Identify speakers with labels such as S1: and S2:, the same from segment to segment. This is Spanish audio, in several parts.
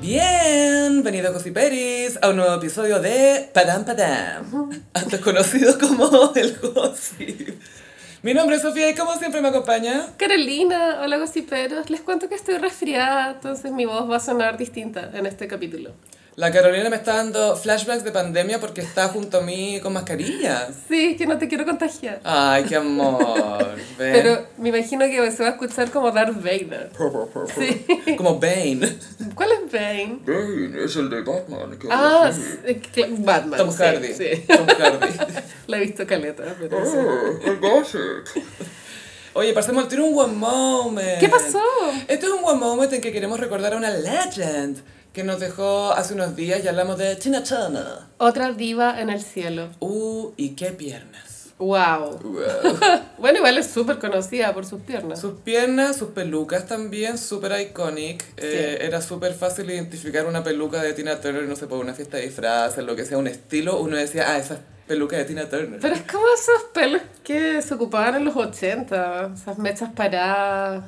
S1: bien, venido Gossiperis a un nuevo episodio de Padam Padam, antes conocido como el Gossip. Mi nombre es Sofía y como siempre me acompaña.
S2: Carolina, hola gossiperos. Les cuento que estoy resfriada, entonces mi voz va a sonar distinta en este capítulo.
S1: La Carolina me está dando flashbacks de pandemia porque está junto a mí con mascarillas.
S2: Sí, es que no te quiero contagiar.
S1: Ay, qué amor. Ven.
S2: Pero me imagino que se va a escuchar como Darth Vader. Sí.
S1: Como Bane.
S2: ¿Cuál es Bane?
S1: Bane es el de Batman.
S2: Ah, sí, cl- Batman.
S1: Tom
S2: sí,
S1: Hardy.
S2: sí.
S1: Tom Hardy. Oh,
S2: La he visto caleta. pero sí.
S1: el Oye, pasemos al tiro un one moment.
S2: ¿Qué pasó?
S1: Este es un one moment en que queremos recordar a una legend que nos dejó hace unos días y hablamos de Tina Turner.
S2: Otra diva en el cielo.
S1: Uh, y qué piernas.
S2: Wow. Bueno, igual es súper conocida por sus piernas.
S1: Sus piernas, sus pelucas también, súper iconic. Eh, era súper fácil identificar una peluca de Tina Turner, no sé, por una fiesta de disfraces, lo que sea, un estilo. Uno decía, ah, esa es peluca de Tina Turner.
S2: Pero es como esos pelos que se ocupaban en los 80, esas mechas paradas.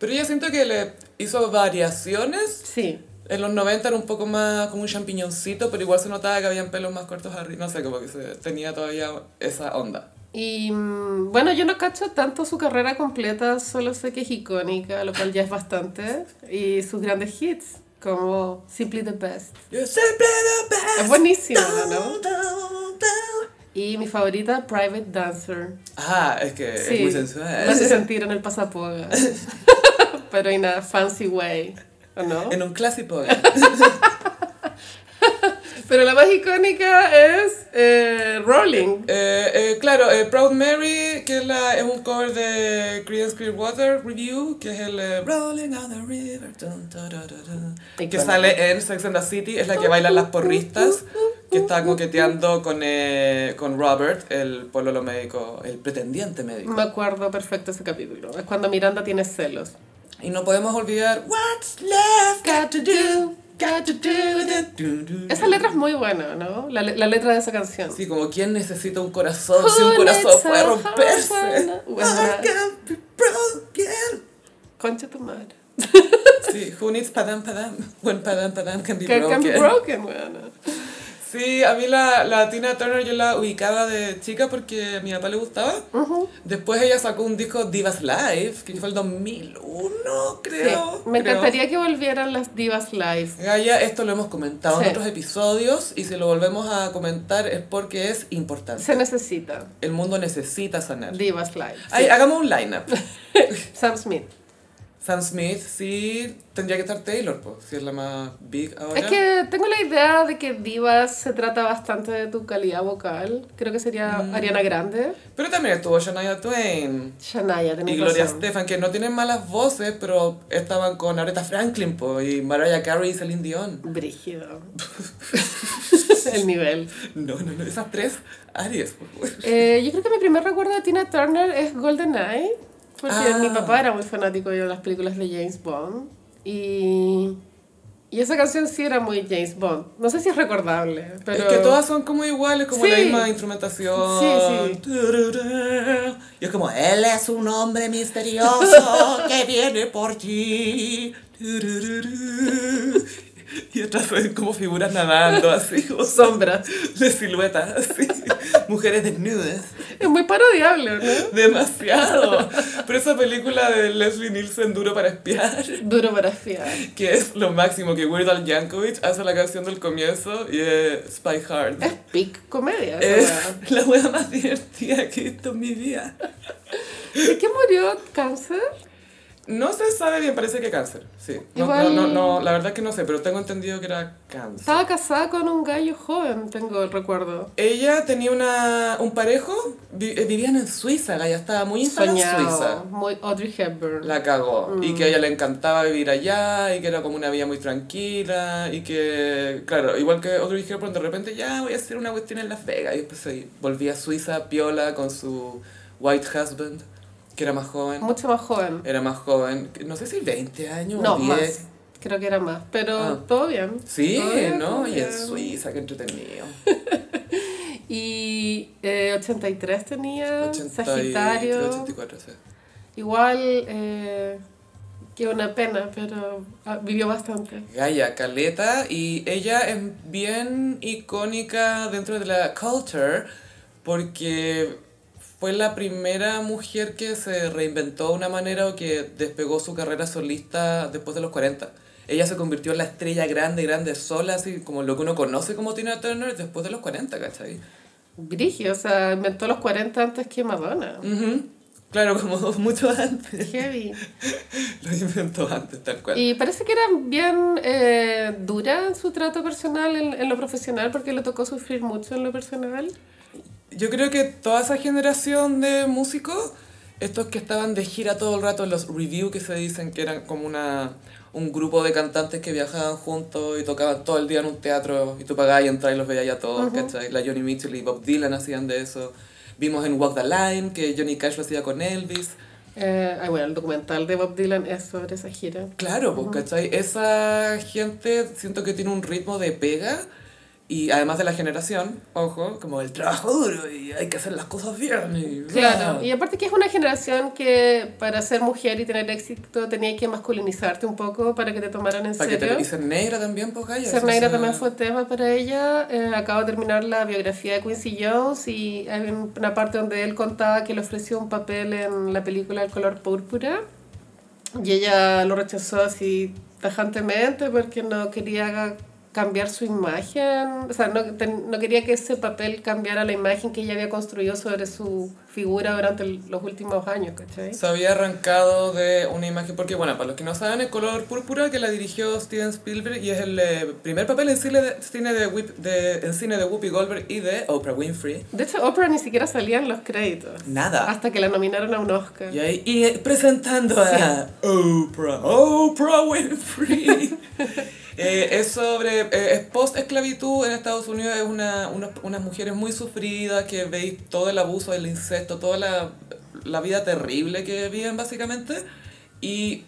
S1: Pero yo siento que le hizo variaciones
S2: Sí.
S1: En los 90 era un poco más como un champiñoncito, pero igual se notaba que habían pelos más cortos arriba. No sé, como que se tenía todavía esa onda.
S2: Y mm, bueno, yo no cacho tanto su carrera completa, solo sé que es icónica, lo cual ya es bastante. Y sus grandes hits, como Simply the Best.
S1: You're simply the best.
S2: Es buenísimo, ¿no?
S1: Down, down, down.
S2: Y mi favorita, Private Dancer.
S1: Ah, es que es muy sensual.
S2: Me hace sentir en el pasapoga. Pero en a fancy way, ¿o no?
S1: En un clásico.
S2: Pero la más icónica es eh, Rolling.
S1: Eh, eh, claro, eh, Proud Mary, que es, la, es un cover de Creedence Clearwater Review, que es el eh, Rolling on the River, dun, dun, dun, dun, dun, que
S2: Icónico.
S1: sale en Sex and the City, es la que bailan las porristas, que está coqueteando con, eh, con Robert, el pololo médico, el pretendiente médico.
S2: Me acuerdo perfecto ese capítulo. Es cuando Miranda tiene celos.
S1: Y no podemos olvidar What's love got to do, got to do with it. Dun, dun, dun.
S2: Esa letra es muy buena, ¿no? La, le- la letra de esa canción.
S1: Sí, como ¿quién necesita un corazón si un corazón puede romperse?
S2: Ojalá.
S1: I can't be broken.
S2: Concha tu madre.
S1: Sí, who needs padam padam? When padam padam can be
S2: Que
S1: broken.
S2: can be broken, weona.
S1: Sí, a mí la, la Tina Turner yo la ubicaba de chica porque a mi papá le gustaba. Después ella sacó un disco Divas Live, que fue el 2001,
S2: Sí,
S1: creo.
S2: me
S1: creo.
S2: encantaría que volvieran las divas live.
S1: Gaia, esto lo hemos comentado en
S2: Sí.
S1: otros episodios y si lo volvemos a comentar es porque es importante.
S2: Se necesita
S1: El mundo necesita sanar.
S2: divas live.
S1: Ay, hagamos un lineup.
S2: Sam Smith.
S1: Sam Smith, sí, tendría que estar Taylor, po, si es la más big ahora.
S2: Es que tengo la idea de que divas se trata bastante de tu calidad vocal. Creo que sería
S1: Mm.
S2: Ariana Grande.
S1: Pero también estuvo Shania Twain.
S2: Shania, tenés
S1: Y Gloria
S2: razón.
S1: Estefan, que no tienen malas voces, pero estaban con Aretha Franklin po, y Mariah Carey y Celine Dion.
S2: Brígido. El nivel.
S1: No, no, no, esas tres Aries. pues, po.
S2: Eh, yo creo que mi primer recuerdo de Tina Turner es GoldenEye, porque
S1: Ah.
S2: mi papá era muy fanático de las películas de James Bond. Y, y esa canción sí era muy James Bond. No sé si es recordable, pero.
S1: Es que todas son como iguales, como la
S2: Sí.
S1: misma instrumentación.
S2: Sí, sí.
S1: Tururú. Y es como, él es un hombre misterioso que viene por ti. Tururú. Y otras son como figuras nadando, así, como
S2: Sombras.
S1: de silueta, así. Mujeres desnudas.
S2: Es muy parodiable, ¿no?
S1: Demasiado. Pero esa película de Leslie Nielsen, Duro para espiar,
S2: Duro para fiar.
S1: que es lo máximo que Weird Al Yankovic hace la canción del comienzo y es Spy Hard.
S2: Es pic comedia. esa weá.
S1: Es la wea más divertida que he visto en mi vida.
S2: ¿De qué murió cáncer?
S1: No se sabe bien, parece que cáncer. Sí. No,
S2: Igual- Ah.
S1: no, no, no, la verdad es que no sé, pero tengo entendido que era cáncer.
S2: Estaba casada con un gallo joven, tengo el recuerdo.
S1: Ella tenía una, un parejo, vi- eh, vivían en Suiza, la ya estaba muy instalada en
S2: Soñado.
S1: Suiza.
S2: Muy Audrey Hepburn.
S1: La cagó. Y que a ella le encantaba vivir allá, y que era como una vida muy tranquila, y que, claro, igual que otro Hepburn, de repente ya voy a hacer una cuestión en Las Vegas. Y después se volvía a Suiza, piola, con su white husband, que era más joven.
S2: Mucho más joven.
S1: Era más joven, que- no sé si 20 años o
S2: No,
S1: 10.
S2: más. Creo que era más. Pero
S1: Ah.
S2: todo bien.
S1: Sí,
S2: Todo bien,
S1: ¿no?
S2: todo
S1: Y en
S2: bien.
S1: Suiza, qué entretenido.
S2: Y eh, 83 tenía,
S1: 83,
S2: Sagitario.
S1: 84, sí.
S2: Igual eh, Que una pena, pero ah, vivió bastante.
S1: Gaia, Caleta, y ella es bien icónica dentro de la culture porque fue la primera mujer que se reinventó de una manera o que despegó su carrera solista después de los 40. Ella se convirtió en la estrella grande, grande, sola, así como lo que uno conoce como Tina Turner después de los 40, ¿cachai?
S2: Brigio, o sea, inventó los 40 antes que Madonna.
S1: Ujú. Claro, como mucho antes.
S2: Heavy.
S1: Lo inventó antes, tal cual.
S2: Y parece que era bien eh, dura en su trato personal, en, en lo profesional, porque le tocó sufrir mucho en lo personal.
S1: Yo creo que toda esa generación de músicos, estos que estaban de gira todo el rato, los review que se dicen que eran como una, un grupo de cantantes que viajaban juntos y tocaban todo el día en un teatro y tú pagabas y entrabas y los veías a todos, ¿cachai? La Johnny Mitchell y Bob Dylan hacían de eso. Vimos en Walk the Line que Johnny Cash lo hacía con Elvis.
S2: Eh, ah, bueno, el documental de Bob Dylan es sobre esa gira.
S1: Claro, pues, ¿cachai? Esa gente siento que tiene un ritmo de pega y además de la generación, ojo, como el trabajo duro y hay que hacer las cosas bien. Y,
S2: Claro, y aparte que es una generación que para ser mujer y tener éxito tenía que masculinizarte un poco para que te tomaran en
S1: Para que
S2: serio.
S1: te, y ser negra también, pues Gaya.
S2: Ser
S1: o
S2: negra
S1: sea,
S2: también fue tema para ella. Eh, acabo de terminar la biografía de Quincy Jones y hay un- una parte donde él contaba que le ofreció un papel en la película El color púrpura y ella lo rechazó así tajantemente porque no quería cambiar su imagen, o sea, no, ten- no quería que ese papel cambiara la imagen que ella había construido sobre su figura durante el- los últimos años, ¿cachai?
S1: Se había arrancado de una imagen, porque bueno, para los que no saben, el color púrpura que la dirigió Steven Spielberg y es el eh, primer papel en cine de, cine de, Whip- de- en cine de Whoopi Goldberg y de Oprah Winfrey.
S2: De hecho, Oprah ni siquiera salía en los créditos.
S1: Nada.
S2: Hasta que la nominaron a un Oscar.
S1: Y ahí y eh, presentando a Oprah, Oprah Winfrey. Eh, es sobre, eh, es post-esclavitud en Estados Unidos, es una, unas- unas mujeres muy sufridas que veis todo el abuso, el incesto, toda la, la vida terrible que viven básicamente. Y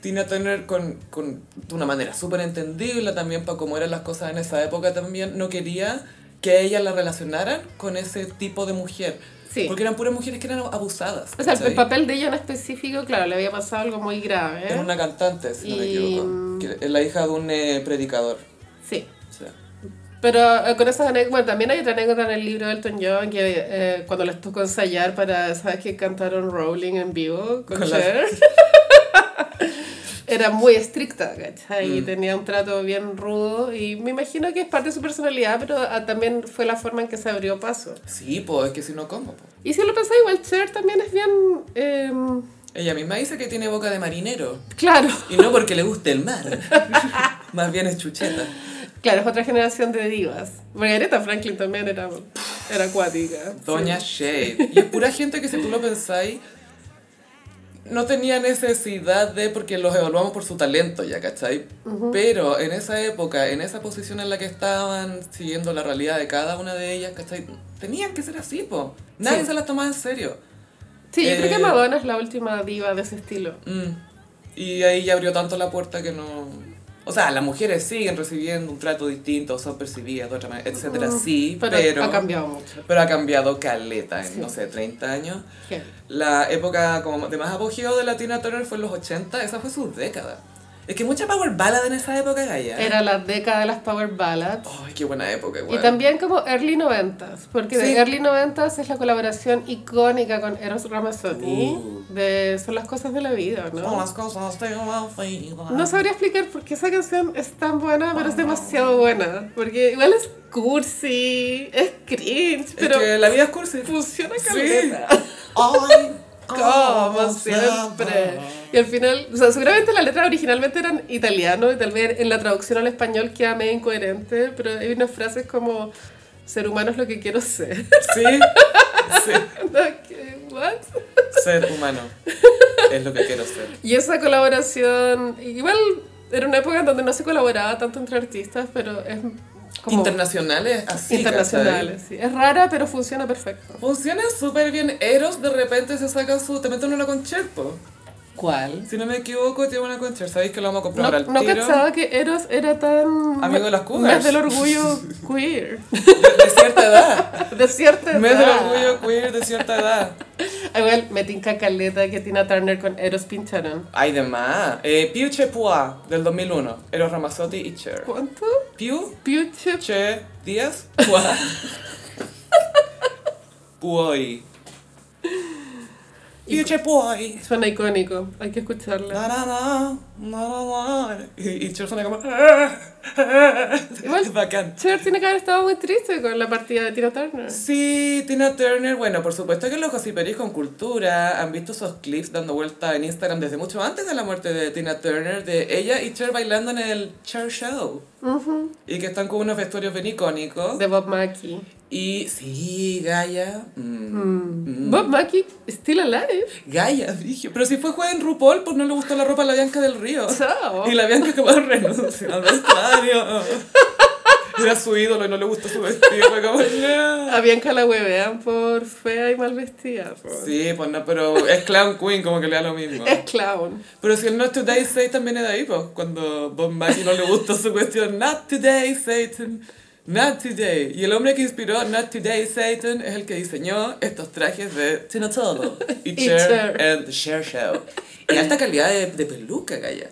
S1: Tina Turner, con, con, de una manera súper entendible también para cómo eran las cosas en esa época también, no quería que a ella la relacionaran con ese tipo de mujer.
S2: Sí.
S1: Porque eran puras mujeres que eran abusadas.
S2: O sea, el- el
S1: ¿cachai?
S2: papel de ella en específico, claro, le había pasado algo muy grave.
S1: Era una cantante, si no me
S2: ¿Eh? Y-
S1: equivoco. que es la hija de un eh, predicador.
S2: Sí.
S1: O sea,
S2: Pero eh, con esas anécdotas, bueno, también hay otra anécdota en el libro de Elton John que eh, cuando les tocó ensayar para, ¿sabes que cantaron Rolling en vivo con,
S1: Con la-
S2: Cher? Era muy estricta,
S1: Mm.
S2: ¿cachai? Y tenía un trato bien rudo y me imagino que es parte de su personalidad, pero ah, también fue la forma en que se abrió paso.
S1: sí, pues es que si no, ¿cómo? po?
S2: Y si lo pensáis, igual Cher también es bien... em,
S1: Ella misma dice que tiene boca de marinero.
S2: claro.
S1: Y no porque le guste el mar. Más bien es chucheta.
S2: Claro, es otra generación de divas. Margareta Franklin también era, era acuática.
S1: Doña Shade. Y es pura gente que si tú lo pensáis, no tenía necesidad de, porque los evaluamos por su talento ya, ¿cachai? Pero en esa época, en esa posición en la que estaban, siguiendo la realidad de cada una de ellas, ¿cachai? Tenían que ser así, po. Nadie
S2: Sí.
S1: se las tomaba en serio.
S2: Sí, yo creo
S1: Eh,
S2: que Madonna es la última diva de ese estilo.
S1: Mm. Y ahí ya abrió tanto la puerta que no... O sea, las mujeres siguen recibiendo un trato distinto, son percibidas de otra manera, etcétera, sí,
S2: Mm, Pero,
S1: pero, pero,
S2: ha cambiado mucho.
S1: ha cambiado caleta en,
S2: Sí.
S1: no sé, 30 años.
S2: Heavy.
S1: La época como de más apogeo de la Tina Turner fue en los 80, esa fue su década. Es que mucha power ballad en esa época, Gaya.
S2: Era la década de las power ballads.
S1: Ay, qué buena época, igual.
S2: Y también como early 90s, porque
S1: Sí.
S2: de early 90s es la colaboración icónica con Eros Ramazzotti
S1: Uh.
S2: de Son las cosas de la vida, ¿no?
S1: Son las cosas de la vida.
S2: Oh. No sabría explicar por qué esa canción es tan buena, pero es demasiado buena. Porque igual es cursi, es cringe,
S1: Es
S2: pero
S1: que la vida es cursi.
S2: funciona
S1: Sí.
S2: caleta.
S1: Ay,
S2: Como
S1: cómo
S2: siempre.
S1: se
S2: Y al final, o sea, seguramente la letra originalmente eran italiano y tal vez en la traducción al español queda medio incoherente, pero hay unas frases como ser humano es lo que quiero ser.
S1: Sí, sí.
S2: No, ¿qué? ¿What?
S1: Ser humano es lo que quiero ser.
S2: Y esa colaboración, igual era una época en donde no se colaboraba tanto entre artistas, pero es como
S1: Internacionales, así.
S2: internacionales. sí. Es rara, pero funciona perfecto.
S1: ¿cachai? Funciona súper bien. Eros de repente se saca su. Te meten una concherpo.
S2: ¿Cuál?
S1: Si no me equivoco, tiene una concher. Sabéis que lo vamos a comprar
S2: No,
S1: al
S2: no
S1: tiro.
S2: cachaba que Eros era tan...
S1: Amigo de las cougars.
S2: Mes del orgullo queer.
S1: De cierta edad.
S2: De cierta
S1: Mes del
S2: edad.
S1: orgullo queer de cierta edad.
S2: Ah, Igual me tinca caleta que Tina Turner con Eros pincharon.
S1: Ay, de más. Eh, Piu Che Pua, del 2001. Eros Ramazzotti y Cher.
S2: ¿Cuánto?
S1: Piu
S2: Piuche.
S1: Che Díaz Pua. Puoi. Piu Che Puoi.
S2: Suena icónico, hay que escucharla.
S1: Na, na, na, na, na, na. Y, y Cher suena como...
S2: Igual-
S1: Bacán.
S2: Cher tiene que haber estado muy triste con la partida de Tina Turner.
S1: Sí, Tina Turner, bueno, por supuesto que los gossiperis con cultura han visto esos clips dando vuelta en Instagram desde mucho antes de la muerte de Tina Turner, de ella y Cher bailando en el Cher Show. Y que están con unos vestuarios bien icónicos.
S2: De Bob Mackie.
S1: Y sí, Gaia. mm,
S2: Mm. Bob Mackie, still alive.
S1: Gaia, dije. Pero si fue juez en RuPaul, pues no le gustó la ropa a la Bianca del Río.
S2: Chao.
S1: Y la Bianca acabó de renunciar al vestuario. Era su ídolo y no le gustó su vestido. fue como, "No".
S2: A Bianca la huevean por fea y mal vestida. po.
S1: Sí, pues no, pero es Clown Queen, como que le da lo mismo.
S2: Es clown.
S1: Pero si el Not Today Say también es de ahí, pues, cuando Bob Mackie no le gustó su cuestión, Not Today Satan, Not Today. Y el hombre que inspiró Not Today Satan es el que diseñó estos trajes de Tina Turner y
S2: Y
S1: Cher
S2: Cher.
S1: and the Cher Show. Y alta calidad de, de peluca, Gaya.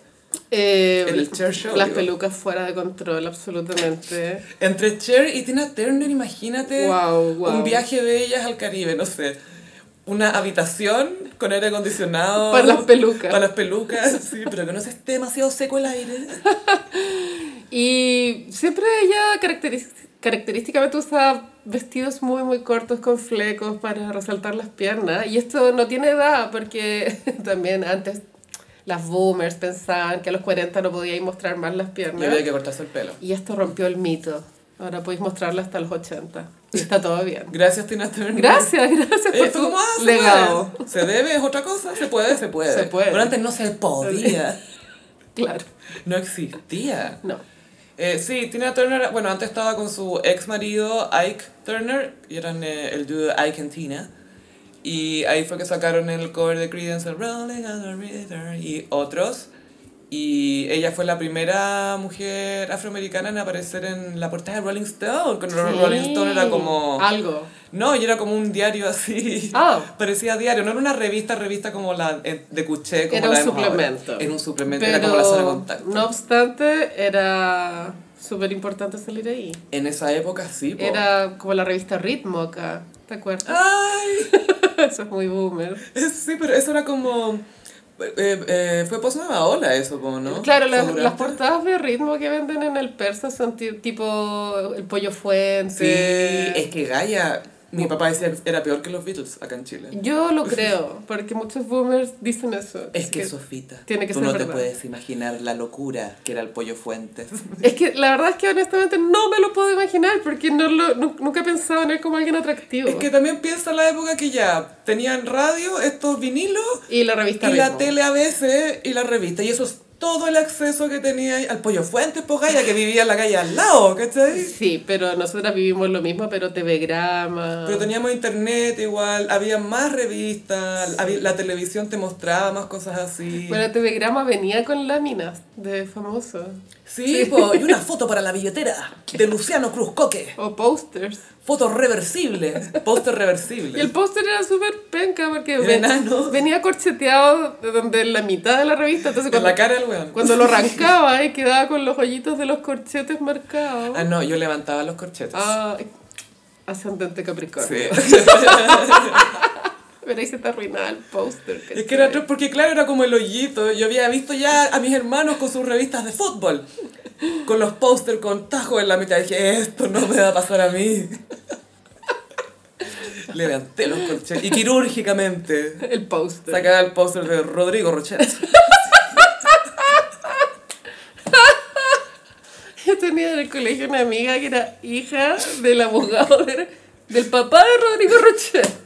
S2: Eh,
S1: En el Cher Show,
S2: Las
S1: digo.
S2: pelucas fuera de control, absolutamente.
S1: Entre Cher y Tina Turner, imagínate
S2: Wow, wow.
S1: un viaje de ellas al Caribe, no sé. Una habitación con aire acondicionado.
S2: Para las pelucas.
S1: Para las pelucas, sí, pero que no se esté demasiado seco el aire.
S2: Y siempre ella caracteriz- característicamente usa vestidos muy muy cortos con flecos para resaltar las piernas. Y esto no tiene edad porque también antes las boomers pensaban que a los 40 no podíais mostrar más las
S1: Y había
S2: piernas.
S1: que cortarse el pelo.
S2: Y esto rompió el mito. Ahora podéis mostrarla hasta los 80. Y está todo bien.
S1: Gracias, Tina Turner.
S2: Gracias, gracias
S1: Ella
S2: por
S1: fue como, ah,
S2: tu
S1: se
S2: legado.
S1: puede. Se debe, es otra cosa. Se puede, se puede.
S2: Se puede.
S1: Pero antes no se podía.
S2: Claro,
S1: No existía.
S2: no.
S1: Eh, sí, Tina Turner, bueno, antes estaba con su ex marido Ike Turner, y eran eh, el dúo Ike and Tina. Y ahí fue que sacaron el cover de Creedence, el Rolling on the River, y otros. Y ella fue la primera mujer afroamericana en aparecer en la portada de Rolling Stone. Cuando Rolling Stone era como...
S2: Algo.
S1: No, y era como un diario así.
S2: Ah.
S1: Parecía diario, no era una revista, revista como la eh, de Cuché. Como
S2: Era un
S1: la vemos ahora.
S2: suplemento.
S1: Era un suplemento,
S2: Pero
S1: era como la zona de contacto.
S2: no obstante, era súper importante salir ahí.
S1: En esa época sí, po.
S2: Era como la revista Ritmo acá, ¿te
S1: Ah.
S2: acuerdas?
S1: ¡Ay!
S2: Eso es muy boomer.
S1: Es- Sí, pero eso era como... eh, eh, fue post nueva ola eso, po, ¿no?
S2: Claro, las,
S1: Seguramente.
S2: las portadas de ritmo que venden en el persa son ti- tipo el pollo
S1: Sí,
S2: fuente.
S1: es que Gaia... Mi papá decía que era peor que los Beatles acá en Chile.
S2: Yo lo creo, porque muchos boomers dicen eso.
S1: Es
S2: así
S1: que, Sofita,
S2: tiene que
S1: tú
S2: ser
S1: no te
S2: verdad.
S1: puedes imaginar la locura que era el Pollo Fuentes.
S2: es que la verdad es que honestamente no me lo puedo imaginar, porque no lo, nu- nunca he pensado en él como alguien atractivo.
S1: Es que también piensa la época que ya tenían radio, estos vinilos,
S2: y la revista
S1: y la
S2: Ritmo.
S1: tele a veces y la revista. Y eso es todo el acceso que tenía al Pollo Fuentes, po, Gaia, que vivía en la calle al lado, ¿cachai?
S2: Sí, pero nosotras vivimos lo mismo, pero TV Grama.
S1: Pero teníamos internet igual, había más revistas, había- la televisión te mostraba más cosas así.
S2: Bueno, TV Grama venía con láminas de famosos.
S1: sí, po, y una foto para la billetera de Luciano Cruz Coque.
S2: O posters.
S1: Fotos reversibles, póster
S2: Y el
S1: reversible.
S2: póster era súper penca porque
S1: Era
S2: ven-
S1: enano.
S2: venía corcheteado de donde en la mitad de la revista.
S1: En
S2: Entonces cuando,
S1: la cara del weón.
S2: cuando lo arrancaba y quedaba con los hoyitos de los corchetes marcados.
S1: Ah, no, yo levantaba los corchetes.
S2: Ah, ascendente Capricornio.
S1: Sí.
S2: Pero ahí se te arruinaba el póster.
S1: Es que era
S2: ¿cachai?
S1: atroz, porque claro, era como el hoyito. Yo había visto ya a mis hermanos con sus revistas de fútbol, con los póster con tajo en la mitad. Dije, esto no me va a pasar a mí. Levanté los colchones y quirúrgicamente
S2: El póster.
S1: sacaba el póster de Rodrigo Rochet.
S2: Yo tenía en el colegio una amiga que era hija del abogado, de- del papá de Rodrigo Rochet.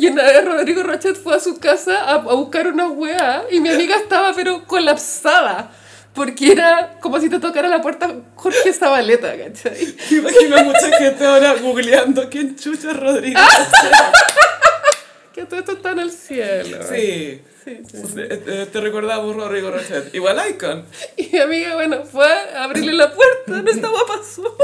S2: Y una vez Rodrigo Rochet fue a su casa a, a buscar una weá y mi amiga estaba pero colapsada. Porque era como si te tocara la puerta Jorge Zabaleta, ¿cachai?
S1: Me Imagino a mucha gente ahora googleando quién chucha es Rodrigo.
S2: Que todo esto está en el cielo.
S1: Sí. Eh, eh, Te recordamos Rodrigo Rochet. Igual Icon.
S2: Y mi amiga, bueno, fue a abrirle la puerta, no estaba pasó.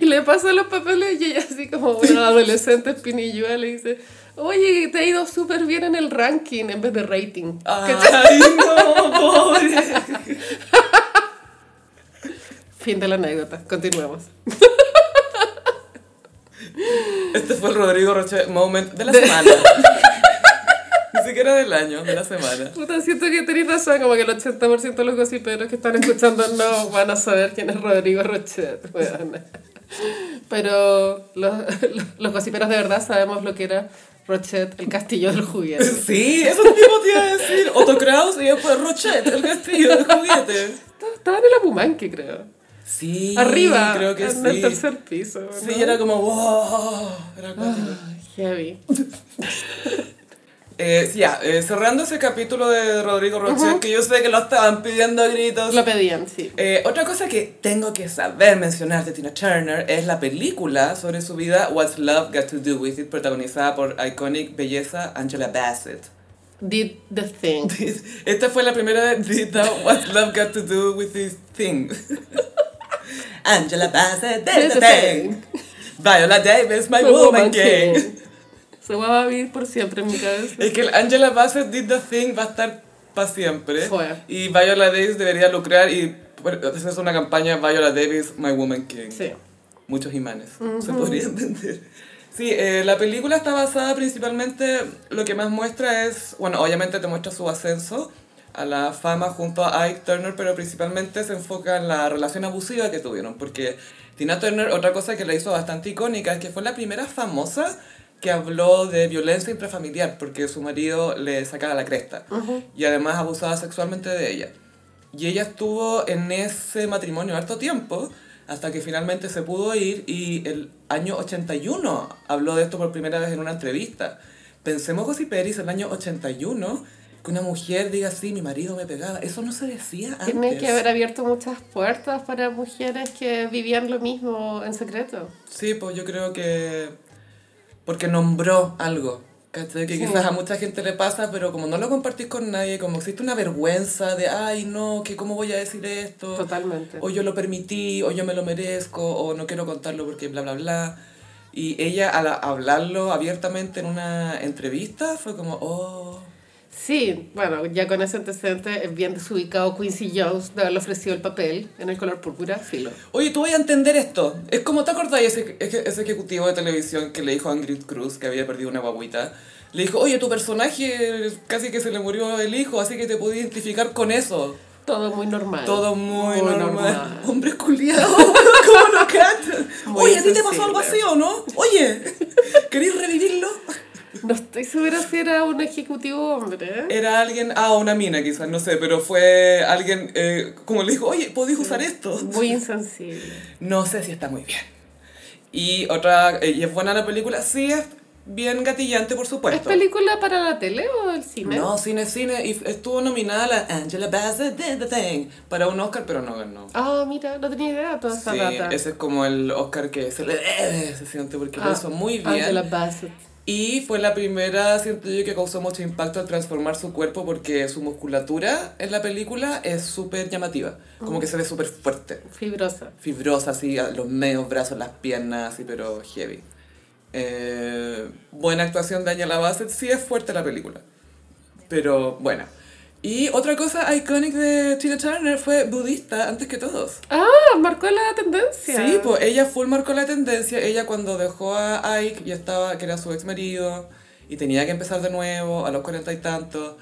S2: Y le pasa los papeles y ella así como una adolescente espinilluda le dice, Oye, te ha ido súper bien en el ranking en vez de rating.
S1: ¡Ay, no, pobre!
S2: Fin de la anécdota, continuemos.
S1: Este fue el Rodrigo Roche moment de la semana. Ni siquiera del año, de la semana.
S2: Puta, siento que tenés razón, como que el 80% de los gossiperos que están escuchando no van a saber quién es Rodrigo Rochet. weón. Pero los, los gossiperos de verdad sabemos lo que era Rochet, el castillo del juguete.
S1: Sí, eso mismo te iba a decir. Otto Kraus y después Rochet, el castillo de juguetes.
S2: Estaban en la Pumanque, creo.
S1: Sí,
S2: Arriba,
S1: creo que sí.
S2: en el tercer piso. ¿no? Ah.
S1: Sí, era como, wow. Era como...
S2: Ay, heavy.
S1: Eh, sí, ya, eh, cerrando ese capítulo de Rodrigo Roche, que yo sé que lo estaban pidiendo a gritos.
S2: Lo pedían, sí.
S1: Eh, otra cosa que tengo que saber mencionar de Tina Turner es la película sobre su vida What's Love Got to Do With It, protagonizada por iconic belleza Angela Bassett.
S2: Did the thing.
S1: Esta fue la primera visita What's Love Got to Do With This Thing. Angela Bassett, did the thing. Viola Davis, my
S2: Fue
S1: woman
S2: Woman
S1: king.
S2: King. Se va a vivir por siempre en mi cabeza.
S1: Es que el Angela Bassett Did the Thing va a estar para siempre.
S2: Fue.
S1: Y Viola Davis debería lucrar y bueno, hacerse una campaña Viola Davis, My Woman King.
S2: Sí.
S1: Muchos imanes, se podría entender. Sí, eh, la película está basada principalmente, lo que más muestra es, bueno, obviamente te muestra su ascenso a la fama junto a Ike Turner, pero principalmente se enfoca en la relación abusiva que tuvieron, porque Tina Turner, otra cosa que la hizo bastante icónica, es que fue la primera famosa que habló de violencia intrafamiliar, porque su marido le sacaba la cresta y además abusaba sexualmente de ella. Y ella estuvo en ese matrimonio harto tiempo hasta que finalmente se pudo ir y el año 81 habló de esto por primera vez en una entrevista. Pensemos, José Pérez, el año 81, que una mujer diga, sí, mi marido me pegaba. Eso no se decía antes.
S2: Tiene que haber abierto muchas puertas para mujeres que vivían lo mismo en secreto.
S1: Sí, pues yo creo que... Porque nombró algo. ¿cachai? Que
S2: Sí.
S1: quizás a mucha gente le pasa, pero como no lo compartís con nadie, como existe una vergüenza de, ay, no, que cómo voy a decir esto.
S2: Totalmente.
S1: o yo lo permití, o yo me lo merezco, o no quiero contarlo porque bla, bla, bla. Y ella al hablarlo abiertamente en una entrevista fue como, oh,
S2: Sí, bueno, ya con ese antecedente es bien desubicado Quincy Jones de haberle ofrecido el papel en el color púrpura, filo.
S1: oye, tú vas a entender esto. Es como, ¿te acordás ese, eje- ese ejecutivo de televisión que le dijo a Ingrid Cruz que había perdido una guaguita? Le dijo, oye, tu personaje casi que se le murió el hijo, así que te podías identificar con eso.
S2: Todo muy normal.
S1: Todo muy,
S2: Muy
S1: normal.
S2: normal.
S1: Hombre culiado, ¿cómo lo cachan?
S2: Muy
S1: Oye, ¿a ti te pasó
S2: sensible.
S1: algo así o no? Oye, ¿querés revivirlo?
S2: No estoy segura si era un ejecutivo hombre. ¿eh?
S1: Era alguien, ah, una mina quizás, no sé, pero fue alguien, eh, como le dijo, oye, ¿podéis usar esto?
S2: Muy insensible.
S1: No sé si está muy bien. Y otra, eh, ¿y es buena la película? Sí, es bien gatillante, por
S2: ¿Es
S1: supuesto.
S2: película para la tele o el cine?
S1: Pues No, cine, cine, y estuvo nominada la Angela Bassett did the thing para un Oscar, pero no ganó.
S2: Ah, mira, no tenía idea de toda esa
S1: Sí,
S2: data.
S1: ese es como el Oscar que se le debe, se siente, porque lo
S2: Ah,
S1: hizo muy bien.
S2: Angela Bassett.
S1: Y fue la primera, siento yo, que causó mucho impacto al transformar su cuerpo porque su musculatura en la película es súper llamativa. Como que se ve súper fuerte.
S2: Fibrosa.
S1: Fibrosa, así, a los medios, brazos, las piernas, así, pero heavy. Eh, buena actuación de Angela Bassett. Sí es fuerte la película. Pero buena. Y otra cosa icónica de Tina Turner fue budista antes que todos.
S2: Ah, marcó la tendencia.
S1: Sí, pues ella full marcó la tendencia. Ella cuando dejó a Ike, ya estaba, que era su ex marido, y tenía que empezar de nuevo a los cuarenta y tantos.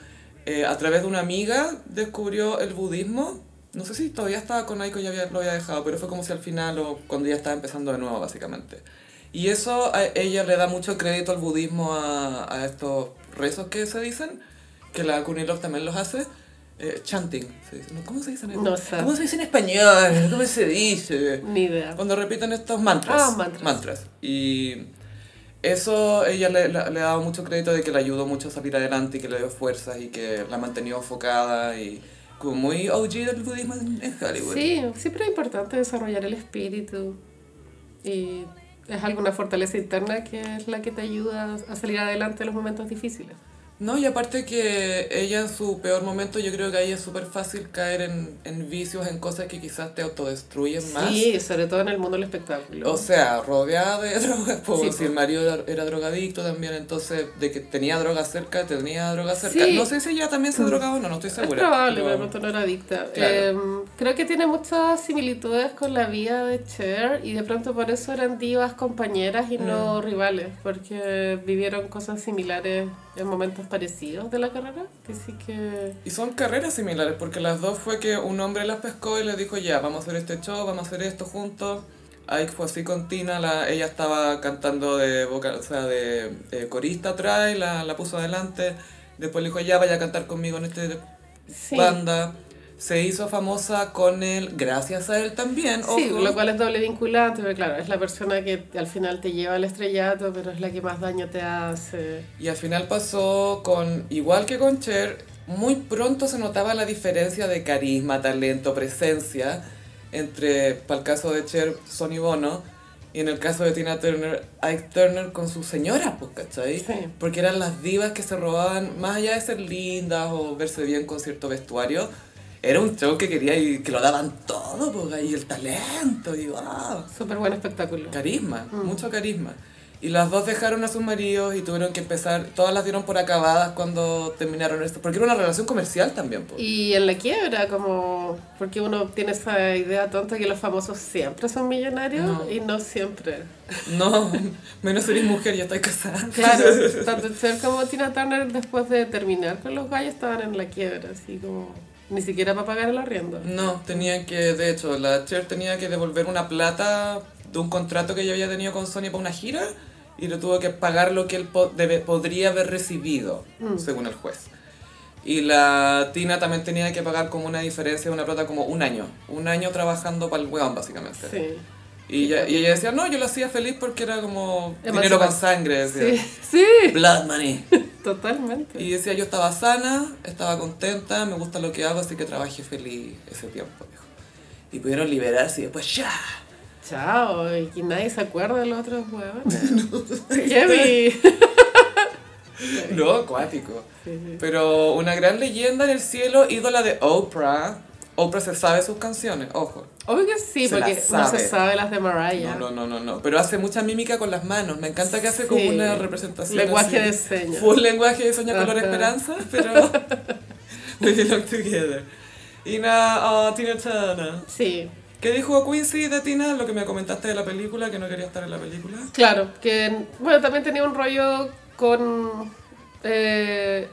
S1: eh, a través de una amiga descubrió el budismo. No sé si todavía estaba con Ike o ya había- lo había dejado, pero fue como si al final o cuando ya estaba empezando de nuevo, básicamente. Y eso a ella le da mucho crédito al budismo a, a estos rezos que se dicen, que la Kunilov también los hace. eh, chanting, se dice. No, ¿cómo se dice en
S2: No sé.
S1: ¿Cómo se dice en español? ¿Cómo se dice?
S2: Ni idea.
S1: Cuando repiten estos mantras.
S2: Ah, mantras.
S1: Y eso ella le, le- le ha dado mucho crédito de que le ayudó mucho a salir adelante y que le dio fuerzas y que la ha mantenido enfocada y como muy OG del budismo en en Hollywood.
S2: Sí, siempre es importante desarrollar el espíritu. Y es alguna fortaleza interna que es la que te ayuda a salir adelante en los momentos difíciles.
S1: No, y aparte que ella en su peor momento, yo creo que ahí es súper fácil caer en, en vicios, en cosas que quizás te autodestruyen más.
S2: Sí, sobre todo en el mundo del espectáculo.
S1: O sea, rodeada de drogas, pues,
S2: Sí,
S1: si el
S2: po.
S1: marido era, era drogadicto también, entonces de que tenía droga cerca, tenía droga cerca.
S2: Sí. Mm.
S1: No sé si ella también se drogaba o no, no estoy
S2: es
S1: segura.
S2: probable,
S1: pero-
S2: pero de pronto no era adicta.
S1: Claro.
S2: Eh, creo que tiene muchas similitudes con la vida de Cher y de pronto por eso eran divas compañeras y no
S1: Mm.
S2: rivales, porque vivieron cosas similares en momentos parecidos de la carrera. Así que.
S1: Y son carreras similares, porque las dos fue que un hombre las pescó y les dijo, ya, vamos a hacer este show, vamos a hacer esto juntos. Ahí fue así con Tina, la, ella estaba cantando de vocal, o sea, de eh, corista atrás, y la, la puso adelante. Después le dijo, ya, vaya a cantar conmigo en este
S2: Sí.
S1: banda. Se hizo famosa con él, gracias a él también,
S2: Sí,
S1: ojo.
S2: lo cual es doble vinculante, pero claro, es la persona que al final te lleva al estrellato, pero es la que más daño te hace.
S1: Y al final pasó con, igual que con Cher, muy pronto se notaba la diferencia de carisma, talento, presencia entre, para el caso de Cher, Sonny Bono, y en el caso de Tina Turner, Ike Turner con su señora, pues, ¿cachai?
S2: Sí.
S1: Porque eran las divas que se robaban, más allá de ser lindas o verse bien con cierto vestuario, era un show que quería y que lo daban todo, pues, y el talento, y wow
S2: Súper buen espectáculo.
S1: carisma,
S2: Mm.
S1: mucho carisma. Y las dos dejaron a sus maridos y tuvieron que empezar, todas las dieron por acabadas cuando terminaron esto, porque era una relación comercial también. po.
S2: Y en la quiebra, como, porque uno tiene esa idea tonta que los famosos siempre son millonarios
S1: No.
S2: y no siempre.
S1: No, menos eres mujer, ya estás casada.
S2: Claro, tanto Cher como Tina Turner después de terminar con los gallos estaban en la quiebra, así como, ni siquiera para pagar el arriendo.
S1: No, tenían que, de hecho, la Cher tenía que devolver una plata de un contrato que ella había tenido con Sony para una gira y le tuvo que pagar lo que él po- debe- podría haber recibido,
S2: Mm.
S1: según el juez. Y la Tina también tenía que pagar como una diferencia de una plata como un año. Un año trabajando para el weón, básicamente.
S2: Sí.
S1: Y ella, y ella decía, no, yo lo hacía feliz porque era como
S2: Emancipa-
S1: dinero con sangre,
S2: Sí,
S1: decía.
S2: sí,
S1: Blood money.
S2: totalmente.
S1: Y decía, yo estaba sana, estaba contenta, me gusta lo que hago, así que trabajé feliz ese tiempo, dijo. Y pudieron liberarse y después ya.
S2: Chao, y que nadie se acuerda de los otros huevones. Heavy.
S1: No, acuático.
S2: Sí, sí.
S1: Pero una gran leyenda en el cielo, ídola de Oprah. Oprah se sabe sus canciones, ojo.
S2: Obvio que sí,
S1: Se
S2: porque
S1: las
S2: no
S1: sabe.
S2: se sabe las de Mariah.
S1: No, no, no, no, no. Pero hace mucha mímica con las manos. Me encanta que hace como
S2: Sí.
S1: una representación.
S2: Lenguaje
S1: así.
S2: de señas.
S1: Full lenguaje de sueño color
S2: Ajá.
S1: esperanza, pero. We belong together. Y nada, oh, Tina Turner.
S2: Sí,
S1: ¿Qué dijo Quincy de Tina? Lo que me comentaste de la película, que no quería estar en la película.
S2: claro. Que, bueno, también tenía un rollo con. eh,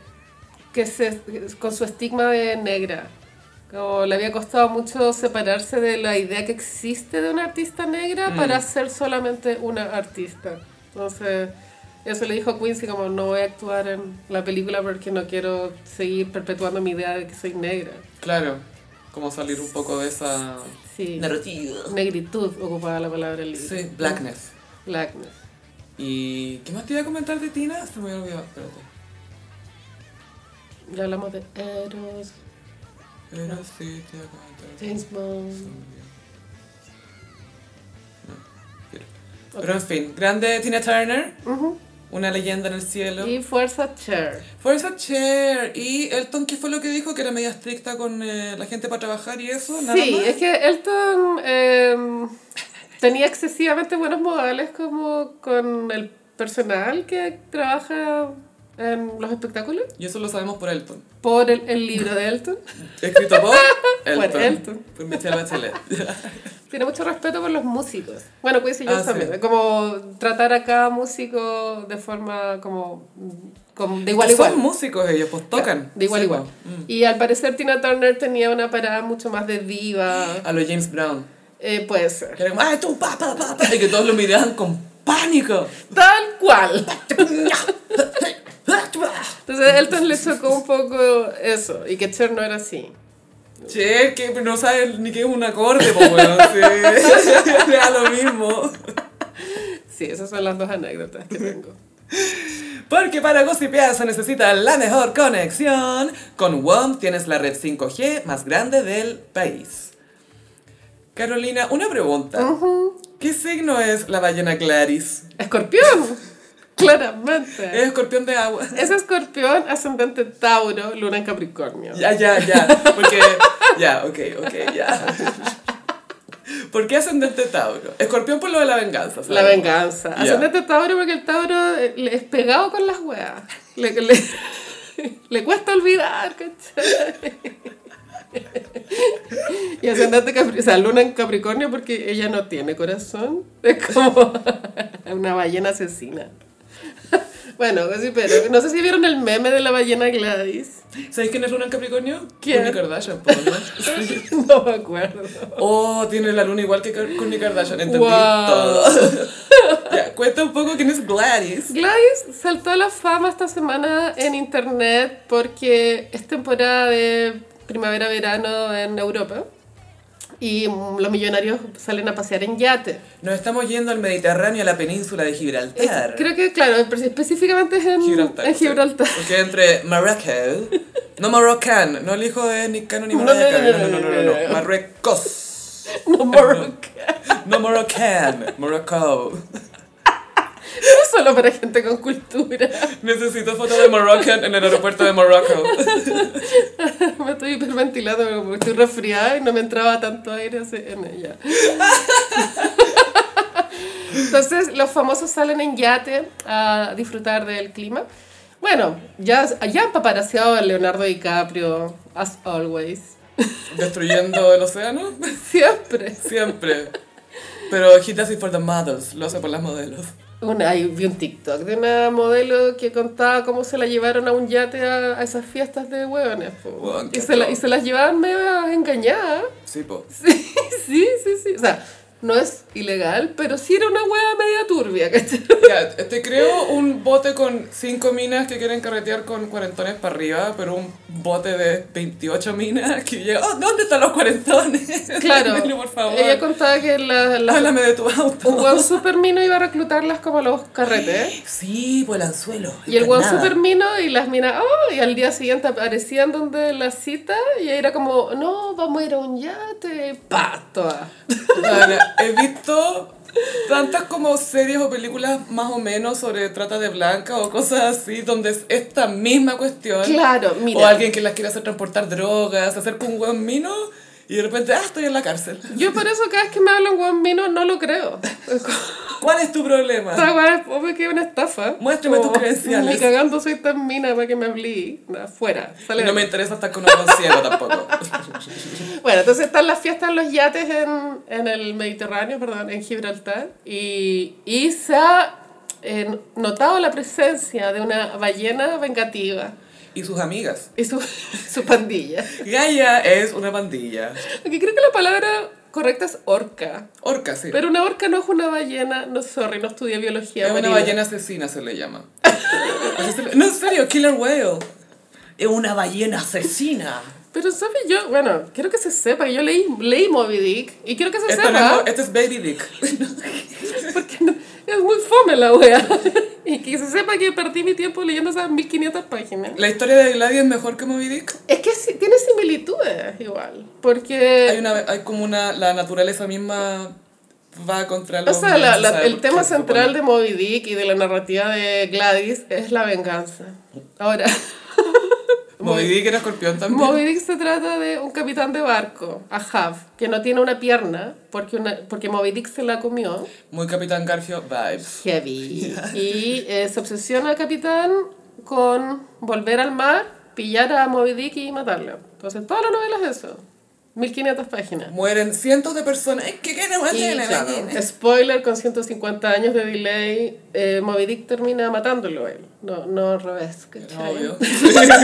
S2: que se, con su estigma de negra. Como le había costado mucho separarse de la idea que existe de una artista negra para ser solamente una artista. Entonces, eso le dijo a Quincy como no voy a actuar en la película porque no quiero seguir perpetuando mi idea de que soy negra.
S1: Claro, como salir un poco de esa.
S2: Sí.
S1: narrativa.
S2: Negritud ocupaba la palabra en el libro.
S1: Sí, blackness.
S2: Blackness.
S1: ¿Y qué más te iba a comentar de Tina? Se me había olvidado, espérate.
S2: Ya hablamos de Eros,
S1: Pero sí, te iba a comentar.
S2: James Bond.
S1: No, quiero. Pero en fin, grande Tina Turner,
S2: Ujú.
S1: una leyenda en el cielo.
S2: Y Fuerza Cher.
S1: Fuerza Cher y Elton, ¿qué fue lo que dijo? Que era media estricta con eh, la gente para trabajar y eso, nada
S2: Sí,
S1: más.
S2: es que Elton em, tenía excesivamente buenos modales como con el personal que trabaja en los espectáculos.
S1: Y eso lo sabemos por Elton.
S2: Por el, el libro de Elton.
S1: Escrito por Elton.
S2: Elton.
S1: Por Michelle Bachelet.
S2: Tiene mucho respeto por los músicos. Bueno, Quincy
S1: Ah,
S2: Jones
S1: sí.
S2: también. Como tratar a cada músico de forma como, como de igual a
S1: Son
S2: igual.
S1: músicos ellos, pues tocan.
S2: De igual a
S1: Sí,
S2: igual.
S1: pues.
S2: Y al parecer Tina Turner tenía una parada mucho más de diva.
S1: A los James Brown.
S2: Eh, puede ser.
S1: Que era como, "Ah, ¡ay, tú, pa, pa, pa, pa", Y que todos lo miraban con pánico.
S2: Tal cual. Entonces Elton le chocó un poco eso. Y que Cher no era así.
S1: Che, que no sabes ni qué es un acorde, pues bueno, sí. Le da lo mismo.
S2: Sí, esas son las dos anécdotas que tengo.
S1: Porque para gossipear se necesita la mejor conexión. Con WOM tienes la red 5G más grande del país. Carolina, una pregunta. ¿Qué signo es la ballena Claris?
S2: ¡Escorpión! Claramente.
S1: Es escorpión de agua.
S2: Es escorpión, ascendente Tauro, luna en Capricornio.
S1: Ya, ya, ya. Porque. ya, ok, ok, ya. ¿Por qué ascendente Tauro? Escorpión por lo de la venganza. ¿sabes?
S2: La venganza.
S1: Ya.
S2: Ascendente Tauro porque el Tauro eh, le- es pegado con las weas. Le, le, le cuesta olvidar, ¿cachai? Y ascendente Capricornio, o sea, luna en Capricornio porque ella no tiene corazón. Es como una ballena asesina. Bueno, sí, pero no sé si vieron el meme de la ballena Gladys.
S1: ¿Sabéis quién es luna en Capricornio?
S2: ¿Quién?
S1: Kourtney Kardashian, por lo menos. Sí.
S2: No me acuerdo.
S1: Oh, tiene la luna igual que Kourtney Kardashian. Entendí
S2: Wow.
S1: todo. ya, cuenta un poco quién es Gladys.
S2: Gladys saltó a la fama esta semana en internet porque es temporada de primavera-verano en Europa y mm, los millonarios salen a pasear en yate.
S1: Nos estamos yendo al Mediterráneo, a la península de
S2: Es-
S1: Gibraltar.
S2: creo que, claro, pero específicamente es en
S1: Gibraltar.
S2: en
S1: sí.
S2: Gibraltar.
S1: Porque entre Marruecos, no Marrocan, no el hijo de ni Cano ni
S2: No, no,
S1: Marrocan,
S2: no,
S1: no, no, no, no, no,
S2: no, no.
S1: Marruecos, Eh,
S2: No, Morocco.
S1: no Marrocan, Morocco.
S2: No es solo para gente con cultura.
S1: Necesito fotos de Moroccan en el aeropuerto de Morocco.
S2: Me estoy hiperventilando porque estoy resfriada y no me entraba tanto aire así en ella. Entonces, los famosos salen en yate a disfrutar del clima. Bueno, ya, ya han paparaseado a Leonardo DiCaprio, as always.
S1: Destruyendo el océano,
S2: Siempre.
S1: siempre. Pero he does it for the models, lo hace por las modelos.
S2: Una, ahí vi un TikTok de una modelo que contaba cómo se la llevaron a un yate a, a esas fiestas de hueones. po.
S1: Hueón, qué
S2: y, se la- y
S1: atroz.
S2: se las llevaban medio engañadas.
S1: Sí, po.
S2: Sí, sí, sí, sí. O sea, no es ilegal, pero sí era una hueá media turbia, ¿cachai?
S1: Ya, te creo un bote con cinco minas que quieren carretear con cuarentones para arriba, pero un bote de 28 minas que llega, oh, ¿dónde están los cuarentones?
S2: Claro.
S1: Denle, por favor.
S2: Ella contaba que la, la-
S1: Háblame de tu auto.
S2: un hueón supermino iba a reclutarlas como a los carretes.
S1: Sí, por el anzuelo.
S2: Y el hueón
S1: carnada.
S2: supermino y las minas, oh, y al día siguiente aparecían donde la cita y era como, no, vamos a ir a un yate, pa, todas.
S1: Ahora, he visto tantas como series o películas más o menos sobre trata de blanca o cosas así, donde es esta misma cuestión.
S2: Claro, mira.
S1: O alguien que las quiere hacer transportar drogas, hacer con un hueón mino y de repente, ah, estoy en la cárcel.
S2: Yo por eso cada vez que me hablan hueón mino no lo creo.
S1: ¿Cuál es tu problema?
S2: Esta weá es obvio que es una estafa.
S1: Muéstrame tus credenciales.
S2: Ni cagando soy tan mina para que me hablí. Afuera. Sale
S1: Y no me
S2: de-
S1: interesa estar con un hueón ciego tampoco.
S2: Bueno, entonces están las fiestas en los yates en, en el Mediterráneo, perdón, en Gibraltar. Y, y se ha eh, notado la presencia de una ballena vengativa
S1: Y sus amigas.
S2: y su, su pandilla.
S1: Gaia es una pandilla.
S2: Aunque creo que la palabra correcta es orca.
S1: Orca, sí.
S2: Pero una orca no es una ballena, no, sorry, no estudié biología.
S1: Es una
S2: marina.
S1: ballena asesina se le llama. Así se le- No, en serio, killer whale. Es una ballena asesina.
S2: Pero Sofi, yo, bueno, quiero que se sepa, que yo leí, leí Moby Dick y quiero que se
S1: Está
S2: sepa,
S1: hablando- este es Baby Dick.
S2: porque no- es muy fome la wea. y que se sepa que perdí mi tiempo leyendo esas 1500 páginas.
S1: La historia de Gladys es mejor que Moby Dick.
S2: Es que sí, tiene similitudes igual, porque...
S1: Hay, una, hay como una. La naturaleza misma va contra
S2: o
S1: los.
S2: sea, la-
S1: no
S2: la-
S1: se sabe
S2: el
S1: por
S2: tema
S1: qué, se
S2: central
S1: supone.
S2: de Moby Dick y de la narrativa de Gladys es la venganza. Ahora,
S1: Moby Dick era escorpión también.
S2: Moby Dick se trata de un capitán de barco, Ahab, que no tiene una pierna porque, una, porque Moby Dick se la comió.
S1: Muy Capitán Garfio vibes.
S2: Heavy. Y eh, se obsesiona el capitán con volver al mar, pillar a Moby Dick y matarlo. Entonces, toda la novela es eso. 1500 páginas.
S1: Mueren cientos de personas. Es que quieren
S2: Y,
S1: ballena,
S2: claro,
S1: ballena.
S2: spoiler, con 150 años de delay, eh, Moby Dick termina matándolo él. No, no al revés, ¿cachai?
S1: Obvio.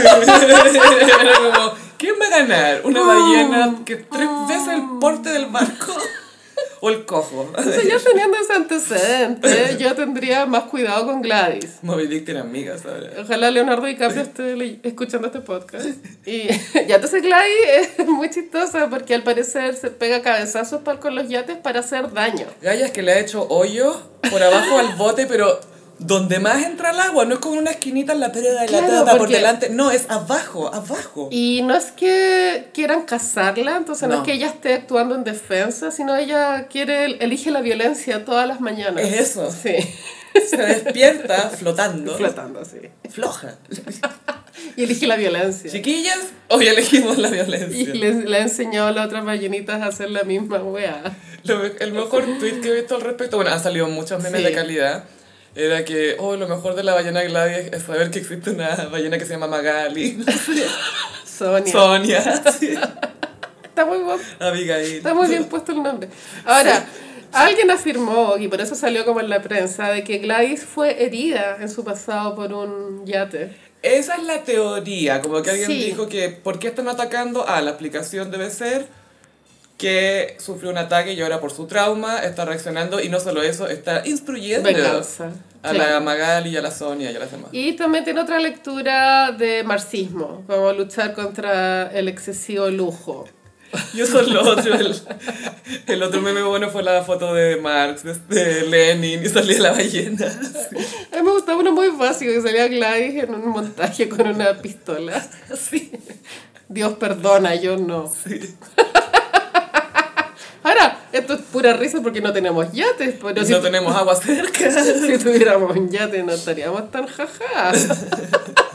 S1: Era como, ¿quién va a ganar? ¿Una ballena que es tres
S2: Ah.
S1: veces el porte del barco? ¿O el cojo?
S2: Entonces, ya teniendo ese antecedente, yo tendría más cuidado con Gladys.
S1: Moby Dick tiene amigas ahora.
S2: Ojalá Leonardo DiCaprio esté le- escuchando este podcast. Y ya entonces Gladys es muy chistosa porque al parecer se pega cabezazos pa- con los yates para hacer daño.
S1: Gaya es que le ha hecho hoyos por abajo al bote, pero donde más entra el agua, no es como una esquinita en la pera de la
S2: Claro,
S1: tapa por
S2: porque-
S1: delante, no, es abajo, abajo.
S2: Y no es que quieran casarla, entonces no,
S1: No.
S2: es que ella esté actuando en defensa, sino ella quiere elige la violencia todas las mañanas.
S1: Es eso.
S2: Sí.
S1: Se despierta flotando.
S2: flotando, sí.
S1: Floja.
S2: Y elige la violencia.
S1: Chiquillas, hoy elegimos la
S2: Y
S1: violencia.
S2: le, le ha enseñado a las otras ballenitas a hacer la misma weá.
S1: Lo me- el mejor tweet que he visto al respecto, bueno, han salido muchos memes
S2: Sí.
S1: de calidad, era que, oh, lo mejor de la ballena Gladys es- es saber que existe una ballena que se llama Magali,
S2: Sonia.
S1: Sonia,
S2: Está muy guapo.
S1: Abigail.
S2: Está muy bien puesto el nombre. Ahora, alguien afirmó, y por eso salió como en la prensa, de que Gladys fue herida en su pasado por un yate.
S1: Esa es la teoría, como que alguien
S2: Sí.
S1: dijo que, ¿por qué están atacando? Ah, la explicación debe ser que sufrió un ataque y ahora por su trauma está reaccionando y no solo eso, está instruyendo
S2: Venganza.
S1: a
S2: Claro.
S1: la Magali, a la Sonia y a las demás.
S2: Y también tiene otra lectura de marxismo, como luchar contra el excesivo lujo.
S1: Y eso es lo otro. El, el otro meme bueno fue la foto de Marx, de, de Lenin, y salía la ballena.
S2: A mí me gustaba uno muy básico que salía Gladys en un montaje con una pistola.
S1: Sí,
S2: Dios perdona, yo no.
S1: sí.
S2: Ahora, esto es pura risa porque no tenemos yates, pero
S1: no
S2: si,
S1: tenemos agua cerca.
S2: si tuviéramos un yate no estaríamos tan jaja.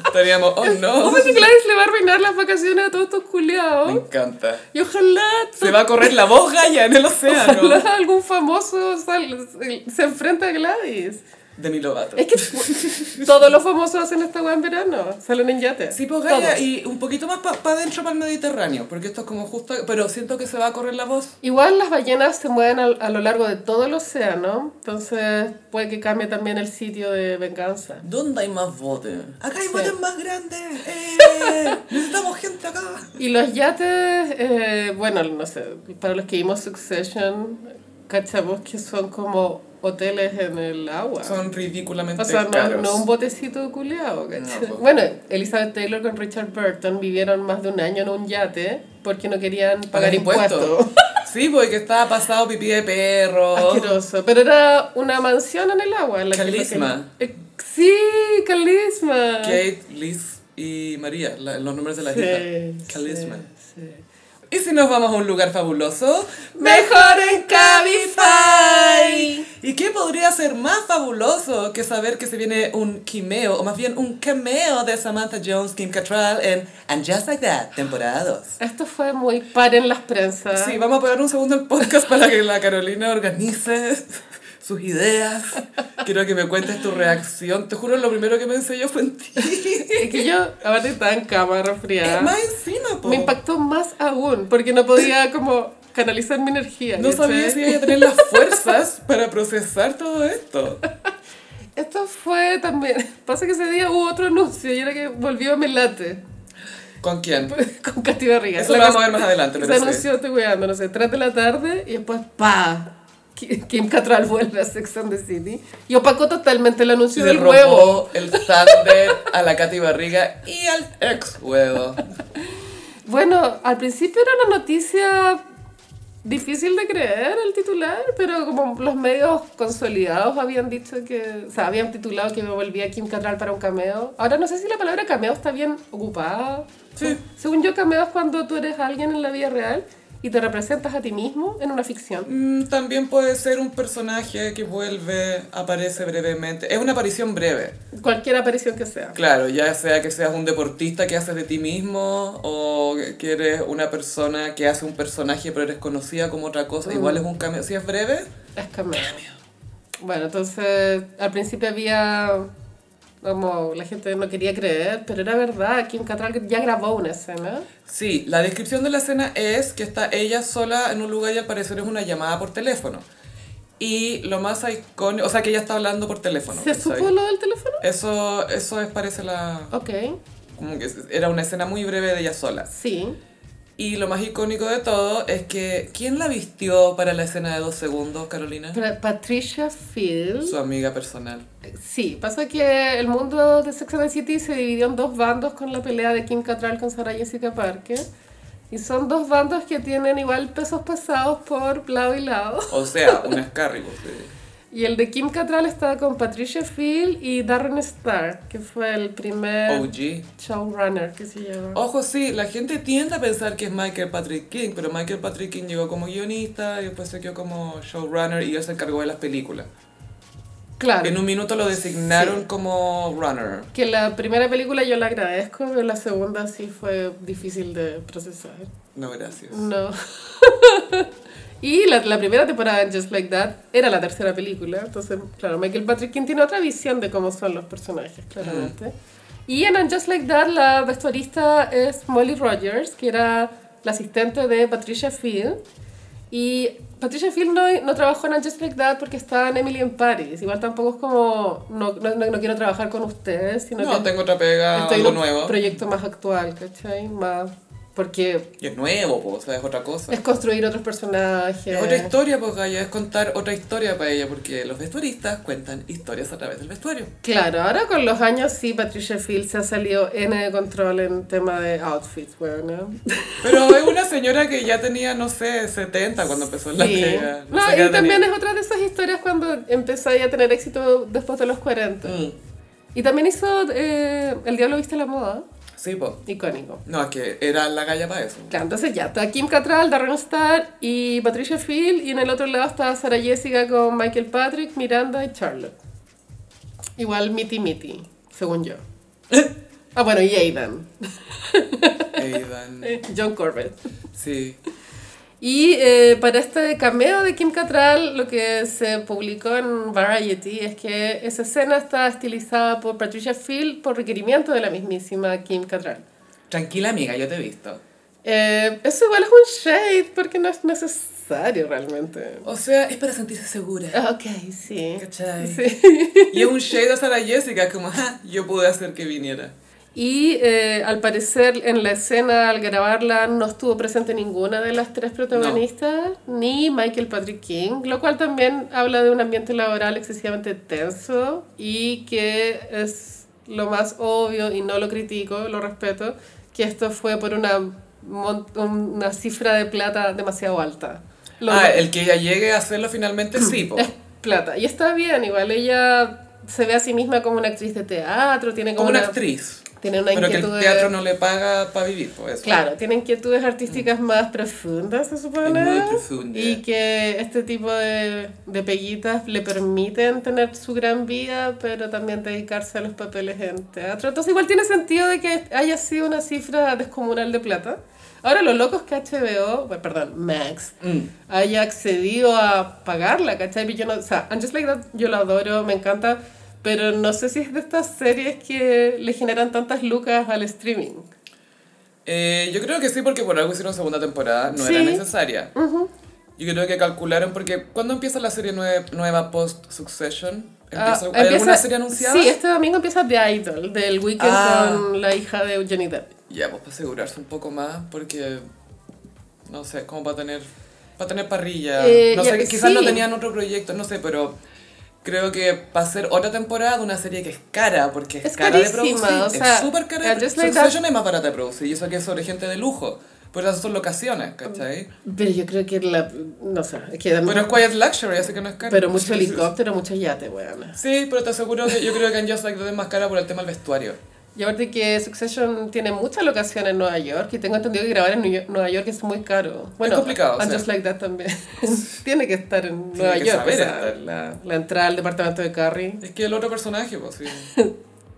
S1: Estaríamos, oh no.
S2: ¿Cómo que Gladys le va a arruinar las vacaciones a todos estos
S1: Me
S2: culiados?
S1: encanta.
S2: Y ojalá,
S1: Se va a correr la voz ya en el océano.
S2: ojalá algún famoso sal- se- se enfrenta a Gladys.
S1: De mi lobato.
S2: Es que todos los famosos hacen esta weá en verano, salen en yate.
S1: Sí, pues
S2: Todos.
S1: Gaia, y un poquito más para adentro, para el Mediterráneo, porque esto es como justo, pero siento que se va a correr la voz.
S2: Igual las ballenas se mueven al- a, lo largo de todo el océano, entonces puede que cambie también el sitio de venganza.
S1: ¿Dónde hay más botes? Acá hay
S2: Sí.
S1: botes más grandes. ¡Eh! Necesitamos gente acá.
S2: Y los yates, eh, bueno, no sé, para los que vimos Succession, cachamos que son como hoteles en el agua.
S1: Son ridículamente
S2: o sea, no,
S1: caros.
S2: no un botecito culeado, ¿cachai?
S1: No, pues.
S2: Bueno, Elizabeth Taylor con Richard Burton vivieron más de un año en un yate porque no querían pagar impuestos.
S1: Sí, porque estaba pasado pipí de perro.
S2: Asqueroso. Pero era una mansión en el agua. en la que-
S1: Calisma.
S2: Eh, sí, Calisma.
S1: Kate, Liz y María, la- los nombres de las
S2: Sí,
S1: hijas. Calisma.
S2: sí, sí.
S1: Y si nos vamos a un lugar fabuloso,
S2: Mejor en Cabify.
S1: ¿Y qué podría ser más fabuloso que saber que se viene un quimeo, o más bien un cameo de Samantha Jones, Kim Cattrall en And Just Like That, temporada 2?
S2: Esto fue muy par en las prensas.
S1: Sí, vamos a parar un segundo el podcast para que la Carolina organice sus ideas. Quiero que me cuentes tu reacción. Te juro, lo primero que pensé yo fue en ti.
S2: Es que yo, aparte estaba en cama resfriada.
S1: Es más encima, po.
S2: Me impactó más aún porque no podía como canalizar mi energía.
S1: No
S2: ¿cachai?
S1: sabía si iba a tener las fuerzas para procesar todo esto.
S2: Esto fue también. Pasa que ese día hubo otro anuncio y era que volvió Melate
S1: ¿Con quién?
S2: con Cati Barriga.
S1: Eso
S2: La
S1: lo vamos a
S2: cosa-
S1: ver más adelante,
S2: Se
S1: pero sí.
S2: anunció, estoy cuidando, no sé, 3 de la tarde y después ¡pa! Ki- Kim Cattrall vuelve a Sex and the City y opacó totalmente el anuncio
S1: Le
S2: del
S1: robó
S2: huevo.
S1: el Thunder a la Katy Barriga y al ex huevo.
S2: Bueno, al principio era una noticia difícil de creer el titular, pero como los medios consolidados habían dicho que, o sea, habían titulado que me volvía Kim Cattrall para un cameo. Ahora no sé si la palabra cameo está bien ocupada.
S1: Sí.
S2: Según yo, cameo es cuando tú eres alguien en la vida real y te representas a ti mismo en una ficción.
S1: Mm, También puede ser un personaje que vuelve, aparece brevemente. Es una aparición breve.
S2: Cualquier aparición que sea.
S1: Claro, ya sea que seas un deportista que haces de ti mismo o que eres una persona que hace un personaje pero eres conocida como otra cosa. Igual es un cambio. Si es breve,
S2: Es cameo. Bueno, entonces al principio había como la gente no quería creer, pero era verdad, Kim Cattrall ya grabó una escena.
S1: Sí, la descripción de la escena es que está ella sola en un lugar y al parecer es una llamada por teléfono. Y lo más icónico, o sea que ella está hablando por teléfono.
S2: ¿Se
S1: ¿cachai?
S2: supo lo del teléfono?
S1: Eso, eso es, parece la...
S2: Ok,
S1: Como que es- era una escena muy breve de ella sola.
S2: sí.
S1: Y lo más icónico de todo es que... ¿Quién la vistió para la escena de dos segundos, Carolina?
S2: Pra- Patricia Field.
S1: Su amiga personal.
S2: Sí, pasa que el mundo de Sex and the City se dividió en dos bandos con la pelea de Kim Cattrall con Sarah Jessica Parker. Y son dos bandos que tienen igual pesos pesados por lado y lado.
S1: O sea, una escárrigo. sí.
S2: Y el de Kim Cattrall estaba con Patricia Field y Darren Star, que fue el primer
S1: OG.
S2: showrunner que se llama.
S1: Ojo, sí, la gente tiende a pensar que es Michael Patrick King, pero Michael Patrick King llegó como guionista y después se quedó como showrunner y él se encargó de las películas.
S2: Claro.
S1: En un minuto lo designaron
S2: Sí.
S1: como runner.
S2: Que la primera película yo la agradezco, pero la segunda sí fue difícil de procesar.
S1: No, gracias.
S2: No. y la, la primera temporada de Just Like That era la tercera película. Entonces, claro, Michael Patrick King tiene otra visión de cómo son los personajes, claramente. Y en And Just Like That la vestuarista es Molly Rogers, que era la asistente de Patricia Field. Y Patricia Field no, no trabajó en And Just Like That porque estaba en Emily en Paris. Igual tampoco es como, no, no, no- no quiero trabajar con ustedes, sino
S1: No,
S2: que
S1: tengo otra pega,
S2: estoy en
S1: algo
S2: un
S1: nuevo.
S2: proyecto más actual, ¿cachai? Más... Porque
S1: Y es nuevo, po, o sea, es otra cosa.
S2: es construir otros personajes.
S1: Es otra historia, pues Gaya, es contar otra historia para ella, porque los vestuaristas cuentan historias a través del vestuario.
S2: Claro, ahora con los años sí, Patricia Field se ha salido N de control en tema de outfits, bueno.
S1: Pero es una señora que ya tenía, no sé, 70 cuando empezó la
S2: Sí.
S1: pega.
S2: No,
S1: sé qué
S2: y
S1: edad
S2: también
S1: tenía.
S2: es otra de esas historias cuando empezáis a tener éxito después de los 40.
S1: Mm,
S2: Y también hizo eh, El Diablo Viste la Moda,
S1: sí, po.
S2: icónico.
S1: No, es que era la Gaya para eso.
S2: Claro, entonces ya está Kim Cattrall, Darren Star y Patricia Field. Y en el otro lado está Sarah Jessica con Michael Patrick, Miranda y Charlotte. Igual miti miti, según yo. ah, bueno, y Aidan.
S1: Aidan.
S2: Eh, John Corbett.
S1: Sí.
S2: Y eh, para este cameo de Kim Cattrall, lo que se publicó en Variety es que esa escena está estilizada por Patricia Field por requerimiento de la mismísima Kim Cattrall.
S1: Tranquila, amiga, yo te he visto.
S2: Eh, eso igual es un shade porque no es necesario realmente.
S1: O sea, es para sentirse segura.
S2: Ok, sí.
S1: ¿Cachai?
S2: Ah, Sí.
S1: Y es un shade a Sarah Jessica, como, "Ja, yo pude hacer que viniera.
S2: Y eh, al parecer en la escena al grabarla no estuvo presente ninguna de las tres protagonistas, ni Michael Patrick King, lo cual también habla de un ambiente laboral excesivamente tenso y que es lo más obvio y no lo critico, lo respeto, que esto fue por una, mon- una cifra de plata demasiado alta. Lo-
S1: ah, el que ella llegue a hacerlo finalmente, sí, po.
S2: es plata. Y está bien, igual ella se ve a sí misma como una actriz de teatro, tiene como,
S1: Como una
S2: una-
S1: actriz.
S2: Tiene una
S1: Pero que
S2: inquietud
S1: el
S2: de-
S1: teatro no le paga para vivir, por eso.
S2: Claro, tienen inquietudes artísticas más profundas, se supone.
S1: Y muy profundas.
S2: Y que este tipo de, de peguitas le permiten tener su gran vida, pero también dedicarse a los papeles en teatro. Entonces igual tiene sentido de que haya sido una cifra descomunal de plata. Ahora lo loco es que HBO, bueno, perdón, Max,
S1: Mm.
S2: haya accedido a pagarla, ¿cachai? Yo no, o sea, And Just Like That yo la adoro, me encanta, pero no sé si es de estas series que le generan tantas lucas al streaming.
S1: Eh, yo creo que sí, porque por algo hicieron segunda temporada, no era
S2: Sí.
S1: necesaria. Yo creo que calcularon, porque ¿cuándo empieza la serie nue- nueva post Succession?
S2: Ah,
S1: ¿Empieza, ¿Hay alguna serie anunciada?
S2: Sí, este domingo empieza The Idol, del weekend
S1: Ah.
S2: con la hija de Eugenie Depp.
S1: Ya, pues para asegurarse un poco más, porque no sé, como para tener, para tener parrilla.
S2: Eh,
S1: no
S2: ya,
S1: sé, quizás
S2: sí.
S1: no tenían otro proyecto, no sé, pero creo que para hacer otra temporada de una serie que es cara, porque es,
S2: Es
S1: cara de
S2: carísima,
S1: producir.
S2: o sea,
S1: es súper cara
S2: yeah,
S1: de
S2: just
S1: producir.
S2: like that.
S1: Succession es más barata de producir, y eso que es sobre gente de lujo. Pero esas son locaciones, ¿cachai?
S2: Pero yo creo que la... no sé, es que...
S1: Pero es Quiet Luxury, así que no es cara.
S2: pero mucho helicóptero, mucho yate, weón.
S1: Sí, pero te aseguro que yo creo que en Just Like That es más cara por el tema del vestuario.
S2: Y aparte que Succession tiene mucha locación en Nueva York y tengo entendido que grabar en Nue- Nueva York es muy caro. Bueno,
S1: complicado, o
S2: And
S1: sea.
S2: Just Like That también. tiene que estar en
S1: Tiene
S2: Nueva
S1: que
S2: York.
S1: saber
S2: o sea,
S1: estar.
S2: la, la entrada al departamento de Carrie.
S1: Es que el otro personaje, pues sí.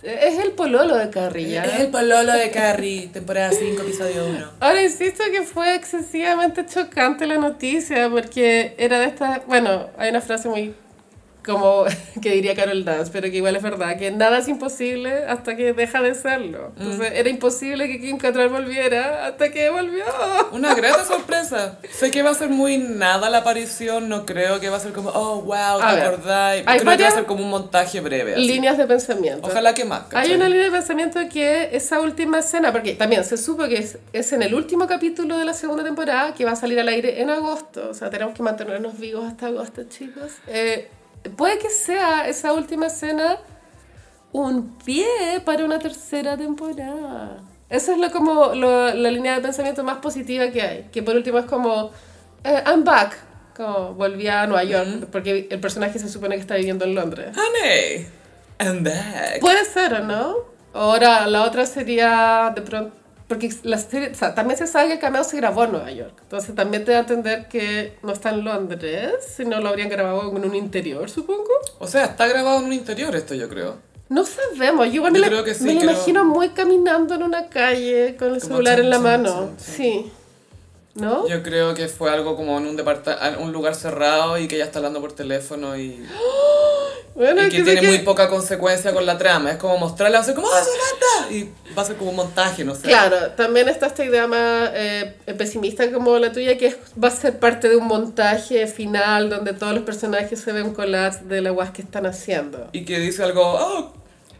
S2: Es el pololo de Carrie, ya.
S1: Es el pololo de Carrie, temporada 5, episodio 1.
S2: Ahora insisto que fue excesivamente chocante la noticia porque era de estas, bueno, hay una frase muy como que diría Carol Dance, pero que igual es verdad, que nada es imposible hasta que deja de serlo.
S1: Mm.
S2: Entonces era imposible que Kim Cattrall volviera hasta que volvió.
S1: Una grata sorpresa. Sé que va a ser muy nada la aparición, no creo que va a ser como, oh, wow,
S2: A
S1: ¿te
S2: ver,
S1: acordáis? Creo
S2: hay
S1: que va a
S2: varias
S1: ser como un montaje breve. así.
S2: Líneas de pensamiento.
S1: Ojalá que más. ¿cachai?
S2: Hay una línea de pensamiento que esa última escena, porque también se supo que es, es en el último capítulo de la segunda temporada que va a salir al aire en agosto, o sea, tenemos que mantenernos vivos hasta agosto, chicos. Eh, puede que sea esa última escena un pie para una tercera temporada. Esa es lo, como, lo- la línea de pensamiento más positiva que hay, que por último es como, eh, I'm back, como volví a Nueva York, porque el personaje se supone que está viviendo en Londres.
S1: Honey, I'm back.
S2: Puede ser, ¿o no? Ahora, la otra sería de pronto... Porque la serie- o sea, también se sabe que el cameo se grabó en Nueva York. Entonces también te da a entender que no está en Londres, sino lo habrían grabado en un interior, supongo.
S1: O sea, está grabado en un interior esto, yo creo.
S2: No sabemos, yo, igual
S1: Yo
S2: me,
S1: creo
S2: la,
S1: que sí,
S2: me la
S1: creo-
S2: imagino muy caminando en una calle con el
S1: Como
S2: celular en la
S1: chan, chan,
S2: mano.
S1: chan, chan.
S2: Sí. ¿No?
S1: Yo creo que fue algo como en un departa en un lugar cerrado y que ella está hablando por teléfono y,
S2: Bueno,
S1: y
S2: es
S1: que
S2: sé
S1: tiene muy poca consecuencia con la trama. Es como mostrarla, hacer como ¡Ah, Sonata! Y va a ser como un montaje, no sé.
S2: Claro, también está esta idea más eh, pesimista como la tuya, que es- va a ser parte de un montaje final donde todos los personajes se ven collage de la guas que están haciendo.
S1: Y que dice algo, oh,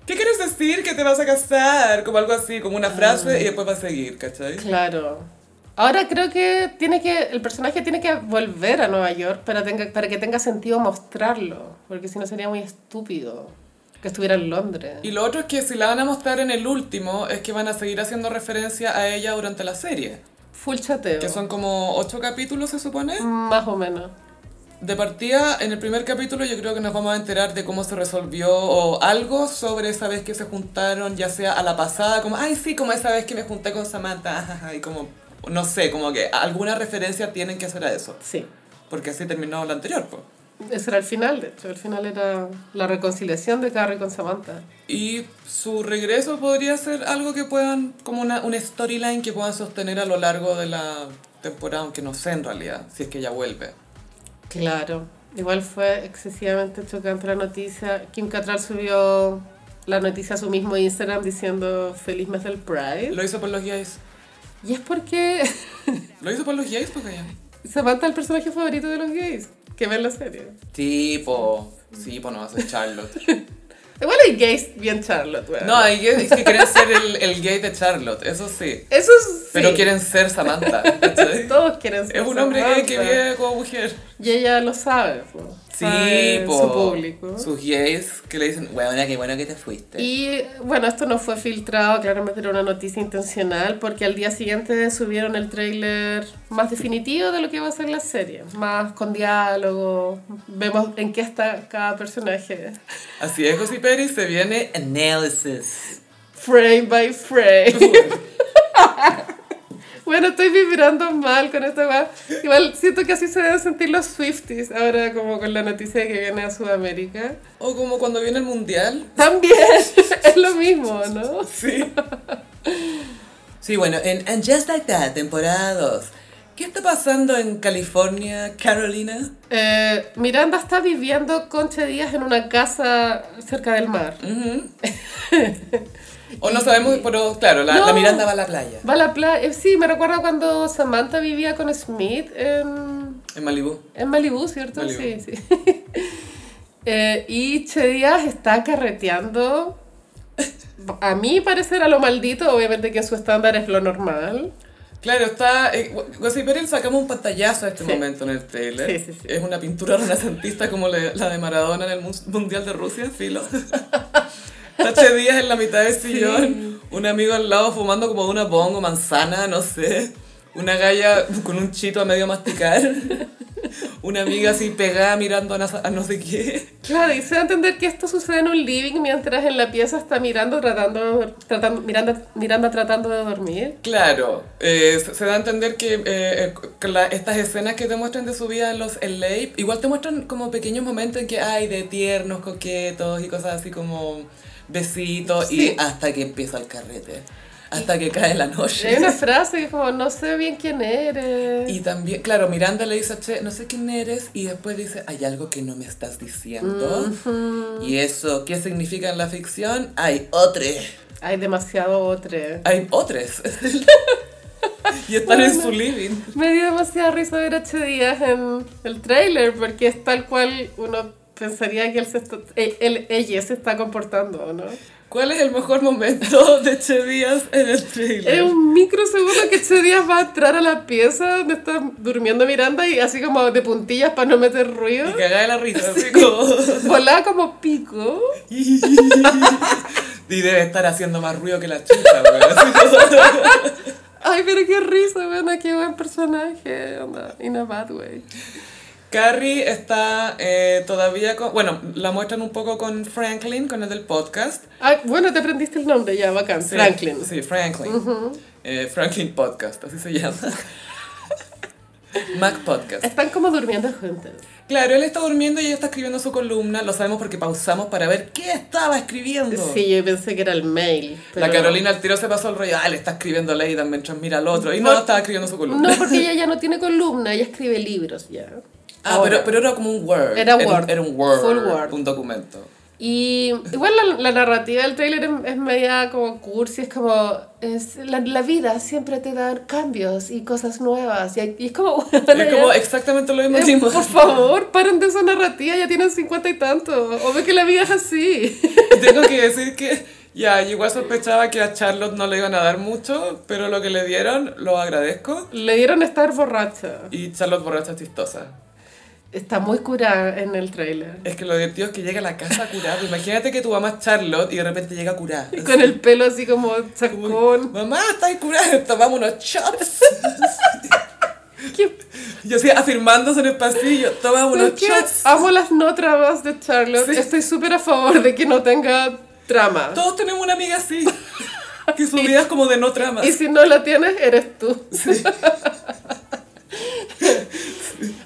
S1: ¿qué quieres decir que te vas a casar? Como algo así, como una frase y después va a seguir, ¿cachai?
S2: Ah. Claro. Ahora creo que tiene que el personaje tiene que volver a Nueva York para, tenga, para que tenga sentido mostrarlo, porque si no sería muy estúpido que estuviera en Londres.
S1: Y lo otro es que si la van a mostrar en el último, es que van a seguir haciendo referencia a ella durante la serie.
S2: Full chateo.
S1: Que son como ocho capítulos, se supone.
S2: Más o menos.
S1: De partida, en el primer capítulo yo creo que nos vamos a enterar de cómo se resolvió o algo sobre esa vez que se juntaron, ya sea a la pasada, como, ay sí, como esa vez que me junté con Samantha, ajaja", y como, no sé, como que alguna referencia tienen que hacer a eso,
S2: Sí.
S1: porque así terminó la anterior, pues.
S2: Ese era el final, de hecho. El final era la reconciliación de Carrie con Samantha.
S1: Y su regreso podría ser algo que puedan, como una, una storyline que puedan sostener a lo largo de la temporada, aunque no sé en realidad, si es que ella vuelve.
S2: Claro, igual fue excesivamente chocante la noticia. Kim Cattrall subió la noticia a su mismo Instagram diciendo feliz mes del Pride.
S1: Lo hizo por los gays.
S2: Y es porque
S1: Lo hizo por los pues, gays, porque ya.
S2: Samantha es el personaje favorito de los gays que ven la serie.
S1: Tipo, sí, pues no va a ser Charlotte.
S2: Igual hay gays bien Charlotte, weón.
S1: No, hay gays que quieren ser el, el gay de Charlotte, eso sí.
S2: Eso sí.
S1: Pero quieren ser Samantha. ¿cachai?
S2: Todos quieren ser
S1: Es un hombre gay que
S2: Samantha.
S1: vive como mujer.
S2: Y ella lo sabe, po.
S1: Sí,
S2: Sabe
S1: po.
S2: Su público.
S1: Sus gays que le dicen, bueno, qué bueno que te fuiste.
S2: Y bueno, esto no fue filtrado, claramente era una noticia intencional, porque al día siguiente subieron el tráiler más definitivo de lo que va a ser la serie, más con diálogo, vemos en qué está cada personaje,
S1: Así es, José Pérez, se viene Analysis.
S2: frame by frame. Bueno, estoy vibrando mal con esta weá. Igual siento que así se deben sentir los Swifties ahora como con la noticia de que viene a Sudamérica.
S1: O como cuando viene el mundial.
S2: También es lo mismo, ¿no?
S1: Sí. Sí, bueno, en And Just Like That, temporada 2. ¿Qué está pasando en California, Carolina?
S2: Eh, Miranda está viviendo con Che Díaz en una casa cerca del mar.
S1: Ujú. O no sabemos, pero claro, la, la
S2: No.
S1: Miranda va a la playa.
S2: Va a la playa. sí, me recuerda cuando Samantha vivía con Smith en,
S1: En Malibu.
S2: en Malibu, ¿cierto?
S1: Malibu.
S2: Sí, sí. Eh, y Che Díaz está carreteando. A mí parecer a lo maldito, obviamente que en su estándar es lo normal.
S1: Claro, está. Eh, Gossip Girl, sacamos un pantallazo a este
S2: Sí.
S1: momento en el trailer.
S2: Sí, sí, sí.
S1: Es una pintura renacentista como le- la de Maradona en el mus- Mundial de Rusia, filo. Tache Díaz en la mitad del sillón, un amigo al lado fumando como de una bongo, manzana, no sé. Una galla con un chito a medio masticar. Una amiga así pegada mirando a, na- a no sé qué.
S2: Claro, y se da a entender que esto sucede en un living mientras en la pieza está mirando, tratando, tratando, Miranda, Miranda tratando de dormir.
S1: Claro, eh, se se da a entender que eh, eh, que la- estas escenas que te muestran de su vida en los LA, igual te muestran como pequeños momentos en que hay de tiernos, coquetos y cosas así como besitos
S2: Sí.
S1: y hasta que empieza el carrete, hasta que cae la
S2: Hay
S1: noche.
S2: una frase que es como, no sé bien quién eres.
S1: Y también, claro, Miranda le dice a Che, no sé quién eres, y después dice, hay algo que no me estás diciendo.
S2: Mm.
S1: Y eso, ¿qué significa en la ficción? Hay otros.
S2: Hay demasiado otro.
S1: Hay otros. y están en su living.
S2: Me dio demasiada risa ver a Che Díaz en el tráiler, porque es tal cual uno pensaría que él se está- eh, él- ella se está comportando, ¿no?
S1: ¿Cuál es el mejor momento de Che Díaz en el
S2: Es
S1: trailer?
S2: un microsegundo que Che Díaz va a entrar a la pieza donde está durmiendo Miranda y así como de puntillas para no meter ruido.
S1: Y cagada de la risa, así como-
S2: Volaba como pico.
S1: Y debe estar haciendo más ruido que la chucha, weón. Así como-
S2: Ay, pero qué risa, bueno, qué buen personaje. Onda, in a bad way.
S1: Carrie está eh, todavía con. Bueno, la muestran un poco con Franklin, con el del podcast.
S2: Ah, Ay, bueno, te aprendiste el nombre ya, bacán.
S1: Sí,
S2: Franklin.
S1: Sí, Franklin. eh, Franklin Podcast, así se llama. Mac Podcast.
S2: Están como durmiendo juntos.
S1: Claro, él está durmiendo y ella está escribiendo su columna. Lo sabemos porque pausamos para ver qué estaba escribiendo.
S2: Sí, yo pensé que era el mail.
S1: La
S2: pero-
S1: Carolina al tiro se pasó el rollo. Ah, le está escribiendo Leyda mientras mira al otro. Y no,
S2: Por-
S1: estaba escribiendo su columna.
S2: No, porque ella ya no tiene columna, ella escribe libros ya.
S1: Ah,
S2: Ahora.
S1: pero, pero era como un Word.
S2: Era
S1: un-
S2: Word.
S1: Era un Word.
S2: Full Word.
S1: Un documento.
S2: Y igual la, la narrativa del trailer es, es media como cursi, es como, es, la, la vida siempre te da cambios y cosas nuevas. Y, hay- y es como,
S1: Es como exactamente lo mismo.
S2: Eh,
S1: que hicimos.
S2: por favor, paren de esa narrativa, ya tienen cincuenta y tanto. Obvio que la vida es así.
S1: Tengo que decir que ya, yo igual sospechaba que a Charlotte no le iban a dar mucho, pero lo que le dieron lo agradezco.
S2: Le dieron estar borracha.
S1: Y Charlotte borracha es chistosa.
S2: Está muy curada en el trailer.
S1: Es que lo divertido es que llega a la casa curada. Imagínate que tu mamá es Charlotte y de repente llega curada.
S2: Y con el pelo así como chacón.
S1: Mamá, estás curada, tomamos unos shots.
S2: ¿Qué-
S1: Yo así afirmándose en el pasillo, tomamos unos
S2: ¿sabes qué?
S1: shots.
S2: Amo las no tramas de Charlotte.
S1: Sí.
S2: Estoy súper a favor de que no tenga trama.
S1: Todos tenemos una amiga así, que su vida es como de no trama.
S2: Y si no la tienes, eres tú.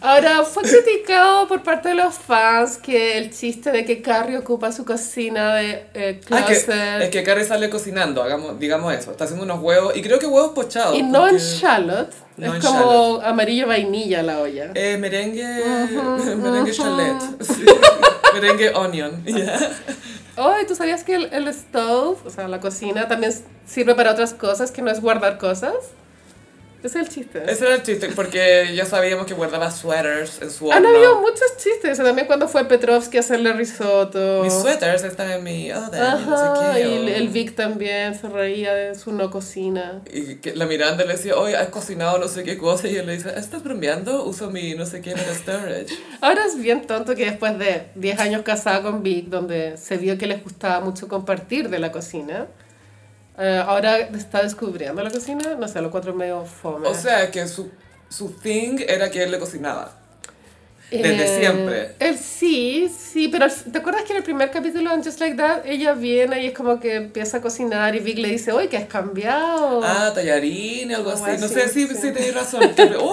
S2: Ahora, fue criticado por parte de los fans que el chiste de que Carrie ocupa su cocina de eh,
S1: Ah, que-
S2: closet
S1: es que Carrie sale cocinando, hagamos, digamos eso. Está haciendo unos huevos, y creo que huevos pochados.
S2: y no en
S1: porque-
S2: Charlotte,
S1: No en
S2: es como
S1: Charlotte.
S2: amarillo vainilla la olla.
S1: Eh, merengue, merengue chalet, sí. merengue onion. ya.
S2: Oh, ¿y ¿tú sabías que el, el stove, o sea, la cocina, también s- sirve para otras cosas que no es guardar cosas? Ese es el chiste.
S1: Ese era el chiste, porque ya sabíamos que guardaba sweaters en su
S2: Han
S1: horno.
S2: habido muchos chistes, o sea, también cuando fue Petrovsky a hacerle risotto.
S1: Mis sweaters están en mi oven, y no
S2: Ajá,
S1: sé qué.
S2: y el,
S1: o-
S2: el Vic también se reía de su no cocina.
S1: Y que la Miranda le decía, oye, has cocinado no sé qué cosa. Y él le dice, ¿estás bromeando? Uso mi no sé qué en el storage.
S2: Ahora es bien tonto que después de 10 años casada con Vic, donde se vio que les gustaba mucho compartir de la cocina, eh, ahora está descubriendo la cocina, no sé, a los cuatro medio fome.
S1: O sea, que su, su thing era que él le cocinaba.
S2: Eh,
S1: desde siempre.
S2: Él sí, sí, pero ¿te acuerdas que en el primer capítulo de Just Like That ella viene y es como que empieza a cocinar y Vic le dice, oye, que has cambiado.
S1: Ah, tallarín, algo
S2: Algo
S1: así. No
S2: así,
S1: sé si
S2: Oh, sí.
S1: sí. tenéis razón. que- Oh,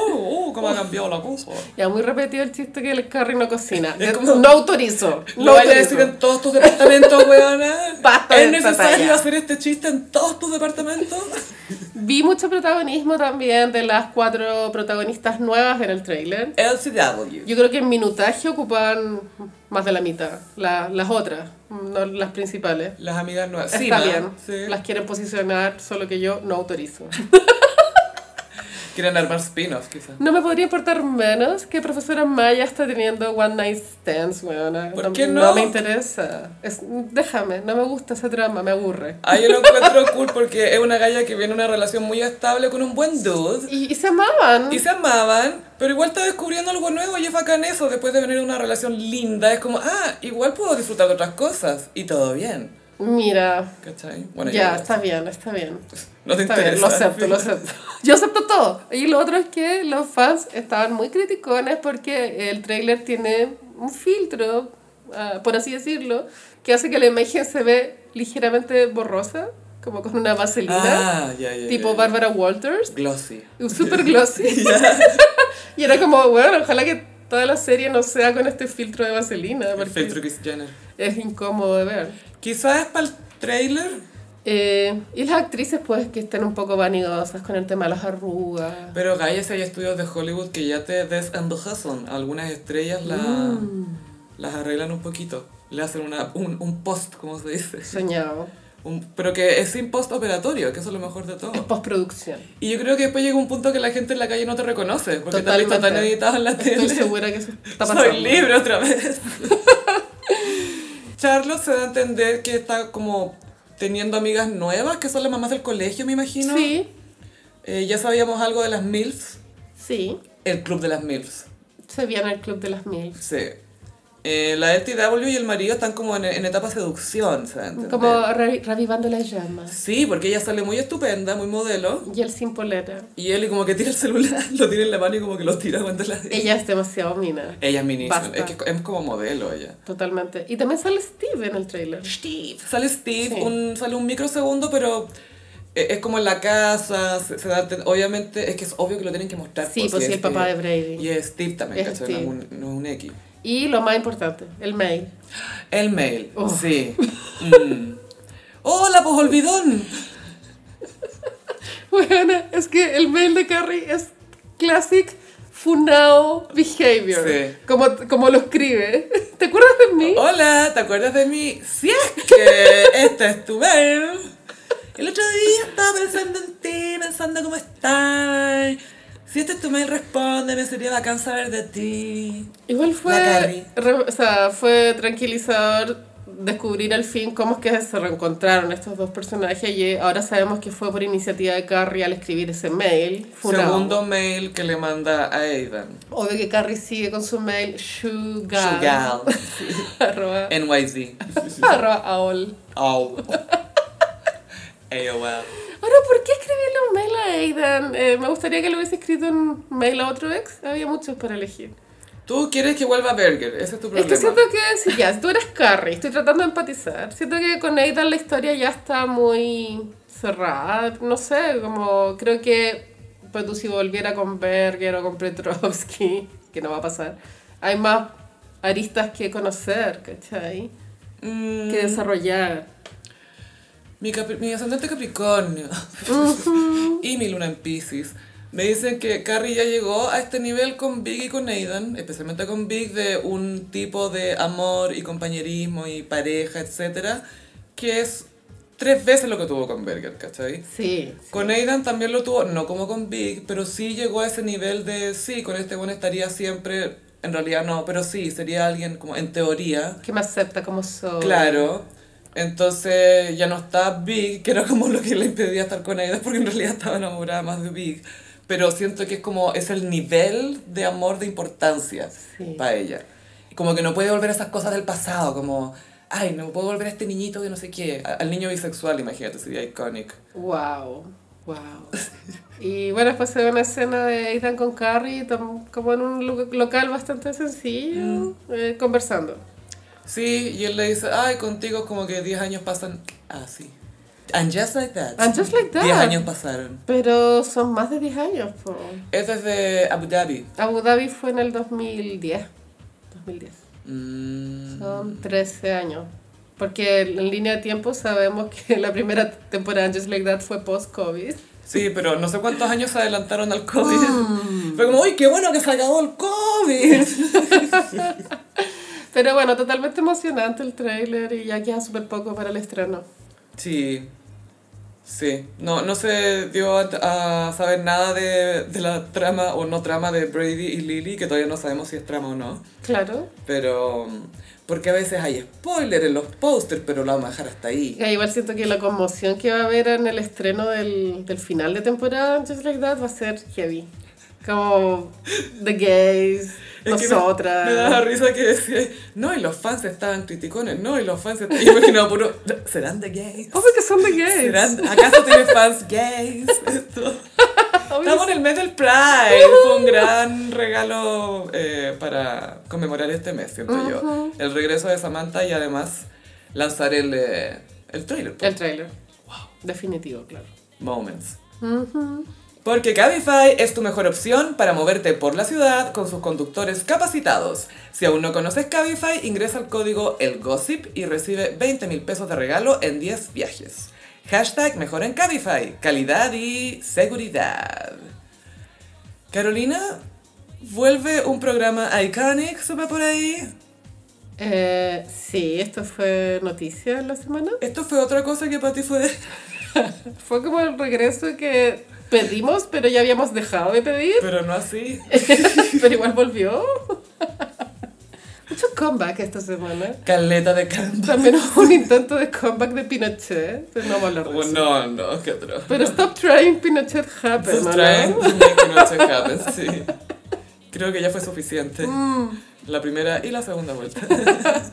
S1: oh, cómo ha cambiado la cosa.
S2: Ya muy repetido el chiste que el Carrie no cocina.
S1: Es
S2: Eh,
S1: como-
S2: no autorizo.
S1: Lo
S2: No
S1: vaya a
S2: autorizo.
S1: decir en todos tus departamentos, weona.
S2: Basta
S1: ¿Es
S2: de esta
S1: necesario
S2: talla.
S1: hacer este chiste en todos tus departamentos?
S2: Vi mucho protagonismo también de las cuatro protagonistas nuevas en el tráiler.
S1: LCW.
S2: Yo creo que en minutaje ocupan más de la mitad, la- las otras, no las principales.
S1: Las amigas nuevas. Sí,
S2: Está
S1: ma,
S2: bien,
S1: sí.
S2: las quieren posicionar, solo que yo no autorizo.
S1: Quieren armar spin-offs, quizás.
S2: No me podría importar menos que profesora Maya está teniendo one night stands, weona.
S1: ¿Por qué no?
S2: me interesa. Es- déjame, no me gusta esa trama, me aburre.
S1: Ah, yo lo encuentro cool porque es una galla que viene una relación muy estable con un buen dude.
S2: Y, y se amaban.
S1: Y se amaban, pero igual está descubriendo algo nuevo y es bacán eso. Después de venir una relación linda, es como, ah, igual puedo disfrutar de otras cosas. Y todo bien,
S2: Mira,
S1: ¿cachai? Bueno,
S2: ya,
S1: yo-
S2: está bien, está bien.
S1: No te
S2: Está bien, lo
S1: interesa.
S2: acepto, lo acepto. Yo acepto todo. Y lo otro es que los fans estaban muy criticones porque el trailer tiene un filtro, ah, por así decirlo, que hace que la imagen se ve ligeramente borrosa, como con una vaselina,
S1: Ah, ya, ya.
S2: tipo
S1: ya, ya.
S2: Barbara Walters,
S1: Glossy.
S2: super glossy. y era como, bueno, ojalá que toda la serie no sea con este filtro de vaselina,
S1: El
S2: porque
S1: filtro Kris Jenner.
S2: es incómodo de ver.
S1: Quizás para el trailer,
S2: Eh, y las actrices, pues, que estén un poco vanidosas con el tema de las arrugas.
S1: pero Gaia, si hay estudios de Hollywood que ya te desenvejecen. Algunas estrellas la-
S2: Mm.
S1: las arreglan un poquito. Le hacen una, un, un post, ¿cómo se dice?
S2: Soñado.
S1: Un- pero que es sin post operatorio, que eso es lo mejor de
S2: Es
S1: todo.
S2: postproducción.
S1: Y yo creo que después llega un punto que la gente en la calle no te reconoce, porque tal está tan
S2: Totalmente.
S1: editado en la tele.
S2: Estoy segura que eso está pasando.
S1: Soy libre otra vez. Charlotte se da a entender que está como teniendo amigas nuevas, que son las mamás del colegio, me imagino.
S2: Sí,
S1: Eh, ya sabíamos algo de las MILFs.
S2: sí.
S1: El club de las MILFs.
S2: Se viene el Club de las Mil.
S1: Sí. Eh, la LTW y el marido están como en, en etapa seducción, se da a entender.
S2: Como re- revivando las llamas.
S1: Sí, porque ella sale muy estupenda, muy modelo.
S2: Y el sin polera.
S1: Y él como que tira el celular, lo tiene en la mano y como que lo tira cuando la...
S2: Ella es demasiado mina.
S1: Ella es minísima,
S2: Basta.
S1: es que es como modelo ella.
S2: Totalmente. Y también sale Steve en el trailer.
S1: Steve. Sale Steve,
S2: Sí.
S1: un, sale un microsegundo, pero eh, es como en la casa, se, se da ten- obviamente, es que es obvio que lo tienen que mostrar.
S2: Sí, pues sí, el papá de Brady.
S1: Y es Steve también,
S2: Es
S1: ¿cachai? No es
S2: Steve.
S1: un- no es un X.
S2: Y lo más importante, el mail.
S1: El mail,
S2: Oh.
S1: sí. Mm. ¡Hola, pues olvidón!
S2: Bueno, es que el mail de Carrie es classic funao behavior.
S1: Sí. Oh.
S2: Como, como lo escribe. ¿Te acuerdas de mí?
S1: Hola, ¿te acuerdas de mí? Si es que este es tu mail. El otro día estaba pensando en ti, pensando cómo estás. Si este es tu mail, respóndeme, sería bacán saber de ti.
S2: Igual
S1: La
S2: fue,
S1: Carrie.
S2: re- o sea, fue tranquilizador descubrir al fin cómo es que se reencontraron estos dos personajes y eh, ahora sabemos que fue por iniciativa de Carrie al escribir ese mail. funao.
S1: Segundo mail que le manda a Aidan.
S2: Obvio que Carrie sigue con su mail sugar.
S1: Sugal.
S2: Arroba,
S1: NYZ.
S2: arroba aol.
S1: Oh. AOL.
S2: Ahora, ¿por qué escribirle un mail a Aidan? Eh, me gustaría que le hubiese escrito un mail a otro ex. Había muchos para elegir.
S1: Tú quieres que vuelva Berger, ese es tu problema.
S2: Es que siento que, si ya, si tú eres Carrie, estoy tratando de empatizar. Siento que con Aidan la historia ya está muy cerrada. No sé, como creo que, pues tú si volviera con Berger o con Petrovsky, que no va a pasar, hay más aristas que conocer, ¿cachai?
S1: Mm,
S2: Que desarrollar.
S1: mi, capri- mi ascendente Capricornio y mi luna en Pisces me dicen que Carrie ya llegó a este nivel con Big y con Aidan, especialmente con Big, de un tipo de amor y compañerismo y pareja, etcétera, que es tres veces lo que tuvo con Berger, ¿cachai?
S2: Sí.
S1: Con Aidan también lo tuvo, no como con Big, pero sí llegó a ese nivel de sí, con este bueno estaría siempre, en realidad no, pero sí, sería alguien como en teoría,
S2: Que me acepta como soy.
S1: Claro. Entonces ya no está Big, que era como lo que le impedía estar con Aida, porque en realidad estaba enamorada más de Big. Pero siento que es como, es el nivel de amor de importancia
S2: Sí.
S1: para ella. Y Como que no puede volver a esas cosas del pasado, como, ay, no puedo volver a este niñito que no sé qué. A- Al niño bisexual, imagínate, sería icónico.
S2: Wow, wow. Y bueno, después se ve una escena de Ethan con Carrie, tam- como en un lu- local bastante sencillo, eh, conversando.
S1: Sí, y él le dice, ay, contigo como que 10 años pasan así. And just like that.
S2: And just like that.
S1: 10 años pasaron.
S2: Pero son más de 10 años. po.
S1: Es desde Abu Dhabi.
S2: Abu Dhabi fue en el 2010. 2010.
S1: Mm.
S2: Son 13 años. Porque en línea de tiempo sabemos que la primera temporada de Just Like That fue post-COVID.
S1: Sí, pero no sé cuántos años se adelantaron al
S2: Ah.
S1: COVID. Fue como, uy, qué bueno que se acabó el COVID.
S2: Pero bueno, totalmente emocionante el tráiler y ya queda súper poco para el estreno.
S1: Sí. Sí. No, no se dio a, a saber nada de, de la trama o no trama de Brady y Lily, que todavía no sabemos si es trama o no.
S2: Claro.
S1: Pero... mm, Porque a veces hay spoiler en los pósters, pero lo vamos a dejar hasta ahí.
S2: Ya, igual siento que la conmoción que va a haber en el estreno del, del final de temporada de Just Like That va a ser heavy. Como The Gays,
S1: Es que me-
S2: nosotras.
S1: Me, daba risa que decía, no, y los fans estaban criticones, no, y los fans estaban... Yo me imaginaba puro, ¿serán de gays?
S2: Obvio que son The Gays.
S1: ¿Serán, ¿Acaso tiene fans gays? Esto.
S2: Obvio
S1: Estamos en el mes del Pride. Fue un gran regalo eh, para conmemorar este mes, siento yo. El regreso de Samantha y además lanzar el, eh, el trailer.
S2: que- El trailer. Definitivo, claro.
S1: Moments. Porque Cabify es tu mejor opción para moverte por la ciudad con sus conductores capacitados. Si aún no conoces Cabify, ingresa el código ELGOSIP y recibe 20 mil pesos de regalo en 10 viajes. Hashtag mejor en Cabify, calidad y seguridad. Carolina, vuelve un programa Iconic, supe por ahí.
S2: Eh, sí, esto fue noticia en la semana.
S1: Esto fue otra cosa que para ti fue...
S2: Fue como el regreso que pedimos, pero ya habíamos dejado de pedir.
S1: Pero no así.
S2: pero igual volvió. Mucho comeback esta semana.
S1: Caleta de canto.
S2: También hubo un intento de comeback de Pinochet. pero No vamos a hablar de eso.
S1: No, no, qué atroz.
S2: Pero stop trying Pinochet happen, ¿no?
S1: Just trying to make noche happen, sí. Creo que ya fue suficiente.
S2: Mm.
S1: La primera y la segunda vuelta.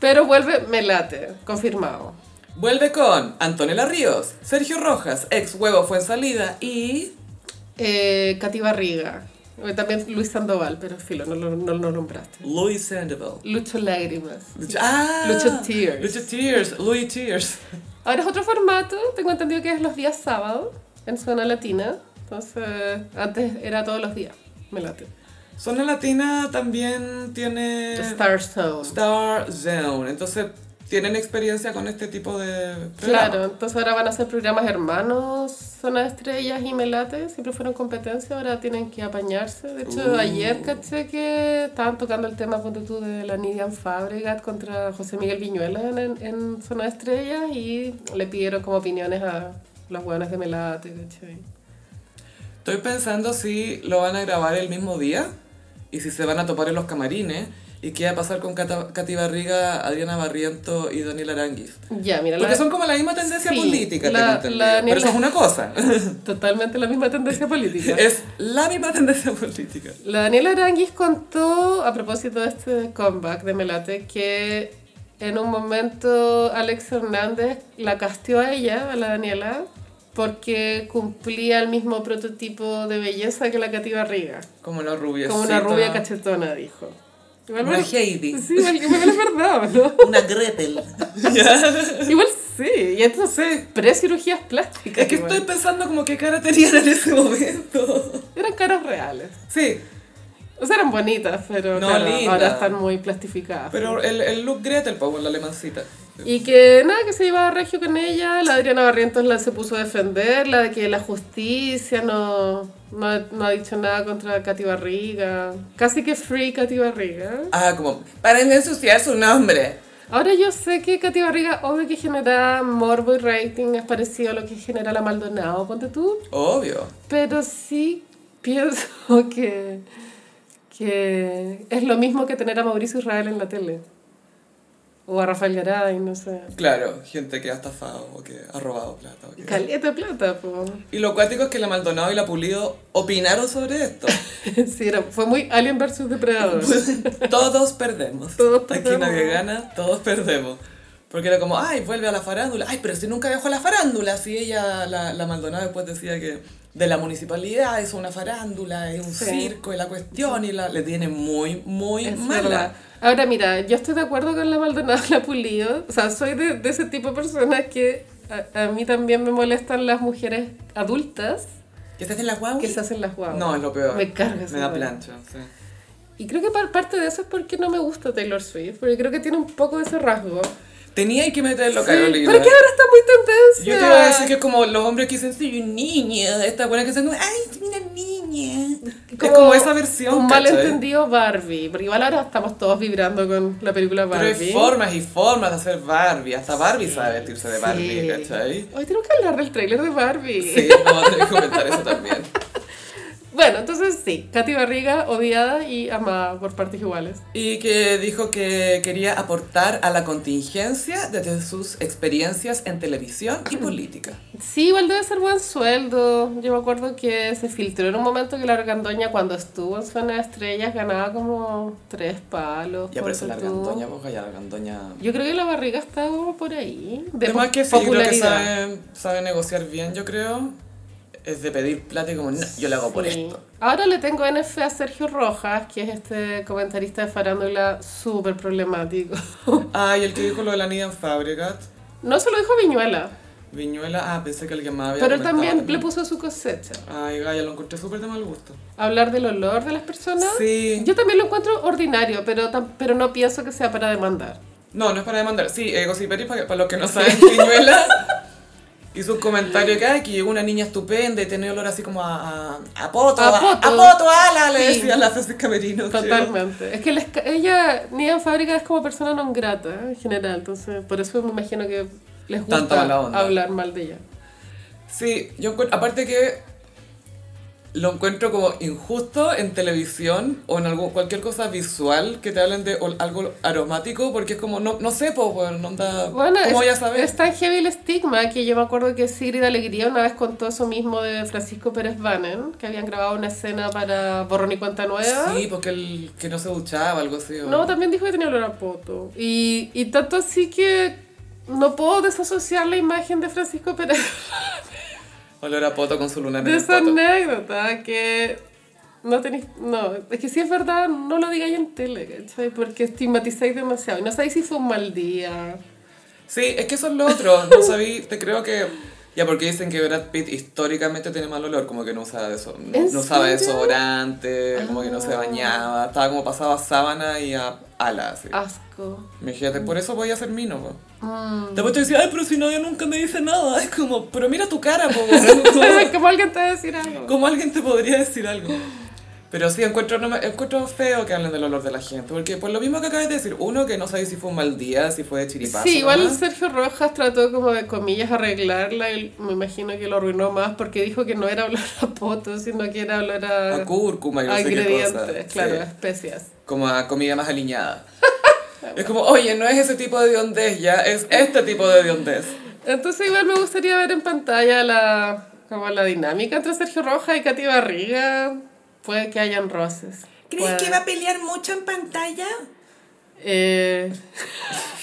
S2: Pero vuelve, me late, confirmado.
S1: Vuelve con Antonella Ríos, Sergio Rojas, ex huevo fue en salida y.
S2: Eh, Katy Barriga. Eh, También Luis Sandoval, pero filo, no lo, no lo nombraste.
S1: Louis Sandoval.
S2: Lucho Lágrimas.
S1: Lucho, ah,
S2: Lucho Tears.
S1: Lucho Tears, Louis Tears.
S2: Ahora es otro formato, tengo entendido que es los días sábados en zona latina. Entonces, antes era todos los días, me late.
S1: Zona Latina también tiene
S2: Star Zone.
S1: Star Zone. Entonces, tienen experiencia con este tipo de programas.
S2: Claro, entonces ahora van a hacer programas hermanos, Zona de Estrellas y Melate, siempre fueron competencia, ahora tienen que apañarse. De hecho,
S1: Uh.
S2: ayer caché que estaban tocando el tema, ponte tú, de la Nidian Fabregat contra José Miguel Viñuela en, en Zona de Estrellas y le pidieron como opiniones a los hueones de Melate, ¿cachai?
S1: Estoy pensando si lo van a grabar el mismo día y si se van a topar en los camarines y qué va a pasar con Cata- Katy Barriga, Adriana Barriento y Daniela Aranguis.
S2: Ya, mira,
S1: Porque
S2: la-
S1: son como la misma tendencia
S2: Sí,
S1: política,
S2: la-
S1: tengo entendido.
S2: la
S1: Pero eso
S2: Daniela-
S1: es una cosa.
S2: totalmente la misma tendencia política.
S1: es la misma tendencia política.
S2: La Daniela Aranguis contó, a propósito de este comeback de Melate, que en un momento Alex Hernández la casteó a ella, a la Daniela, porque cumplía el mismo prototipo de belleza que la Cati Barriga.
S1: Como una rubia.
S2: Como una rubia cachetona, dijo. Igual
S1: Una
S2: me-
S1: Heidi.
S2: Sí, igual igual es verdad, ¿no?
S1: Una Gretel. Ya.
S2: Igual sí, y entonces pre-cirugías plásticas.
S1: Es que
S2: igual.
S1: estoy pensando como qué cara tenían en ese momento.
S2: Eran caras reales.
S1: Sí,
S2: O sea, eran bonitas, pero
S1: No,
S2: claro,
S1: linda.
S2: ahora están muy plastificadas.
S1: pero el, el look Gretel, pues, la alemancita.
S2: Y que nada, que se llevaba regio con ella, la Adriana Barrientos la se puso a defender, la de que la justicia no, no, no ha dicho nada contra Katy Barriga. Casi que free Katy Barriga.
S1: Ah, como, para de ensuciar su nombre.
S2: Ahora yo sé que Katy Barriga, obvio que genera morbo y rating, es parecido a lo que genera la Maldonado, ponte tú,
S1: Obvio.
S2: pero sí pienso que, que es lo mismo que tener a Mauricio Israel en la tele. O a Rafael Garay, no sé.
S1: Claro, gente que ha estafado o que ha robado plata. o que-
S2: Caleta de plata, pues.
S1: Y lo cuático es que la Maldonado y la Pulido opinaron sobre esto.
S2: Sí, era- fue muy Alien versus Depredador.
S1: todos perdemos.
S2: Todos
S1: Aquí
S2: perdemos.
S1: nadie gana, todos perdemos. Porque era como, ay, vuelve a la farándula. Ay, pero si nunca viajó a la farándula. Si ella, la, la Maldonado después decía que de la municipalidad es una farándula, es un
S2: Sí.
S1: circo, es la cuestión. Y la, le tiene muy, muy
S2: Es
S1: mala.
S2: verdad. Ahora, mira, yo estoy de acuerdo con la Maldonado y la Pulido. O sea, soy de, de ese tipo de personas que a, a mí también me molestan las mujeres adultas
S1: ¿Que se hacen las guaguas?
S2: que se hacen las guaguas.
S1: Ah, No, es lo peor.
S2: Me carga esa
S1: Me da
S2: hueá.
S1: plancha, sí.
S2: Y creo que par- parte de eso es porque no me gusta Taylor Swift, porque creo que tiene un poco de ese rasgo.
S1: Tenía que meterlo,
S2: Sí,
S1: Carolina.
S2: pero que ahora está muy tendencia.
S1: Yo te iba a decir que como los hombres que dicen, soy un niño, esta buena que dicen, como, ay, soy una niña. es como esa versión,
S2: Un
S1: ¿cachai?
S2: malentendido Barbie. Porque igual ahora estamos todos vibrando con la película
S1: Pero
S2: Barbie.
S1: hay formas y formas de hacer Barbie. Hasta Barbie sabe vestirse de Barbie,
S2: Sí.
S1: ¿cachai?
S2: Hoy tengo que hablar del tráiler de Barbie.
S1: Sí, vamos a tener que comentar eso también.
S2: Bueno, entonces sí, Katy Barriga odiada y amada por partes iguales.
S1: Y que dijo que quería aportar a la contingencia desde sus experiencias en televisión
S2: Ah,
S1: y política.
S2: Sí, igual debe ser buen sueldo. Yo me acuerdo que se filtró en un momento que la Argandoña cuando estuvo en Zona de Estrellas ganaba como tres palos.
S1: Ya por eso la
S2: ponte tú.
S1: argandoña, boja, ya la argandoña...
S2: Yo creo que la barriga está como por ahí. De
S1: Además
S2: po-
S1: que sí, creo que
S2: popularidad.
S1: sabe, sabe negociar bien, yo creo. Es de pedir plata y como, no, yo lo hago por
S2: Sí.
S1: esto.
S2: Ahora le tengo NF a Sergio Rojas, que es este comentarista de farándula súper problemático.
S1: Ay, Ah, el que dijo lo de la Nidia en Fabregat.
S2: No se lo dijo Viñuela,
S1: Viñuela, ah, pensé que alguien más había
S2: pero él
S1: comentado
S2: también le puso su cosecha.
S1: Ay, Gaya, lo encontré súper de mal gusto.
S2: Hablar del olor de las personas.
S1: Sí.
S2: Yo también lo encuentro ordinario, pero, tam- pero no pienso que sea para demandar.
S1: No, no es para demandar. Sí, eh, Gossip Berry, para, para los que no saben, Viñuela hizo un comentario que, ay, que llegó una niña estupenda y tenía olor así como a, a, a poto, a,
S2: A
S1: a
S2: poto.
S1: poto, ala, le
S2: Sí.
S1: decía la Francisca Merino. creo.
S2: Totalmente. Es que les ca- ella, ni en fábrica, es como persona non grata eh, en general, entonces por eso me imagino que les
S1: Tanta
S2: gusta
S1: mala onda.
S2: hablar mal de ella.
S1: Sí, yo encuent- aparte que lo encuentro como injusto en televisión o en algún, cualquier cosa visual que te hablen de ol- algo aromático, porque es como, no, no sé, pues, bueno, no onda,
S2: Bueno,
S1: ¿cómo
S2: es,
S1: ya sabes?
S2: es tan heavy el estigma que yo me acuerdo que Sigrid Alegría una vez contó eso mismo de Francisco Pérez Bannon, que habían grabado una escena para Borrón y Cuenta Nueva.
S1: Sí, porque el que no se duchaba, algo así. o-
S2: No, también dijo que tenía olor a poto. Y, y tanto así que no puedo desasociar la imagen de Francisco Pérez
S1: Olor a poto con su luna en
S2: de
S1: el
S2: esa
S1: poto.
S2: anécdota que no tenéis. No, es que si es verdad, no lo digáis en tele, ¿cachai? Porque estigmatizáis demasiado. Y no sabéis si fue un mal día.
S1: Sí, es que eso es lo otro. No sabí, te creo que. Ya, porque dicen que Brad Pitt históricamente tiene mal olor, como que no usaba, eso, no,
S2: ¿En
S1: no usaba
S2: serio?
S1: desodorante, como que no se
S2: Ah.
S1: bañaba, estaba como pasaba sábana y a alas. así.
S2: Asco.
S1: Imagínate, por eso voy a ser mino, po.
S2: Mm.
S1: Te puesto decir, ay, pero si nadie nunca me dice nada. Es como, pero mira tu cara, po. weón.
S2: Como alguien te va a decir algo.
S1: ¿Cómo, cómo alguien te podría decir algo? Pero sí, encuentro, no me- encuentro feo que hablen del olor de la gente. Porque por lo mismo que acabas de decir, uno que no sabe si fue un mal día, si fue de chiripazo.
S2: Sí, igual
S1: nomás.
S2: Sergio Rojas trató como de comillas arreglarla y me imagino que lo arruinó más porque dijo que no era olor a poto, sino que era olor a,
S1: A cúrcuma y no
S2: a
S1: sé qué cosa.
S2: ingredientes, claro,
S1: Sí.
S2: a especias.
S1: como a comida más aliñada. es como, oye, no es ese tipo de hondez ya, es este tipo de hondez.
S2: Entonces igual me gustaría ver en pantalla la, como la dinámica entre Sergio Rojas y Katy Barriga. Puede que hayan roces. Puede.
S1: pelear mucho en pantalla?
S2: Eh,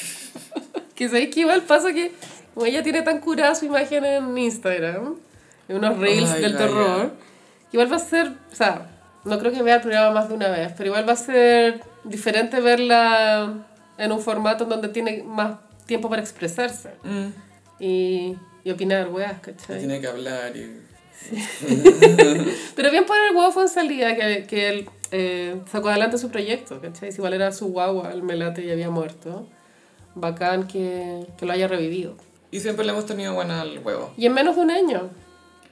S2: que sabéis que igual pasa que como ella tiene tan curada su imagen en Instagram, en unos reels
S1: Ay,
S2: del
S1: Gaia.
S2: terror, igual va a ser, o sea, no creo que vea el programa más de una vez, pero igual va a ser diferente verla en un formato en donde tiene más tiempo para expresarse y, y opinar, weas, ¿cachai?
S1: Tiene que hablar y...
S2: Pero bien por el huevo Fonsalía que, que él eh, sacó adelante su proyecto, ¿cachai? Si igual era su guagua, el melate ya había muerto. Bacán que, que lo haya revivido.
S1: Y siempre le hemos tenido buena al huevo.
S2: Y en menos de un año.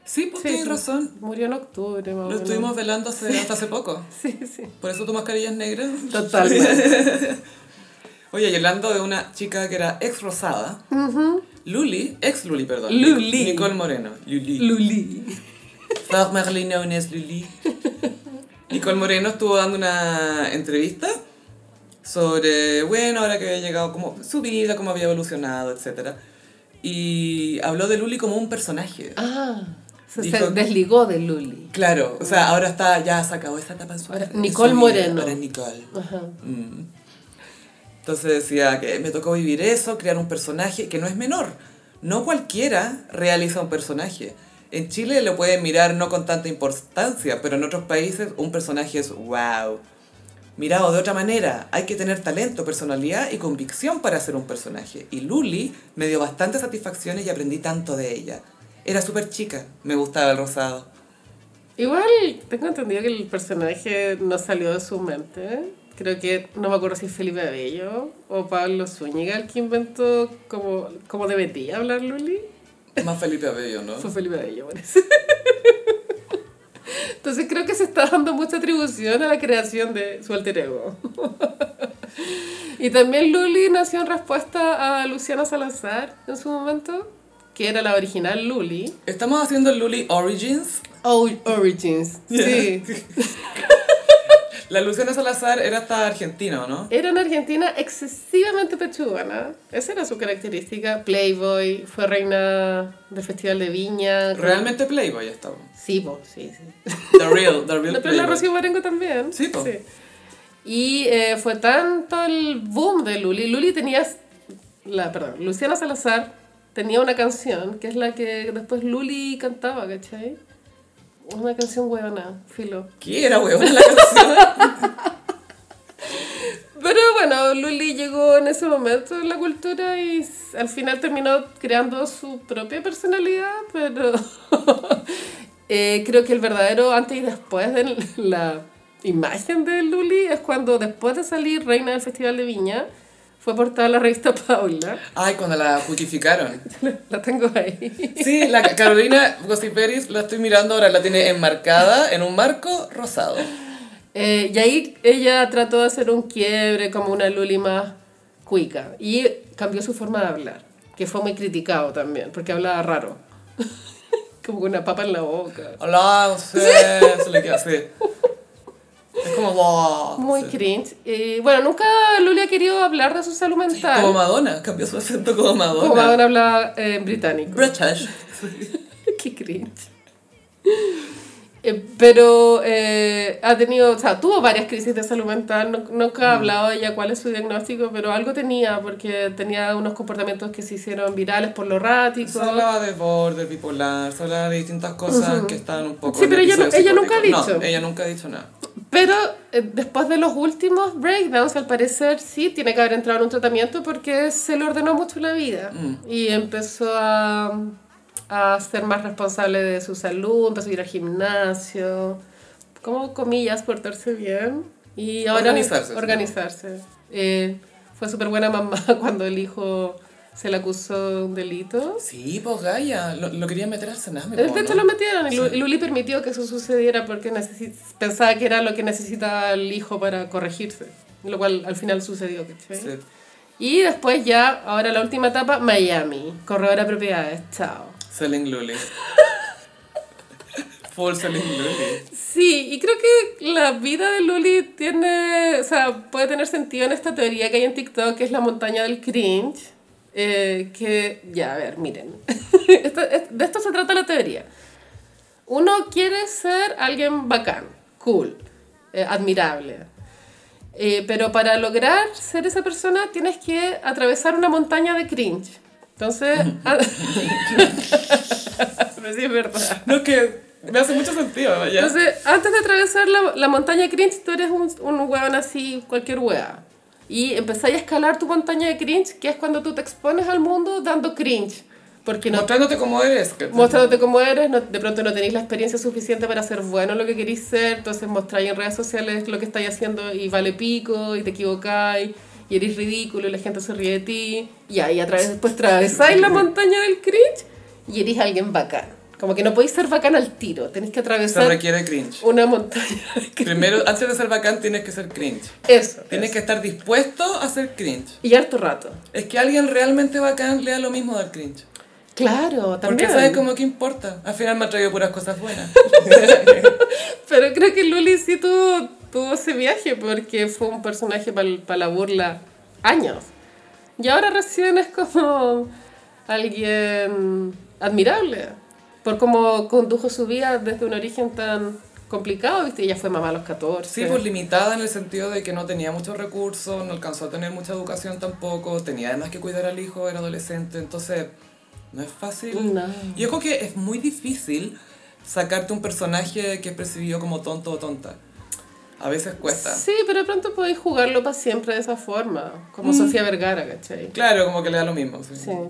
S1: Sí, pues
S2: Sí,
S1: tienes
S2: sí.
S1: razón.
S2: Murió en octubre, más o
S1: Lo
S2: menos.
S1: estuvimos velando hace- hasta hace poco.
S2: Sí, sí.
S1: Por eso tu mascarilla es negra.
S2: Totalmente.
S1: Oye, y hablando de una chica que era ex rosada, Luli, ex Luli, perdón.
S2: Luli.
S1: Nicole Moreno. Luli.
S2: Luli.
S1: Formerly known as Luli. Nicole Moreno estuvo dando una entrevista sobre, bueno, ahora que había llegado, como su vida, cómo había evolucionado, etc. Y habló de Luli como un personaje.
S2: Ah, se, se
S1: Dijo-
S2: desligó de Luli.
S1: Claro, o sea, ahora está, ya se acabó esta etapa en su
S2: Ahora es
S1: en su
S2: Nicole
S1: vida,
S2: Moreno.
S1: Ahora es Nicole.
S2: Ajá.
S1: Mm. Entonces decía que me tocó vivir eso, crear un personaje que no es menor. No cualquiera realiza un personaje. En Chile lo pueden mirar no con tanta importancia, pero en otros países un personaje es wow. Mirado de otra manera, hay que tener talento, personalidad y convicción para hacer un personaje. Y Luli me dio bastantes satisfacciones y aprendí tanto de ella. Era súper chica, me gustaba el rosado.
S2: Igual tengo entendido que el personaje no salió de su mente. Creo que, no me acuerdo si es Felipe Bello o Pablo Zúñiga el que inventó como, como debería hablar Luli.
S1: Más Felipe Abello, ¿no?
S2: Fue Felipe Bello, parece. Entonces creo que se está dando mucha atribución a la creación de su alter ego. Y también Luli nació en respuesta a Luciana Salazar en su momento, que era la original Luli.
S1: Estamos haciendo el Luli Origins,
S2: O- Origins. Sí.
S1: La Luciana Salazar era hasta argentina, ¿o ¿no?
S2: Era una argentina excesivamente pechugana. Esa era su característica. Playboy, fue reina del Festival de Viña.
S1: Realmente Playboy estaba.
S2: Sí, po, sí, sí.
S1: The real, the real
S2: Pero la
S1: Playboy.
S2: Rocío Marengo también.
S1: Sí, po.
S2: Y eh, fue tanto el boom de Luli. Luli tenía. La, perdón, Luciana Salazar tenía una canción que es la que después Luli cantaba, ¿cachai? Una canción huevona, filo.
S1: ¿Qué era, huevón? La canción.
S2: Pero bueno, Luli llegó en ese momento en la cultura y s- al final terminó creando su propia personalidad, pero eh, creo que el verdadero antes y después de la imagen de Luli es cuando después de salir reina del Festival de Viña fue portada a la revista Paula.
S1: Ay, cuando la justificaron.
S2: La tengo ahí.
S1: Sí, la Ca- Carolina Gossiperis la estoy mirando ahora, la tiene enmarcada en un marco rosado.
S2: Eh, y ahí ella trató de hacer un quiebre como una Luli más cuica y cambió su forma de hablar, que fue muy criticado también, porque hablaba raro, como con una papa en la boca.
S1: Hola, sí, se le queda así. Es como, wow.
S2: Muy
S1: Sí.
S2: cringe. Y bueno, nunca Luli ha querido hablar de su salud mental.
S1: Como Madonna, cambió su acento como Madonna.
S2: Como Madonna hablaba eh, en británico.
S1: British.
S2: Qué cringe. Eh, pero eh, ha tenido, o sea, tuvo varias crisis de salud mental, nu- nunca ha hablado ella cuál es su diagnóstico, pero algo tenía, porque tenía unos comportamientos que se hicieron virales por lo
S1: Se
S2: rático.
S1: hablaba de border, bipolar, se hablaba de distintas cosas que estaban un poco.
S2: Sí,
S1: en
S2: pero ella no-
S1: episodios
S2: ella nunca ha
S1: psicóticos.
S2: dicho.
S1: No, ella nunca ha dicho nada.
S2: Pero eh, después de los últimos breakdowns, al parecer sí tiene que haber entrado en un tratamiento porque se le ordenó mucho la vida
S1: Mm.
S2: y empezó a, a ser más responsable de su salud, empezó a ir al gimnasio, como comillas, portarse bien y ahora
S1: Organizarse, sí.
S2: organizarse. Eh, fue súper buena mamá cuando el hijo se le acusó de un delito.
S1: Sí, pues Gaia, lo, lo querían meter al Sename.
S2: De
S1: po,
S2: hecho,
S1: ¿no?
S2: lo metieron y
S1: Sí.
S2: Lu- y Luli permitió que eso sucediera porque necesi- pensaba que era lo que necesitaba el hijo para corregirse, lo cual al final sucedió. ¿cachai?
S1: Sí.
S2: Y después ya, ahora la última etapa, Miami, corredora de propiedades, chao.
S1: Selling Luli. Full Selling Luli.
S2: Sí, y creo que la vida de Luli tiene, o sea, puede tener sentido en esta teoría que hay en TikTok, que es la montaña del cringe, eh, que, ya, a ver, miren, Esto- es- de esto se trata la teoría. Uno quiere ser alguien bacán, cool, eh, admirable, Eh, pero para lograr ser esa persona tienes que atravesar una montaña de cringe. Entonces, a- pero sí es verdad.
S1: No, es que me hace mucho sentido. Ya.
S2: Entonces, antes de atravesar la, la montaña de cringe, tú eres un, un hueón así, cualquier hueá. Y empezáis a escalar tu montaña de cringe, que es cuando tú te expones al mundo dando cringe. Porque no,
S1: Mostrándote cómo eres. que-
S2: mostrándote cómo eres, no- de pronto no tenéis la experiencia suficiente para ser bueno en lo que queréis ser, entonces mostráis en redes sociales lo que estáis haciendo y vale pico, y te equivocáis, y eres ridículo, y la gente se ríe de ti, y ahí a través, después atravesáis la montaña del cringe y eres alguien bacán. Como que no podéis ser bacán al tiro, tenéis
S1: Se
S2: que atravesar
S1: requiere cringe.
S2: una montaña de cringe.
S1: Primero, antes de ser bacán, tienes que ser cringe.
S2: Eso.
S1: Tienes que estar dispuesto a ser cringe.
S2: Y harto rato.
S1: Es que alguien realmente bacán le da lo mismo del cringe.
S2: Claro,
S1: Porque
S2: también.
S1: sabes como que importa. Al final me ha traído puras cosas buenas.
S2: Pero creo que Luli sí tuvo, tuvo ese viaje porque fue un personaje para la burla años. Y ahora recién es como alguien admirable por cómo condujo su vida desde un origen tan complicado, ¿viste? Ella fue mamá a los 14.
S1: Sí, pues limitada en el sentido de que no tenía muchos recursos, no alcanzó a tener mucha educación tampoco, tenía además que cuidar al hijo, era adolescente, entonces no es fácil.
S2: No.
S1: Y ojo que es muy difícil sacarte un personaje que es percibido como tonto o tonta. A veces cuesta.
S2: Sí, pero de pronto podéis jugarlo para siempre de esa forma, como Sofía Vergara, ¿cachai?
S1: Claro, como que le da lo mismo. sí.
S2: Sí. Mm.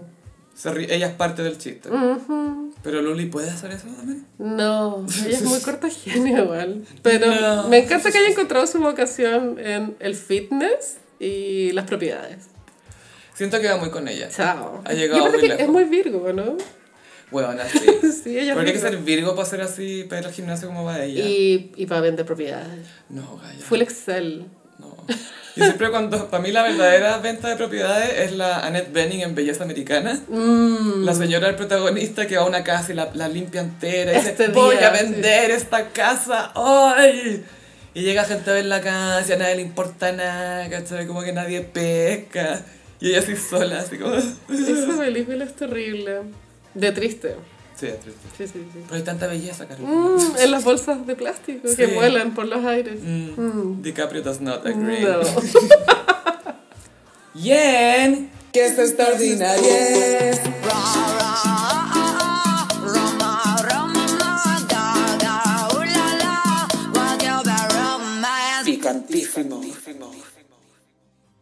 S1: Se ríe- ella es parte del chiste.
S2: Ujú.
S1: Pero Luli puede hacer eso también.
S2: No, ella es muy cortagenia igual. Pero
S1: No.
S2: me encanta que haya encontrado su vocación en el fitness y las propiedades.
S1: Siento que va muy con ella.
S2: Chao.
S1: Ha llegado
S2: Y aparte
S1: muy
S2: que
S1: lejos.
S2: es muy Virgo, ¿no?
S1: Bueno, así.
S2: sí, ella es
S1: Porque hay que
S2: Virgo.
S1: ser Virgo para ser así, para ir al gimnasio como va ella.
S2: Y, y para vender propiedades.
S1: No, Gaya.
S2: Full Excel.
S1: No. Yo siempre cuando, para mí la verdadera venta de propiedades es la Annette Bening en Belleza Americana.
S2: Mm.
S1: La señora del protagonista que va a una casa y la, la limpia entera y
S2: Este
S1: dice, voy
S2: día,
S1: a vender esta casa hoy. Y llega gente a ver la casa y a nadie le importa nada, ¿cachai? Como que nadie pesca. Y ella así sola, así como...
S2: Esa película es terrible. De triste.
S1: Sí, es triste.
S2: Sí, sí, sí.
S1: Pero hay tanta belleza, Carolina.
S2: Mm, en las bolsas de plástico que
S1: Sí.
S2: vuelan por los aires.
S1: Mm. DiCaprio does not agree.
S2: No.
S1: Yen, que es extraordinaria. Picantísimo.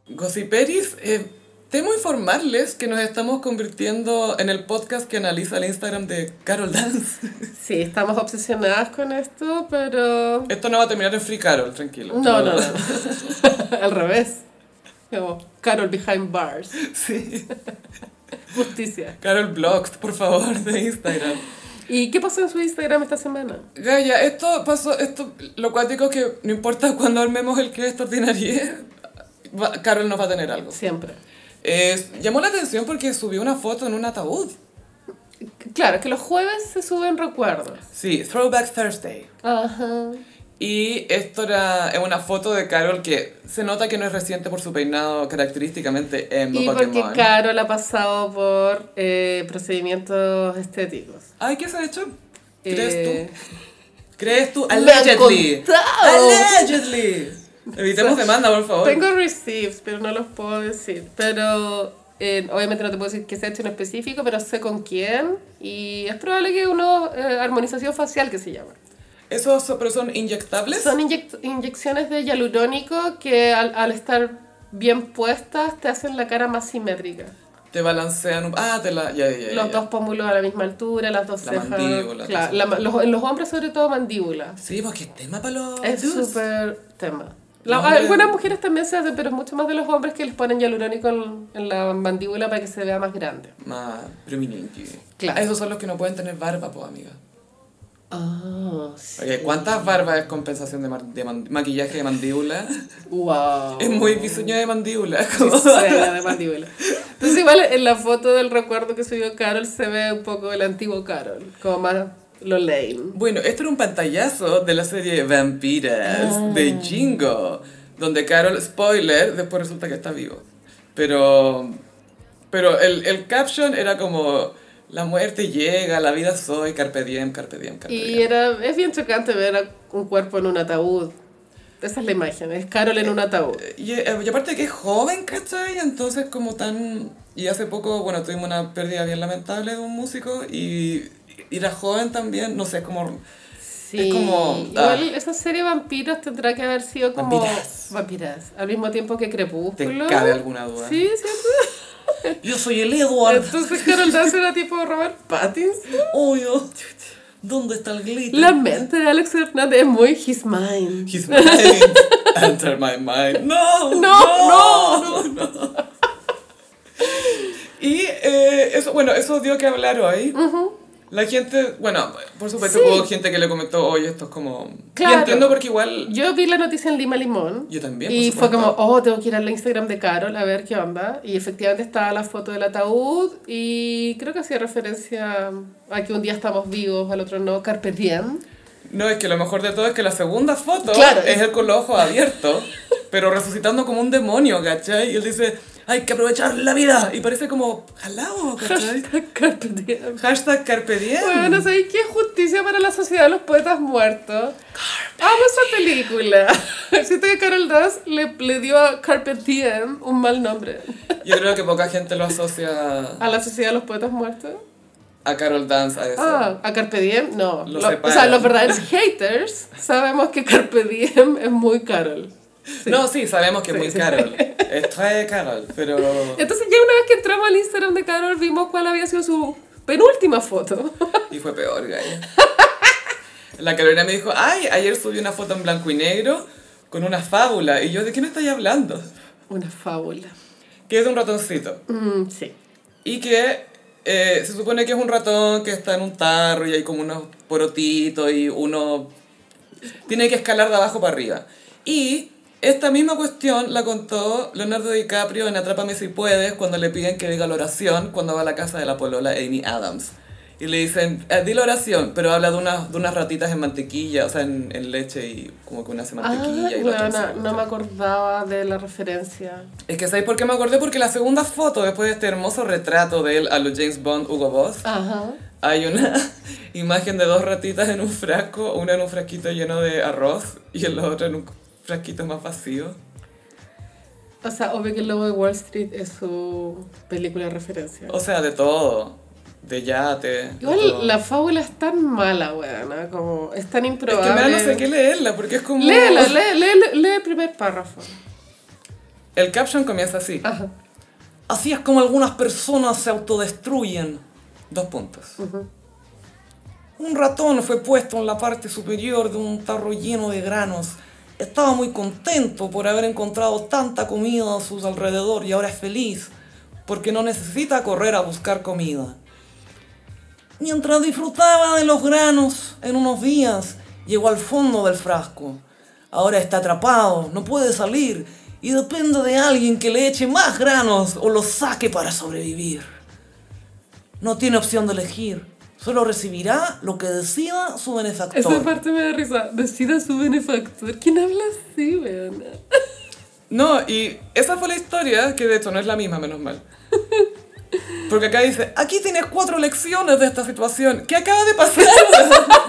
S1: Gossiperis, eh, temo informarles que nos estamos convirtiendo en el podcast que analiza el Instagram de Carol Dance.
S2: Sí, estamos obsesionadas con esto, pero
S1: Esto no va a terminar en Free Carol, tranquilo.
S2: No, no, no. Al revés. Como Carol behind bars.
S1: Sí.
S2: Justicia.
S1: Carol Blocked, por favor, de Instagram.
S2: ¿Y qué pasó en su Instagram esta semana?
S1: Gaya, esto pasó, esto, lo cuático es que no importa cuándo armemos el que es extraordinaria, va- Carol nos va a tener algo.
S2: Siempre.
S1: Eh, llamó la atención porque subió una foto en un ataúd.
S2: Claro, que los jueves se suben recuerdos.
S1: Sí, Throwback Thursday.
S2: Ajá.
S1: Y esto era es una foto de Carol que se nota que no es reciente por su peinado característicamente en
S2: Y porque
S1: Pokémon.
S2: Carol ha pasado por eh, procedimientos estéticos.
S1: Ay, ¿qué se ha hecho? ¿Crees
S2: Eh,
S1: tú? ¿Crees tú?
S2: me han
S1: Allegedly.
S2: contado.
S1: Allegedly. Evitemos demanda, por favor.
S2: Tengo receipts, pero no los puedo decir. Pero eh, obviamente no te puedo decir que se ha hecho en específico, pero sé con quién. Y es probable que uno... eh, armonización facial que se llama.
S1: ¿Esos son- pero son inyectables?
S2: Son inyec- inyecciones de hialurónico que al, al estar bien puestas te hacen la cara más simétrica.
S1: Te balancean un... Ah, te la... Ya, ya, ya,
S2: Los
S1: ya.
S2: dos pómulos a la misma altura, las dos
S1: La
S2: cejas.
S1: mandíbula,
S2: Claro, la ma- los, en los hombres sobre todo mandíbula.
S1: Sí, porque es tema para los
S2: Es
S1: dudes.
S2: súper tema. La-
S1: Los hombres-
S2: algunas mujeres también se hacen, pero es mucho más de los hombres que les ponen hialurónico en, en la mandíbula para que se vea más grande.
S1: Más prominente.
S2: Claro.
S1: Ah, Esos son los que no pueden tener barba, pues, amiga.
S2: Ah, sí.
S1: Oye, ¿cuántas barbas es compensación de, mar- de man- maquillaje de mandíbula?
S2: Wow.
S1: Es muy diseño de mandíbula. como-
S2: Gisela de mandíbula. Entonces igual en la foto del recuerdo que subió Carol se ve un poco el antiguo Carol, como más lo lame.
S1: Bueno, esto era un pantallazo de la serie Vampiras de Jingo, donde Carol, spoiler, después resulta que está vivo. Pero, pero el, el caption era como, la muerte llega, la vida soy, carpe diem, carpe diem, carpe
S2: Y
S1: diem".
S2: era, es bien chocante ver a un cuerpo en un ataúd. Esa es la imagen, es Carol en un ataúd.
S1: Y, eh, y aparte que es joven, ¿cachai? Entonces como tan... Y hace poco, bueno, tuvimos una pérdida bien lamentable de un músico y, y era joven también, no sé, como...
S2: Sí.
S1: Es como-
S2: Igual
S1: ah.
S2: esa serie Vampiros tendrá que haber sido como...
S1: Vampiras.
S2: Vampiras, Al mismo tiempo que Crepúsculo.
S1: ¿Te cabe alguna duda?
S2: Sí, siempre.
S1: Yo soy el Edward.
S2: Entonces Carol Dance era tipo Robert Pattinson.
S1: Obvio. ¿Dónde está el glitter?
S2: La mente de Alex Hernández es muy his mind.
S1: His mind. Enter my mind. No,
S2: No,
S1: no, no. Y eh, eso, bueno, eso dio que hablar hoy. La gente, bueno, por supuesto
S2: Sí.
S1: hubo gente que le comentó, oye, esto es como...
S2: Claro.
S1: Y entiendo porque igual...
S2: Yo vi la noticia en Lima Limón.
S1: Yo también, por
S2: Y fue como,
S1: supuesto.
S2: oh, tengo que ir al Instagram de Carol a ver qué onda. Y efectivamente estaba la foto del ataúd y creo que hacía referencia a que un día estamos vivos, al otro no, Carpe Diem.
S1: No, es que lo mejor de todo es que la segunda foto
S2: Claro.
S1: es él con los ojos abiertos, pero resucitando como un demonio, ¿cachai? Y él dice, hay que aprovechar la vida. Y parece como jalado, ¿cachai?
S2: Carpe Diem.
S1: Hashtag carpe diem.
S2: Bueno, ¿sabéis qué justicia para la sociedad de los poetas muertos? Amo esa película. Siento que Carol Daz le, le dio a Carpe Diem un mal nombre.
S1: Yo creo que poca gente lo asocia
S2: A la sociedad de los poetas muertos.
S1: a Carol Dance a eso.
S2: Ah, a Carpe Diem, no.
S1: Lo
S2: Lo- o sea,
S1: separan.
S2: los verdaderos haters sabemos que Carpe Diem es muy Carol.
S1: No, sí, sabemos que es
S2: Sí,
S1: muy
S2: sí.
S1: Carol. Esto es Carol, pero...
S2: Entonces ya una vez que entramos al Instagram de Carol vimos cuál había sido su penúltima foto.
S1: Y fue peor, Gaya. La Carolina me dijo, ay, ayer subí una foto en blanco y negro con una fábula. Y yo, ¿de qué me estáis hablando?
S2: Una fábula.
S1: Que es de un ratoncito.
S2: Mm, sí.
S1: Y que eh, se supone que es un ratón que está en un tarro y hay como unos porotitos y uno tiene que escalar de abajo para arriba. Y esta misma cuestión la contó Leonardo DiCaprio en Atrápame si puedes cuando le piden que diga la oración cuando va a la casa de la polola Amy Adams. Y le dicen, eh, di la oración, pero habla de, unas de unas ratitas en mantequilla, o sea, en, en leche y como que una hace
S2: Ah,
S1: mantequilla y la otra
S2: bueno,
S1: hace
S2: no me acordaba de la referencia.
S1: es que ¿sabéis por qué me acordé? Porque la segunda foto, después de este hermoso retrato de él a lo James Bond, Hugo Boss,
S2: Ajá.
S1: hay una imagen de dos ratitas en un frasco, una en un frasquito lleno de arroz y el otro en un frasquito más vacío.
S2: O sea, obvio que el lobo de Wall Street es su película de referencia.
S1: O sea, de todo. De yate. de todo.
S2: Igual la fábula es tan mala, weona, como es tan
S1: Es que
S2: improbable.
S1: me da no sé qué leerla, porque es como...
S2: Léela, lee, lee, lee, lee el primer párrafo.
S1: El caption comienza así.
S2: Ajá.
S1: Así es como algunas personas se autodestruyen. Dos puntos. Un ratón fue puesto en la parte superior de un tarro lleno de granos. Estaba muy contento por haber encontrado tanta comida a sus alrededor y ahora es feliz porque no necesita correr a buscar comida. Mientras disfrutaba de los granos en unos días, llegó al fondo del frasco. Ahora está atrapado, no puede salir y depende de alguien que le eche más granos o los saque para sobrevivir. No tiene opción de elegir, solo recibirá lo que decida su
S2: Esa
S1: benefactor.
S2: parte me da risa. Decida su benefactor. ¿Quién habla así, weona?
S1: No, y esa fue la historia, que de hecho no es la misma, menos mal. Porque acá dice, aquí tienes cuatro lecciones de esta situación. ¿Qué acaba de pasar?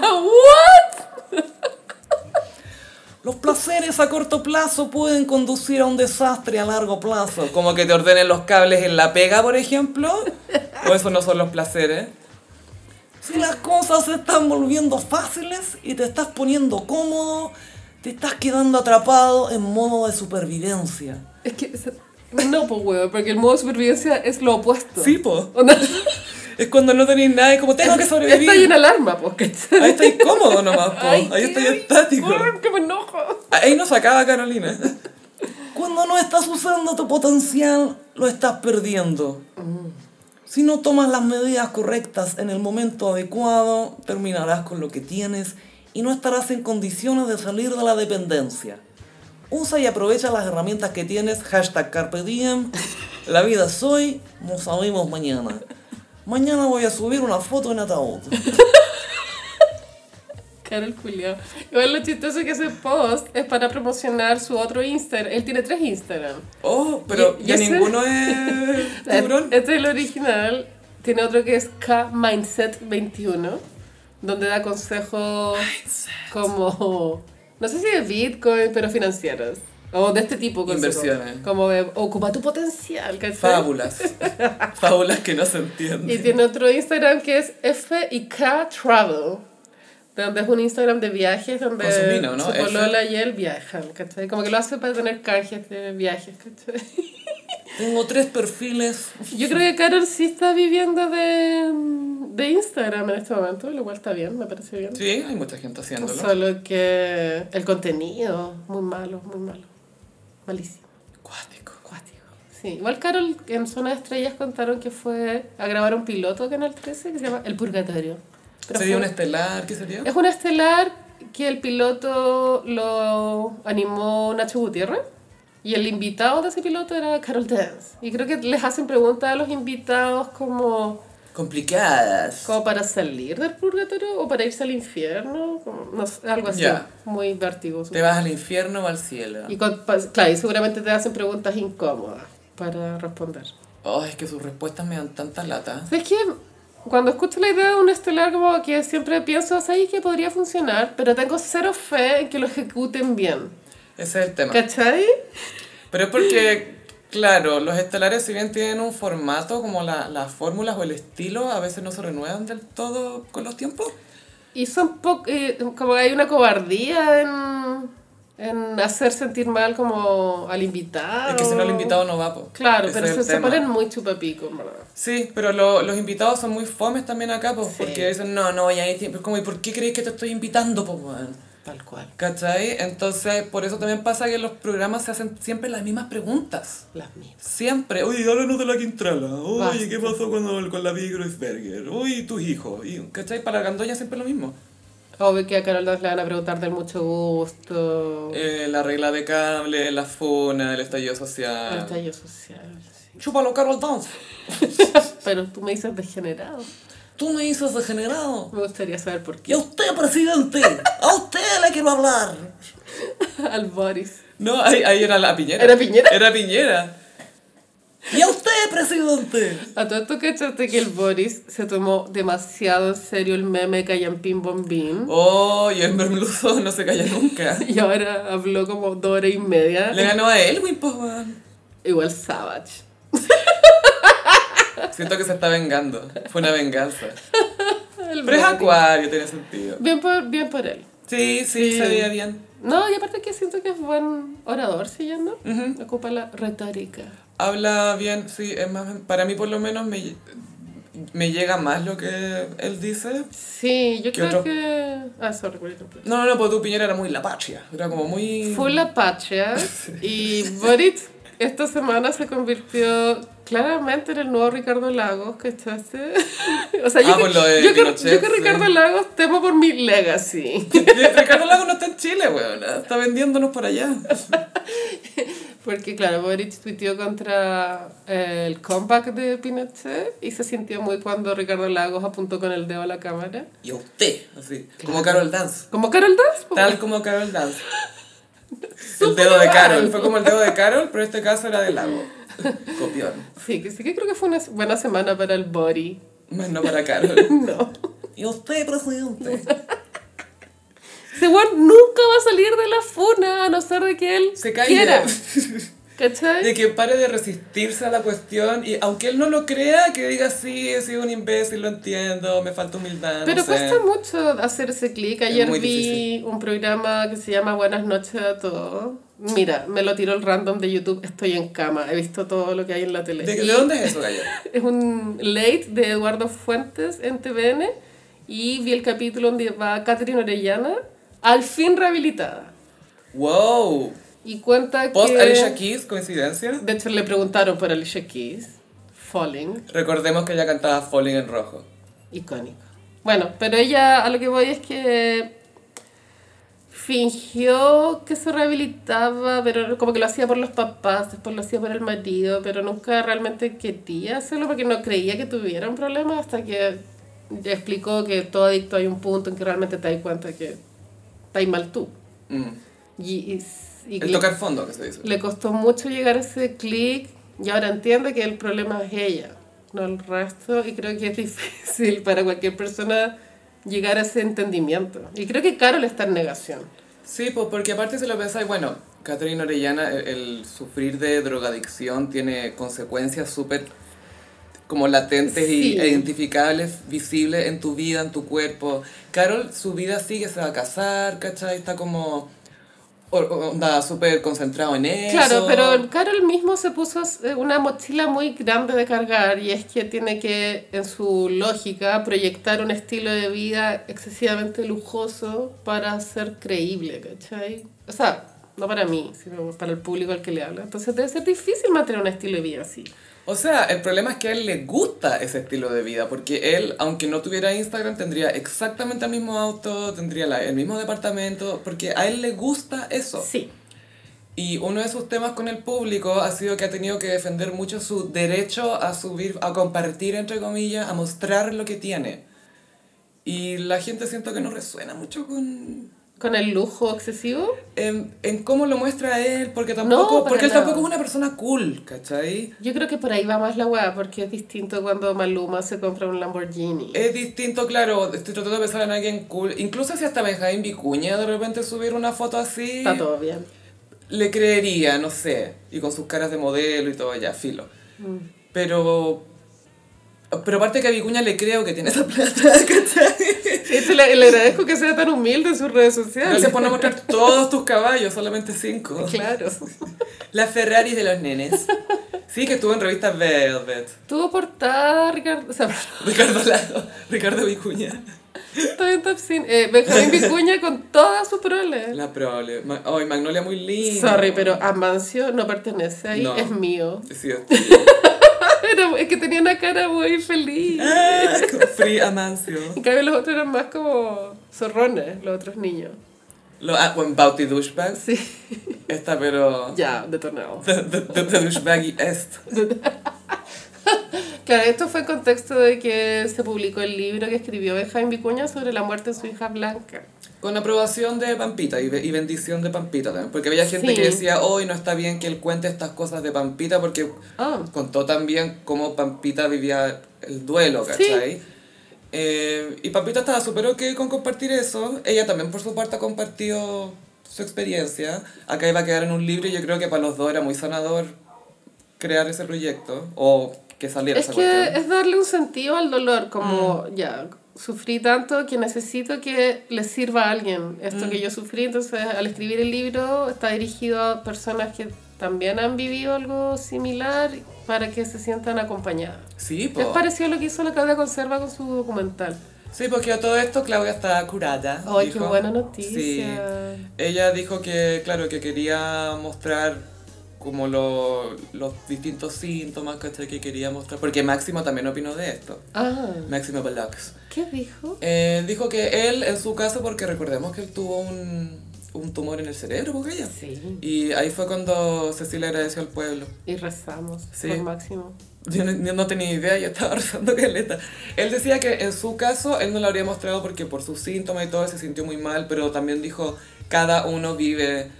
S2: ¿What?
S1: Los placeres a corto plazo pueden conducir a un desastre a largo plazo. Como que te ordenen los cables en la pega, por ejemplo. O esos no son los placeres.
S3: Si las cosas se están volviendo fáciles y te estás poniendo cómodo, te estás quedando atrapado en modo de supervivencia.
S2: Es que. esa- No, pues, weón, porque el modo de supervivencia es lo opuesto.
S3: Sí, po.
S2: Onda,
S3: Es cuando no tenéis nada y como tengo que
S2: Está ahí en
S3: sobrevivir.
S2: alarma, pues, ¿cachai?
S3: Ahí estáis cómodo nomás, po.
S2: Ay,
S3: Ahí
S2: qué
S3: estáis
S2: rico.
S3: estático.
S2: Weón, que me enojo.
S1: Ahí nos sacaba Carolina.
S3: Cuando no estás usando tu potencial, lo estás perdiendo. Si no tomas las medidas correctas en el momento adecuado, terminarás con lo que tienes y no estarás en condiciones de salir de la dependencia. Usa y aprovecha las herramientas que tienes, hashtag carpe diem, la vida es hoy, nos sabemos mañana. Mañana voy a subir una foto en ataúd.
S2: Carol Culiao. Igual lo chistoso que ese post es para promocionar su otro Instagram. Él tiene tres Instagram.
S1: Oh, pero
S2: Y- y
S1: ya
S2: ese-
S1: ninguno es tiburón.
S2: Este es el original. Tiene otro que es K Mindset 21, donde da consejos como, no sé si de Bitcoin, pero financieros. O de este tipo. consejos.
S1: Inversiones.
S2: Como de ocupa tu potencial, ¿cachai?
S1: Fábulas. Fábulas que no se
S2: Y
S1: entienden.
S2: tiene otro Instagram que es F y K Travel. Donde es un Instagram de viajes donde
S1: Con sus minas, ¿no?
S2: su
S1: F.
S2: polola y él viajan, ¿cachai? Como que lo hace para tener canjes de viajes, ¿cachai?
S3: Tengo tres perfiles.
S2: Yo creo que Carol sí está viviendo de, de Instagram en este momento, lo cual está bien, me parece bien.
S1: Sí, hay mucha gente haciéndolo.
S2: Solo que el contenido, muy malo, muy malo. Malísimo.
S1: Cuático.
S2: Cuático. Sí, igual Carol en Zona de Estrellas contaron que fue a grabar un piloto a Canal 13 que se llama El Purgatorio. Pero
S1: ¿Sería
S2: fue-
S1: un estelar? ¿Qué sería?
S2: Es un estelar que el piloto lo animó Nacho Gutiérrez. Y el invitado de ese piloto era Carol Dance. Y creo que les hacen preguntas a los invitados como,
S3: Complicadas.
S2: como para salir del purgatorio o para irse al infierno. como- no sé, algo así.
S1: Ya.
S2: Muy vertigoso.
S1: ¿Te vas al infierno o al cielo?
S2: Y con- pa- claro, y seguramente te hacen preguntas incómodas para responder.
S1: Oh, es que sus respuestas me dan tantas latas.
S2: Es que cuando escucho la idea de un estelar, como que siempre pienso, ¿sabes que podría funcionar? Pero tengo cero fe en que lo ejecuten bien.
S1: Ese es el tema.
S2: ¿Cachai?
S1: Pero es porque, claro, los estelares, si bien tienen un formato, como la- las fórmulas o el estilo, a veces no se renuevan del todo con los tiempos.
S2: Y son po- eh, como hay una cobardía en, en hacer sentir mal como al invitado.
S1: Es que si no, el invitado no va. po.
S2: Claro,
S1: Ese
S2: pero
S1: es
S2: se,
S1: el
S2: se
S1: tema.
S2: ponen muy chupapico, en ¿verdad?
S1: Sí, pero lo- los invitados son muy fomes también acá, pues,
S2: Sí.
S1: porque dicen, no, no, ya hay tiempo. Es como, ¿y por qué creéis que te estoy invitando, pues, weón?
S2: Tal cual.
S1: ¿Cachai? Entonces, por eso también pasa que los programas se hacen siempre las mismas preguntas.
S2: Las mismas.
S1: Siempre. Oye, háblanos de la Quintrala.
S2: Basta.
S1: Oye, ¿qué pasó con, con la Big Berger? Oye, tus hijos. Y, ¿Cachai? Para la gandoña siempre lo mismo.
S2: Obvio que a Carol Daz le van a preguntar del mucho gusto,
S1: Eh, la regla de cable, la funa, el estallido social.
S2: el estallido social. sí.
S3: Chúpalo, Carol Dance.
S2: Pero tú me dices degenerado.
S3: Tú me dices degenerado.
S2: Me gustaría saber por
S3: Y a
S2: qué.
S3: usted, presidente, a usted le quiero hablar.
S2: Al Boris.
S1: No, ahí, ahí era la piñera.
S2: ¿Era Piñera?
S1: Era piñera.
S3: Y a usted, presidente.
S2: A todo esto cachaste que el Boris se tomó demasiado en serio el meme Callampín Bombín.
S1: Oh, y Ember Bluso no se calla nunca.
S2: Y ahora habló como dos horas y media.
S1: Le ganó a Elwin, pues, weón.
S2: Igual Savage.
S1: Siento que se está vengando. Fue una venganza.
S2: El
S1: Pero es
S2: Boris.
S1: acuario, tiene sentido.
S2: Bien por, bien por él.
S1: Sí, sí,
S2: Sí.
S1: se veía bien.
S2: No, y aparte que siento que es buen orador, ¿sí ya no? Ocupa la retórica.
S1: Habla bien, sí, es más, para mí por lo menos me, me llega más lo que él dice.
S2: Sí,
S1: ¿Qué
S2: yo creo
S1: otro?
S2: que... Ah, sorry, por ejemplo.
S1: No, no, no, porque tu piñera era muy la patria, era como muy...
S2: Full Apache ¿ah? y Boris esta semana se convirtió claramente en el nuevo Ricardo Lagos, ¿cachaste? O sea, yo,
S1: Ah,
S2: que,
S1: por lo de
S2: yo, que,
S1: Pinochet,
S2: yo que
S1: sí.
S2: Ricardo Lagos temo por mi legacy.
S1: Ricardo Lago no está en Chile, weón, está vendiéndonos para allá.
S2: Porque, claro, Boric tuiteó contra eh, el comeback de Pinochet y se sintió muy cuando Ricardo Lagos apuntó con el dedo a la cámara.
S1: Y a usted, así, como Carol Dance.
S2: Como Carol Dance, po.
S1: Tal como Carol Dance. El
S2: Súper
S1: dedo de
S2: igual.
S1: Carol, fue como el dedo de Carol, pero este caso era de Lago. Copión.
S2: Sí, que sí que creo que fue una buena semana para el Bori.
S1: Más no para Carol.
S2: No.
S3: Y a usted, presidente.
S2: Ese weón nunca va a salir de la funa a no ser de que él
S1: Se
S2: quiera.
S1: calla.
S2: ¿Cachai?
S1: De que pare de resistirse a la cuestión y aunque él no lo crea, que diga sí, he sido un imbécil, lo entiendo, me falta humildad. no
S2: Pero
S1: sé".
S2: cuesta mucho hacer ese clic. Ayer
S1: muy
S2: vi
S1: difícil.
S2: un programa que se llama Buenas noches a todos. Mira, me lo tiró el random de YouTube. Estoy en cama. He visto todo lo que hay en la tele.
S1: ¿De,
S2: Y
S1: de dónde es eso, Gaya?
S2: Es un late de Eduardo Fuentes en TVN. Y vi el capítulo donde va Catherine Orellana, al fin rehabilitada.
S1: ¡Wow!
S2: Y cuenta
S1: Post
S2: que.
S1: Alicia Keys, coincidencia.
S2: De hecho, le preguntaron por Alicia Keys. Falling.
S1: Recordemos que ella cantaba Falling en rojo.
S2: icónico. Bueno, pero ella a lo que voy es que fingió que se rehabilitaba, pero como que lo hacía por los papás, después lo hacía por el marido, pero nunca realmente quería hacerlo porque no creía que tuviera un problema hasta que ya explicó que todo adicto hay un punto en que realmente te das cuenta que estás mal tú.
S1: Mm.
S2: Y, y- y
S1: El
S2: le-
S1: tocar fondo, que se dice.
S2: le costó mucho llegar a ese clic y ahora entiende que el problema es ella, no el resto. Y creo que es difícil para cualquier persona llegar a ese entendimiento. Y creo que Carol está en negación.
S1: Sí, pues porque aparte se lo pensáis, bueno, Catherine Orellana, el, el sufrir de drogadicción tiene consecuencias súper como latentes
S2: Sí.
S1: y, e identificables, visibles en tu vida, en tu cuerpo. Carol, su vida sigue, se va a casar, ¿cachai? Está como, o- o- onda, súper concentrado en eso.
S2: Claro, pero Carol mismo se puso eh, una mochila muy grande de cargar y es que tiene que, en su lógica, proyectar un estilo de vida excesivamente lujoso para ser creíble, ¿cachai? O sea, no para mí, sino para el público al que le habla. Entonces debe ser difícil mantener un estilo de vida así.
S1: O sea, el problema es que a él le gusta ese estilo de vida, porque él, aunque no tuviera Instagram, tendría exactamente el mismo auto, tendría la- el mismo departamento, porque a él le gusta eso.
S2: Sí.
S1: Y uno de sus temas con el público ha sido que ha tenido que defender mucho su derecho a subir, a compartir, entre comillas, a mostrar lo que tiene. Y la gente siento que no resuena mucho con...
S2: Con el lujo excesivo.
S1: En, en cómo lo muestra él, porque tampoco...
S2: No, para
S1: porque él
S2: nada.
S1: tampoco es una persona cool, ¿cachai?
S2: Yo creo que por ahí va más la weá, porque es distinto cuando Maluma se compra un Lamborghini.
S1: Es distinto, claro, estoy tratando de pensar en alguien cool. Incluso si hasta Benjamín Vicuña de repente subir una foto así...
S2: Está todo bien.
S1: le creería, no sé, y con sus caras de modelo y todo ya, filo. Pero pero aparte que a Vicuña le creo que tiene esa plata, ¿cachai?
S2: De hecho, Este, le, le agradezco que sea tan humilde en sus redes
S1: No
S2: sociales.
S1: se pone a mostrar todos tus caballos, solamente cinco.
S2: Claro.
S1: Las Ferraris de los nenes. Sí, que estuvo en revistas Velvet.
S2: Tuvo portada, Ricardo. O sea,
S1: Ricardo Lado, Ricardo Vicuña.
S2: está en Top Sin. Eh, Benjamín Vicuña con todas sus proles.
S1: La prole. Ma- Ay, Magnolia muy linda.
S2: Sorry, pero Amancio no pertenece ahí,
S1: No.
S2: es mío.
S1: Sí, es tuyo.
S2: Era- es que tenía una cara muy feliz.
S1: Ah, con Free Amancio.
S2: En cambio, los otros eran más como zorrones, los otros niños.
S1: Lo, ah, bueno, Bauti Douchebags.
S2: Sí,
S1: Esta, pero...
S2: ya, detonado.
S1: The, the, the, the douchebaggy est.
S2: Claro, esto fue en contexto de que se publicó el libro que escribió Benjamín Vicuña sobre la muerte de su hija Blanca.
S1: Con aprobación de Pampita y, be- y bendición de Pampita también. Porque había gente
S2: Sí.
S1: que decía, hoy no está bien que él cuente estas cosas de Pampita porque
S2: Ah,
S1: contó también cómo Pampita vivía el duelo,
S2: Sí.
S1: ¿cachai? Eh, y Pampita estaba súper ok con compartir eso. Ella también por su parte ha compartido su experiencia. Acá iba a quedar en un libro y yo creo que para los dos era muy sanador crear ese proyecto o que saliera
S2: es
S1: esa
S2: que
S1: cuestión.
S2: es darle un sentido al dolor, como ya, sufrí tanto que necesito que le sirva a alguien esto que yo sufrí. Entonces, al escribir el libro, está dirigido a personas que también han vivido algo similar para que se sientan acompañadas.
S1: Sí, po.
S2: Es parecido a lo que hizo la Claudia Conserva con su documental.
S1: Sí, porque a todo esto Claudia está curada.
S2: ¡Ay, qué
S1: dijo.
S2: buena noticia!
S1: Sí. Ella dijo que, claro, que quería mostrar como lo- los distintos síntomas, ¿cachai? Que quería mostrar. Porque Máximo también opinó de esto.
S2: Ah,
S1: Máximo Velox.
S2: ¿qué dijo?
S1: Eh, dijo que él, en su caso, porque recordemos que él tuvo un, un tumor en el cerebro, porque ella.
S2: Sí.
S1: Y ahí fue cuando Cecilia agradeció al pueblo.
S2: Y rezamos
S1: Sí.
S2: por máximo.
S1: Yo no, yo no tenía idea, yo estaba rezando caleta. Él decía que en su caso él no lo habría mostrado porque por sus síntomas y todo se sintió muy mal, pero también dijo cada uno vive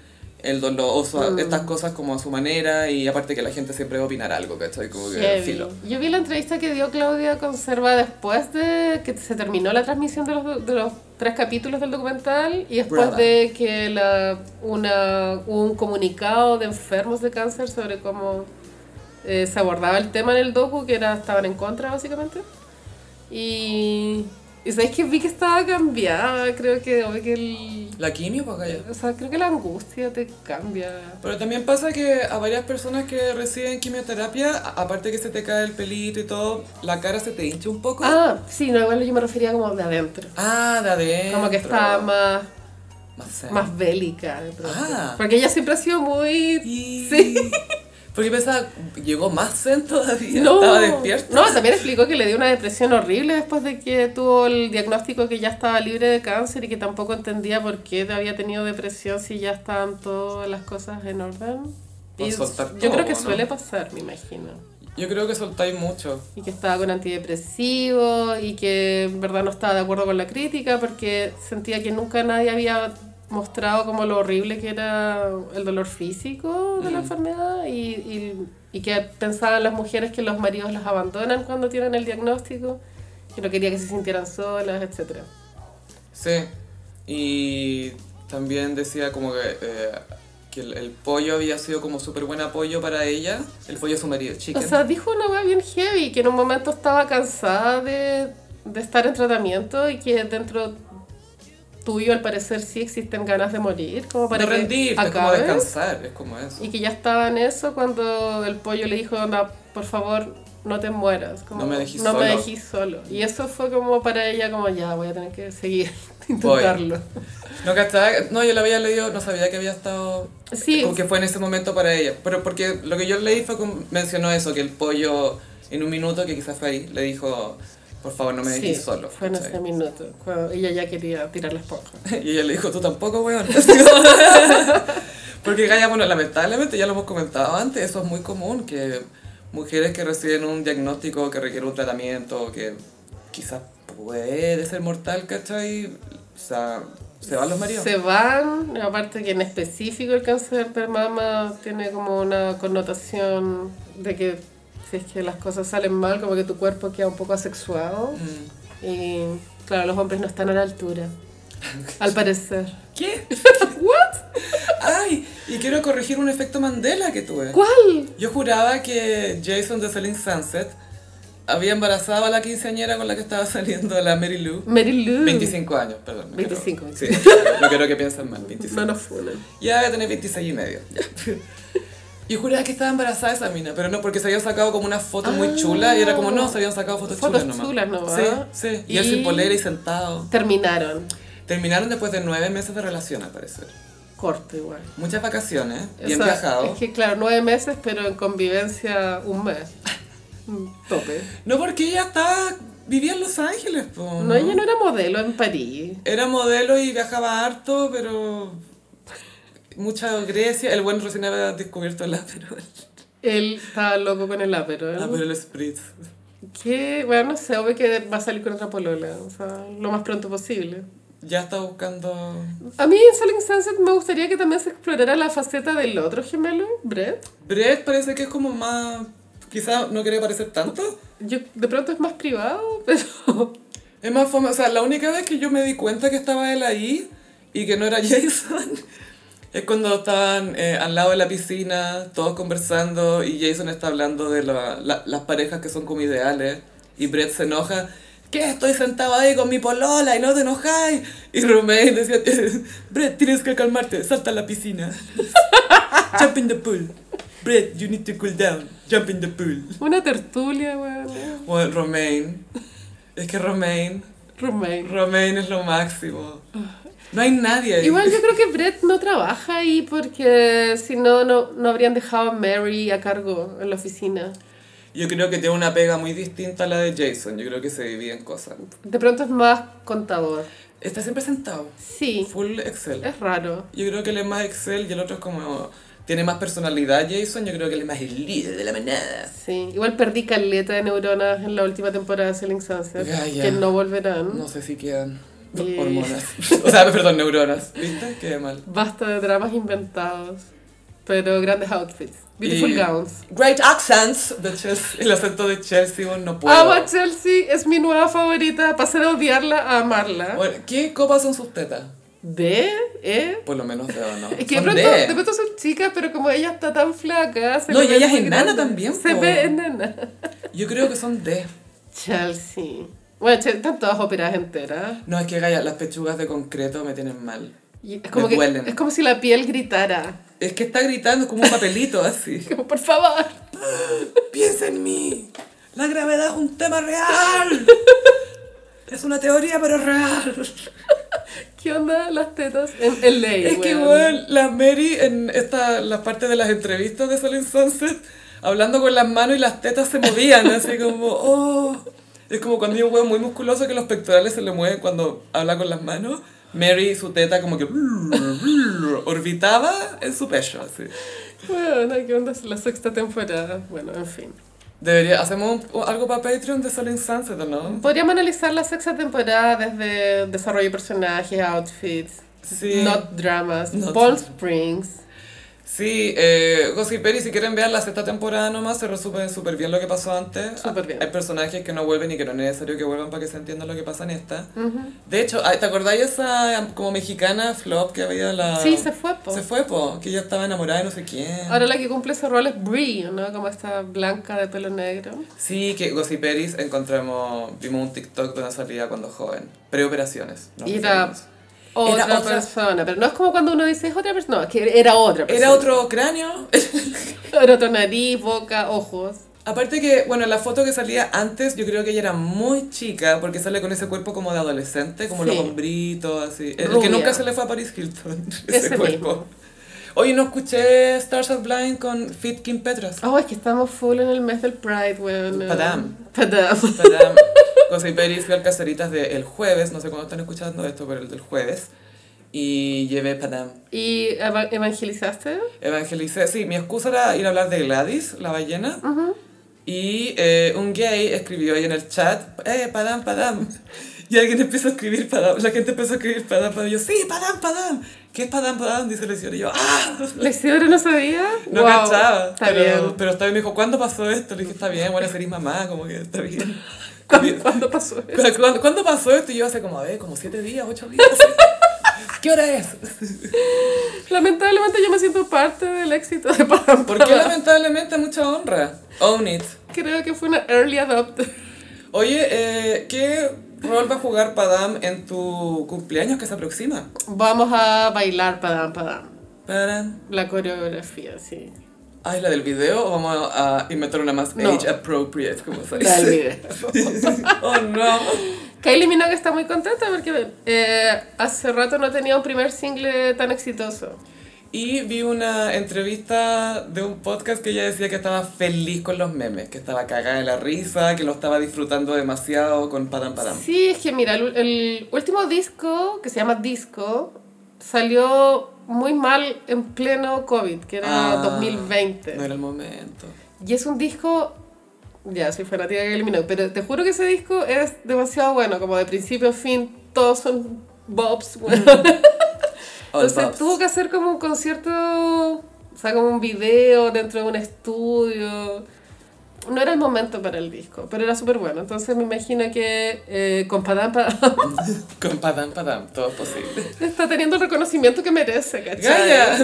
S1: el dolor, o sea,
S2: Mm.
S1: estas cosas como a su manera y aparte que la gente siempre va a opinar algo, ¿cachai? Como que
S2: Heavy.
S1: filo.
S2: Yo vi la entrevista que dio Claudia Conserva después de que se terminó la transmisión de los, de los tres capítulos del documental y después
S3: Brava.
S2: de que la, una, hubo un comunicado de enfermos de cáncer sobre cómo eh, se abordaba el tema en el docu, que era, estaban en contra básicamente. Y, y sabéis que vi que estaba cambiada, creo que, obvio que el-
S1: La quimio, pues calla.
S2: o sea, creo que la angustia te cambia.
S1: Pero también pasa que a varias personas que reciben quimioterapia, a- aparte que se te cae el pelito y todo, la cara se te hincha un poco.
S2: Ah, sí, no, igual yo me refería como de adentro.
S1: Ah, de adentro.
S2: Como que está más,
S1: Más zen.
S2: más bélica. de pronto.
S1: Ah.
S2: Porque ella siempre ha sido muy...
S1: Y-
S2: Sí.
S1: Porque pensaba, llegó más zen todavía.
S2: No,
S1: Estaba despierta.
S2: no, también explicó que le dio una depresión horrible después de que tuvo el diagnóstico que ya estaba libre de cáncer y que tampoco entendía por qué había tenido depresión si ya estaban todas las cosas en orden.
S1: Por
S2: Y
S1: soltar
S2: yo creo
S1: todo,
S2: que
S1: ¿no?
S2: suele pasar, me imagino.
S1: Yo creo que soltáis mucho.
S2: y que estaba con antidepresivos y que en verdad no estaba de acuerdo con la crítica porque sentía que nunca nadie había mostrado como lo horrible que era el dolor físico de la enfermedad y, y, y que pensaban las mujeres que los maridos las abandonan cuando tienen el diagnóstico, que no quería que se sintieran solas, etc.
S1: Sí. Y también decía como que, eh, que el, el pollo había sido como súper buen apoyo para ella. El pollo es su marido,
S2: O
S1: chicken.
S2: sea, dijo una weá bien heavy, que en un momento estaba cansada de, de estar en tratamiento y que dentro tuyo al parecer sí existen ganas de morir, como para
S1: no
S2: que
S1: rendirte, es como
S2: acabes.
S1: descansar, es como eso.
S2: Y que ya estaba en eso cuando el pollo le dijo, onda, por favor, no te mueras. Como,
S1: No me dejes
S2: no me
S1: solo".
S2: dejes solo. Y eso fue como para ella, como ya, voy a tener que seguir,
S1: Voy.
S2: intentarlo.
S1: No, ¿cachai? No, yo la había leído, no sabía que había estado.
S2: Sí.
S1: Como que fue en ese momento para ella. Pero porque lo que yo leí fue que mencionó eso, que el pollo, en un minuto, que quizás fue ahí, le dijo, por favor, no me dejes
S2: Sí,
S1: solo.
S2: Fue en
S1: ¿cachai?
S2: ese minuto, cuando ella ya quería tirar la esponja.
S1: Y ella le dijo, tú tampoco, weón. Porque Gaia, bueno, lamentablemente, ya lo hemos comentado antes, eso es muy común, que mujeres que reciben un diagnóstico que requiere un tratamiento, que quizás puede ser mortal, ¿cachai? O sea, se van los maridos.
S2: Se van, aparte que en específico el cáncer de mama tiene como una connotación de que si es que las cosas salen mal, como que tu cuerpo queda un poco asexuado.
S1: Mm.
S2: Y claro, los hombres no están a la altura, al parecer.
S1: ¿Qué?
S2: ¿What?
S1: Ay, y quiero corregir un efecto Mandela que tuve.
S2: ¿Cuál?
S1: Yo juraba que Jason de Selling Sunset había embarazado a la quinceañera con la que estaba saliendo la Mary Lou.
S2: Mary Lou.
S1: 25 años, perdón. no
S2: 25.
S1: quiero- sí, no quiero que piensen mal, 25.
S2: No nos funan.
S1: Ya voy a tener 26 y medio. ya. Yo juraba que estaba embarazada esa mina, pero no, porque se habían sacado como una foto
S2: Ah.
S1: muy chula y era como, no, se habían sacado fotos,
S2: Fotos
S1: chulas nomás.
S2: chulas nomás.
S1: Sí, sí. Y, él sin
S2: Y-
S1: polera y sentado.
S2: Terminaron.
S1: Terminaron después de nueve meses de relación, al parecer.
S2: Corto igual.
S1: Muchas vacaciones,
S2: O
S1: bien
S2: sea,
S1: viajado.
S2: Es que claro, nueve meses, pero en convivencia un mes. Mm, Tope.
S1: No, porque ella estaba. vivía en Los Ángeles, po.
S2: No, ella no era modelo en París.
S1: Era modelo y viajaba harto, pero. Mucha Grecia. El buen recién había descubierto el Aperol.
S2: Él estaba loco con el Aperol.
S1: Aperol Spritz.
S2: Que, bueno, no sé, obvio que va a salir con otra polola. O sea, lo más pronto posible.
S1: Ya está buscando.
S2: A mí en Selling Sunset me gustaría que también se explorara la faceta del otro gemelo, Brett.
S1: Brett parece que es como más. Quizá no quiere parecer tanto.
S2: Yo, de pronto es más privado, pero...
S1: Es más fome. O sea, la única vez que yo me di cuenta que estaba él ahí y que no era Jason es cuando estaban eh, al lado de la piscina, todos conversando y Jason está hablando de la- la- las parejas que son como ideales y Brett se enoja. ¿Qué? Estoy sentado ahí con mi polola y no te enojáis. Y Romain decía, Brett, tienes que calmarte, salta a la piscina. Jump in the pool. Brett, you need to cool down. Jump in the pool.
S2: Una tertulia, weón. ¿eh?
S1: Bueno, Romain. Es que Romain.
S2: Romain.
S1: Romain es lo máximo. No hay nadie. ahí.
S2: Igual yo creo que Brett no trabaja ahí porque si no, no, no habrían dejado a Mary a cargo en la oficina.
S1: Yo creo que tiene una pega muy distinta a la de Jason. Yo creo que se dividen cosas.
S2: De pronto es más contador.
S1: Está siempre sentado.
S2: Sí,
S1: Full Excel.
S2: es raro.
S1: Yo creo que él es más Excel y el otro es como... Tiene más personalidad Jason. Yo creo que él es más el líder de la manada.
S2: Sí, igual perdí caleta de neuronas en la última temporada de Selling Sunset,
S1: Gaya.
S2: que no volverán.
S1: No sé si quedan
S2: Y-
S1: hormonas. O sea, perdón, neuronas. ¿Viste? Qué mal.
S2: Basta de dramas inventados. Pero grandes outfits. Beautiful
S1: Y-
S2: gowns.
S1: Great accents de Chelsea. El acento de Chelsea, bueno, no puedo.
S2: Amo a Chelsea, es mi nueva favorita. Pasé de odiarla a amarla.
S1: Bueno, ¿Qué copas son sus tetas?
S2: De, eh.
S1: Por lo menos de o no.
S2: Es que de
S1: Son
S2: pronto,
S1: de-
S2: de pronto son chicas, pero como ella está tan flaca. se
S1: No,
S2: le
S1: y
S2: ve
S1: ella es
S2: muy
S1: enana
S2: grande.
S1: también,
S2: Se
S1: po.
S2: ve enana.
S1: Yo creo que son de.
S2: Chelsea. Bueno, Chelsea, están todas operadas enteras.
S1: No, es que Gaya, las pechugas de concreto me tienen mal.
S2: Y es, como
S1: Me
S2: que-
S1: duelen.
S2: es como si la piel gritara.
S1: Es que está gritando como un papelito así.
S2: Como, por favor.
S1: Piensa en mí. La gravedad es un tema real. Es una teoría, pero es real.
S2: ¿Qué onda las tetas en el ley?
S1: Es que, weón, la Mary en esta, las partes de las entrevistas de Sol and Sunset, hablando con las manos y las tetas se movían, así como, oh. Es como cuando hay un weón muy musculoso que los pectorales se le mueven cuando habla con las manos. Mary, su teta, como que orbitaba en su pecho, así.
S2: Bueno, ¿qué onda la sexta temporada? Bueno, en fin.
S1: Debería, hacemos un- algo para Patreon de Sol and Sunset, ¿o no?
S2: Podríamos analizar la sexta temporada desde desarrollo de personajes, outfits,
S1: Sí.
S2: not dramas,
S1: Not-
S2: Ball Springs.
S1: Sí, eh, Gossip Berry, si quieren ver la sexta temporada nomás, se resume súper bien lo que pasó antes.
S2: Súper bien.
S1: Hay personajes que no vuelven y que no es necesario que vuelvan para que se entienda lo que pasa en esta. De hecho, ay, ¿te acordáis esa como mexicana flop que había la...
S2: Sí, se fue, po.
S1: Ah. Se fue, po, que ya estaba enamorada de no sé quién.
S2: Ahora la que cumple ese rol es Brie, ¿no? Como esta blanca de pelo negro.
S1: Sí, que Gossip Berry encontramos, vimos un TikTok de una salida cuando joven, preoperaciones. nos
S2: Y era
S1: referimos.
S2: otra,
S1: Era otra-
S2: persona. Pero no es como cuando uno dice es otra persona. No, es que era otra persona.
S1: Era otro cráneo.
S2: Era otra nariz, boca, ojos.
S1: Aparte que, bueno, la foto que salía antes, yo creo que ella era muy chica, porque sale con ese cuerpo como de adolescente, como
S2: Sí.
S1: los hombritos, así. El
S2: Rubia.
S1: que nunca se le fue a Paris Hilton, ese,
S2: Ese
S1: cuerpo.
S2: mismo.
S1: Oye, no escuché Stars of Blind con Fit Kim Petras.
S2: Oh, es que estamos full en el mes del Pride, weón.
S1: Padam.
S2: Padam.
S1: Para José Peris fui al Caseritas de el jueves, no sé cuándo están escuchando esto, pero el del jueves. Y llevé Padam.
S2: ¿Y eva- evangelizaste?
S1: Evangelicé. Sí, mi excusa era ir a hablar de Gladys, la ballena. Y eh, un gay escribió ahí en el chat, ¡eh, Padam, Padam! Y alguien empezó a escribir Padam, la gente empezó a escribir Padam, Padam. Y yo, ¡sí, Padam, Padam! ¿Qué es Padam, Padam? Dice la señora. Y yo, ¡ah!
S2: ¿La Isidora no sabía?
S1: No
S2: Wow,
S1: cachaba.
S2: Está
S1: pero,
S2: bien.
S1: pero estaba bien, me dijo, ¿cuándo pasó esto? Le dije, está bien, bueno, serís mamá, como que está bien.
S2: ¿Cuándo, cuándo pasó eso?
S1: Pero, ¿cuándo, cuándo pasó esto? Y yo hace como, a ver, como siete días, ocho días. ¿Qué hora es?
S2: Lamentablemente yo me siento parte del éxito de Padam
S1: Porque
S2: Padam.
S1: lamentablemente mucha honra. Own it.
S2: Creo que fue una early adopter.
S1: Oye, eh, ¿qué rol va a jugar Padam en tu cumpleaños que se aproxima?
S2: Vamos a bailar Padam Padam.
S1: Padam.
S2: La coreografía, sí.
S1: Ay, la del video, o vamos a inventar una más
S2: No.
S1: age appropriate, como se
S2: La del
S1: dice.
S2: video.
S1: oh no.
S2: Kylie Minogue está muy contenta porque eh, hace rato no tenía un primer single tan exitoso.
S1: Y vi una entrevista de un podcast que ella decía que estaba feliz con los memes, que estaba cagada de la risa, que lo estaba disfrutando demasiado con Padam Padam.
S2: Sí, es que mira, el, el último disco, que se llama Disco, salió muy mal en pleno COVID, que era
S1: Ah,
S2: 2020.
S1: No era el momento.
S2: Y es un disco, ya soy fanática de Kylie Minogue, pero te juro que ese disco es demasiado bueno, como de principio a fin, todos son bobs. bueno.
S1: All
S2: Entonces
S1: Pops.
S2: tuvo que hacer como un concierto, o sea, como un video dentro de un estudio. No era el momento para el disco, pero era súper bueno. Entonces me imagino que eh, con Padam Padam
S1: Con Padam Padam, todo es posible.
S2: está teniendo el reconocimiento que merece, ¿cachai?
S1: ¡Gaya!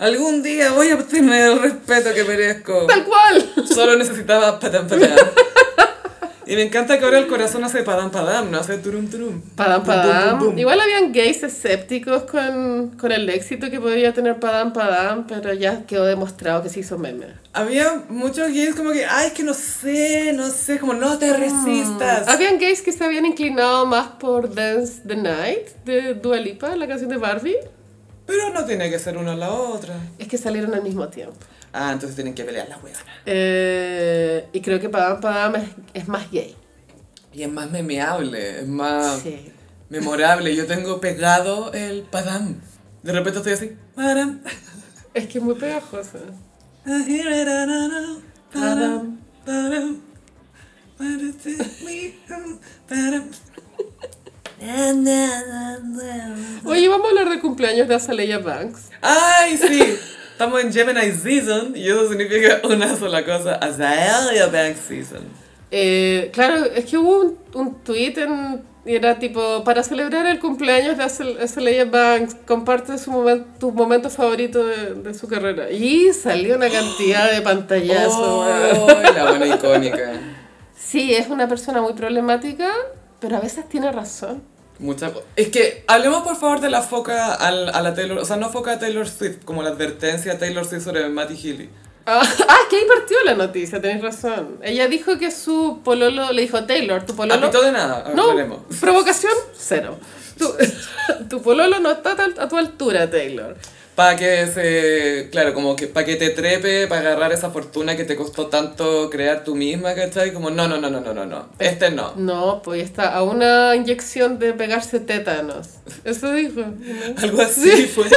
S1: Algún día voy a obtener el respeto que merezco.
S2: ¡Tal cual!
S1: Solo necesitaba padam padam. Y me encanta que ahora el corazón hace padam padam, no hace turum turum.
S2: Padam
S1: Bum, bum,
S2: Padam.
S1: bum, bum.
S2: Igual habían gays escépticos con, con el éxito que podía tener Padam Padam, pero ya quedó demostrado que se hizo meme.
S1: Había muchos gays como que, ay, es que no sé, no sé, como no te resistas.
S2: Habían gays que se habían inclinado más por Dance the Night de Dua Lipa, la canción de Barbie.
S1: Pero no tiene que ser una a la otra.
S2: Es que salieron al mismo tiempo.
S1: Ah, entonces tienen que pelear las weas.
S2: Eh, y creo que Padam Padam es, es más gay.
S1: Y es más memeable, es más
S2: Sí.
S1: memorable. Yo tengo pegado el padam. De repente estoy así, padam.
S2: Es que es muy pegajosa.
S1: Padam, padam, what does it mean? Padam.
S2: Oye, vamos a hablar de cumpleaños de Azalea Banks.
S1: Ay, sí. Estamos en Gemini Season y eso significa una sola cosa, Azalea Bank Season.
S2: Eh, claro, es que hubo un, un tweet en, y era tipo, para celebrar el cumpleaños de Azale- Azalea Banks, comparte su momen- tus momentos favoritos de, de su carrera. Y salió una cantidad de pantallazos. weón.
S1: Oh, la buena icónica.
S2: Sí, es una persona muy problemática, pero a veces tiene razón.
S1: Mucha... Es que hablemos por favor de la foca al, a la Taylor, o sea, no foca a Taylor Swift, como la advertencia a Taylor Swift sobre Matty Healy.
S2: Ah, ah, es que ahí partió la noticia, tenés razón. Ella dijo que su pololo, le dijo Taylor, tu
S1: A
S2: pololo...
S1: pito de nada, a ver,
S2: No,
S1: hablemos.
S2: provocación, cero. Tu, tu pololo no está tal- a tu altura, Taylor.
S1: Para que se, claro, como que para que te trepe, para agarrar esa fortuna que te costó tanto crear tú misma, ¿cachai? Como, no, no, no, no, no, no, no, este no.
S2: No, pues está a una inyección de pegarse tétanos. Eso dijo.
S1: Algo así fue.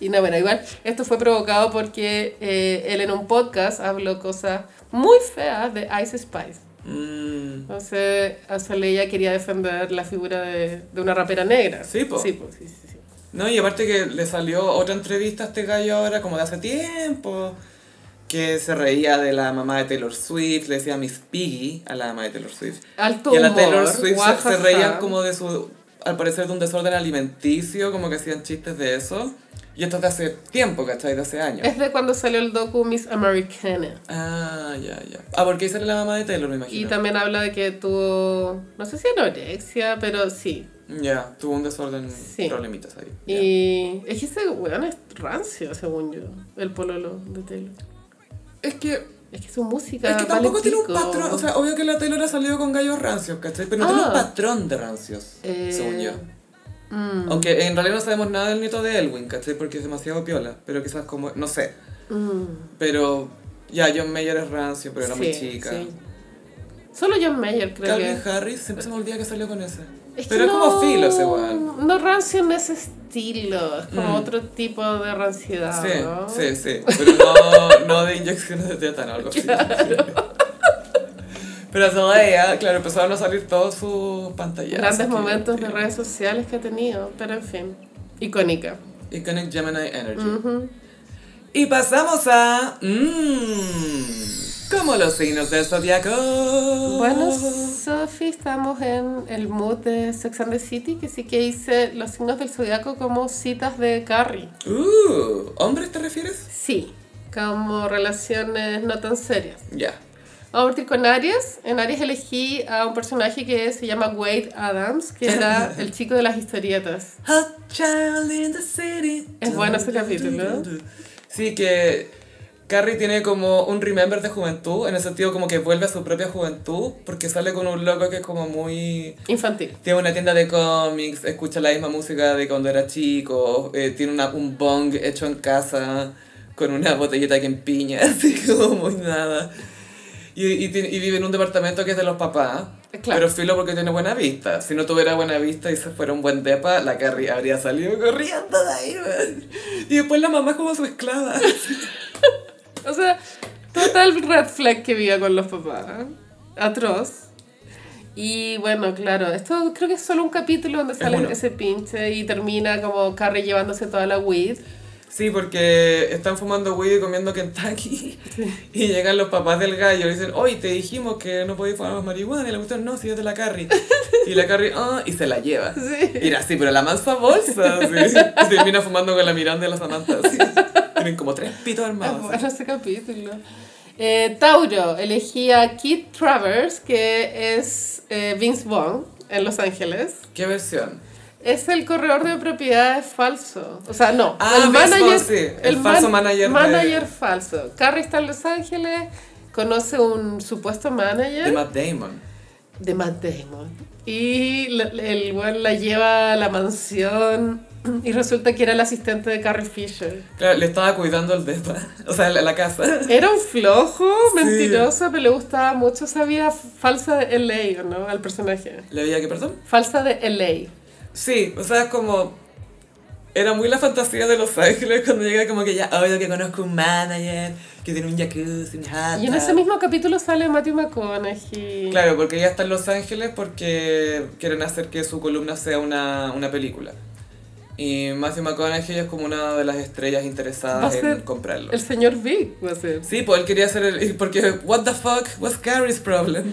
S2: Y no, bueno, igual, esto fue provocado porque eh, él en un podcast habló cosas muy feas de Ice Spice.
S1: Mm,
S2: Entonces, Azalea quería defender la figura de, de una rapera negra.
S1: Sí, po.
S2: Sí, po, sí, sí, sí.
S1: No, y aparte que le salió otra entrevista a este gallo ahora, como de hace tiempo, que se reía de la mamá de Taylor Swift, le decía Miss Piggy a la mamá de Taylor Swift.
S2: Alto
S1: Y a la
S2: humor,
S1: Taylor Swift se- se,
S2: guajaja.
S1: reían como de su, al parecer, de un desorden alimenticio, como que hacían chistes de eso. Y esto es de hace tiempo, ¿cachai? De hace años.
S2: Es de cuando salió el docu Miss Americana.
S1: Ah, ya, ya. Ah, porque esa era la mamá de Taylor, me
S2: Y
S1: imagino.
S2: también habla de que tuvo, no sé si anorexia, pero sí.
S1: Ya, tuvo un desorden,
S2: Sí.
S1: problemitas ahí. ya.
S2: Y es que ese weón es rancio, según yo, el pololo de Taylor.
S1: Es que
S2: Es que su música
S1: Es que tampoco
S2: vale
S1: tiene un
S2: pico.
S1: patrón. O sea, obvio que la Taylor ha salido con gallos rancios, ¿cachai? Pero no tiene
S2: Ah.
S1: un patrón de rancios,
S2: Eh,
S1: según yo.
S2: mm,
S1: Aunque en realidad no sabemos nada del nieto de Elwin, ¿cachai? Porque es demasiado piola. Pero quizás como. No sé.
S2: mm,
S1: Pero. Ya, John Mayer es rancio, pero era muy
S2: sí,
S1: chica.
S2: sí. Solo John Mayer creo
S1: Calvin
S2: que.
S1: Harris siempre se me olvida que salió con ese.
S2: Es que
S1: pero es como filo ese weón.
S2: No rancio en ese estilo, es como
S1: Mm.
S2: otro tipo de ranciedad.
S1: Sí,
S2: ¿no?
S1: sí, sí. Pero no, no de inyecciones de tétano, algo así. Pero eso de ella, claro, empezaron a salir todos sus pantallazos.
S2: Grandes
S1: que-
S2: momentos de
S1: sí.
S2: redes sociales que ha tenido, pero en fin, icónica.
S1: Iconic Gemini Energy.
S2: Ujú.
S1: Y pasamos a. Mmm. Como los signos del zodiaco.
S2: Bueno,
S1: Ah.
S2: Sophie, estamos en el mood de Sex and the City, que sí que hice los signos del zodiaco como citas de Carrie.
S1: Uh, ¿Hombres te refieres?
S2: Sí, como relaciones no tan serias.
S1: Ya.
S2: Vamos a partir con Aries. En Aries elegí a un personaje que se llama Wade Adams, que era el chico de las historietas.
S1: Hot child in the city.
S2: Es bueno ese capítulo.
S1: Sí, que Carrie tiene como un remember de juventud, en el sentido como que vuelve a su propia juventud, porque sale con un loco que es como muy...
S2: Infantil.
S1: Tiene una tienda de cómics, escucha la misma música de cuando era chico, eh, tiene una, un bong hecho en casa con una botellita que empiña, así como muy nada. Y, y, tiene- y vive en un departamento que es de los papás.
S2: Eh, claro.
S1: Pero filo porque tiene buena vista. Si no tuviera buena vista y se fuera un buen depa, la Carrie habría salido corriendo de ahí. weón. Y después la mamá es como su esclava.
S2: O sea, total red flag que viva con los papás. ¿eh? Atroz. Y bueno, claro, esto creo que es solo un capítulo donde sale
S1: uno.
S2: ese pinche y termina como Carrie llevándose toda la weed.
S1: Sí, porque están fumando weed y comiendo Kentucky. Y llegan los papás del gallo y dicen, oye, te dijimos que no podías fumar marihuana. Y la cuestión, no, si es de la Carrie. Y la Carrie, ah, y se la lleva.
S2: Sí.
S1: Y era así, pero la mansa bolsa. sí. Y termina fumando con la Miranda y la Samantha. sí. Tienen como tres pitos
S2: Es
S1: armados.
S2: bueno ese capítulo. Eh, Tauro, elegí a Kit Travers, que es eh, Vince Vaughn en Los Ángeles.
S1: ¿Qué versión?
S2: Es el corredor de propiedades falso. O sea, no.
S1: Ah,
S2: el
S1: Vince Vaughn, sí. El falso manager de-
S2: Manager falso. Carrie está en Los Ángeles, conoce un supuesto
S1: De
S2: manager
S1: Matt Damon.
S2: de Matt Damon. Y la- el weón la lleva a la mansión y resulta que era el asistente de Carrie Fisher.
S1: Claro, le estaba cuidando el depa. O sea, la, la casa.
S2: Era un flojo,
S1: Sí.
S2: mentiroso, pero le gustaba mucho esa vida falsa de LA, ¿o ¿no? Al personaje.
S1: ¿Le veía que perdón?
S2: Falsa de LA.
S1: Sí, o sea, es como... Era muy la fantasía de Los Ángeles cuando llega como que ya, obvio que conozco un manager, que tiene un jacuzzi, un hot
S2: Y en
S1: tub".
S2: ese mismo capítulo sale Matthew McConaughey.
S1: Claro, porque ella está en Los Ángeles porque quieren hacer que su columna sea una, una película. Y Matthew McConaughey es como una de las estrellas
S2: Va a
S1: interesadas en
S2: ser
S1: comprarlo.
S2: El señor Big va a ser.
S1: Sí, pues él quería hacer el... Porque, what the fuck, what's Carrie's problem?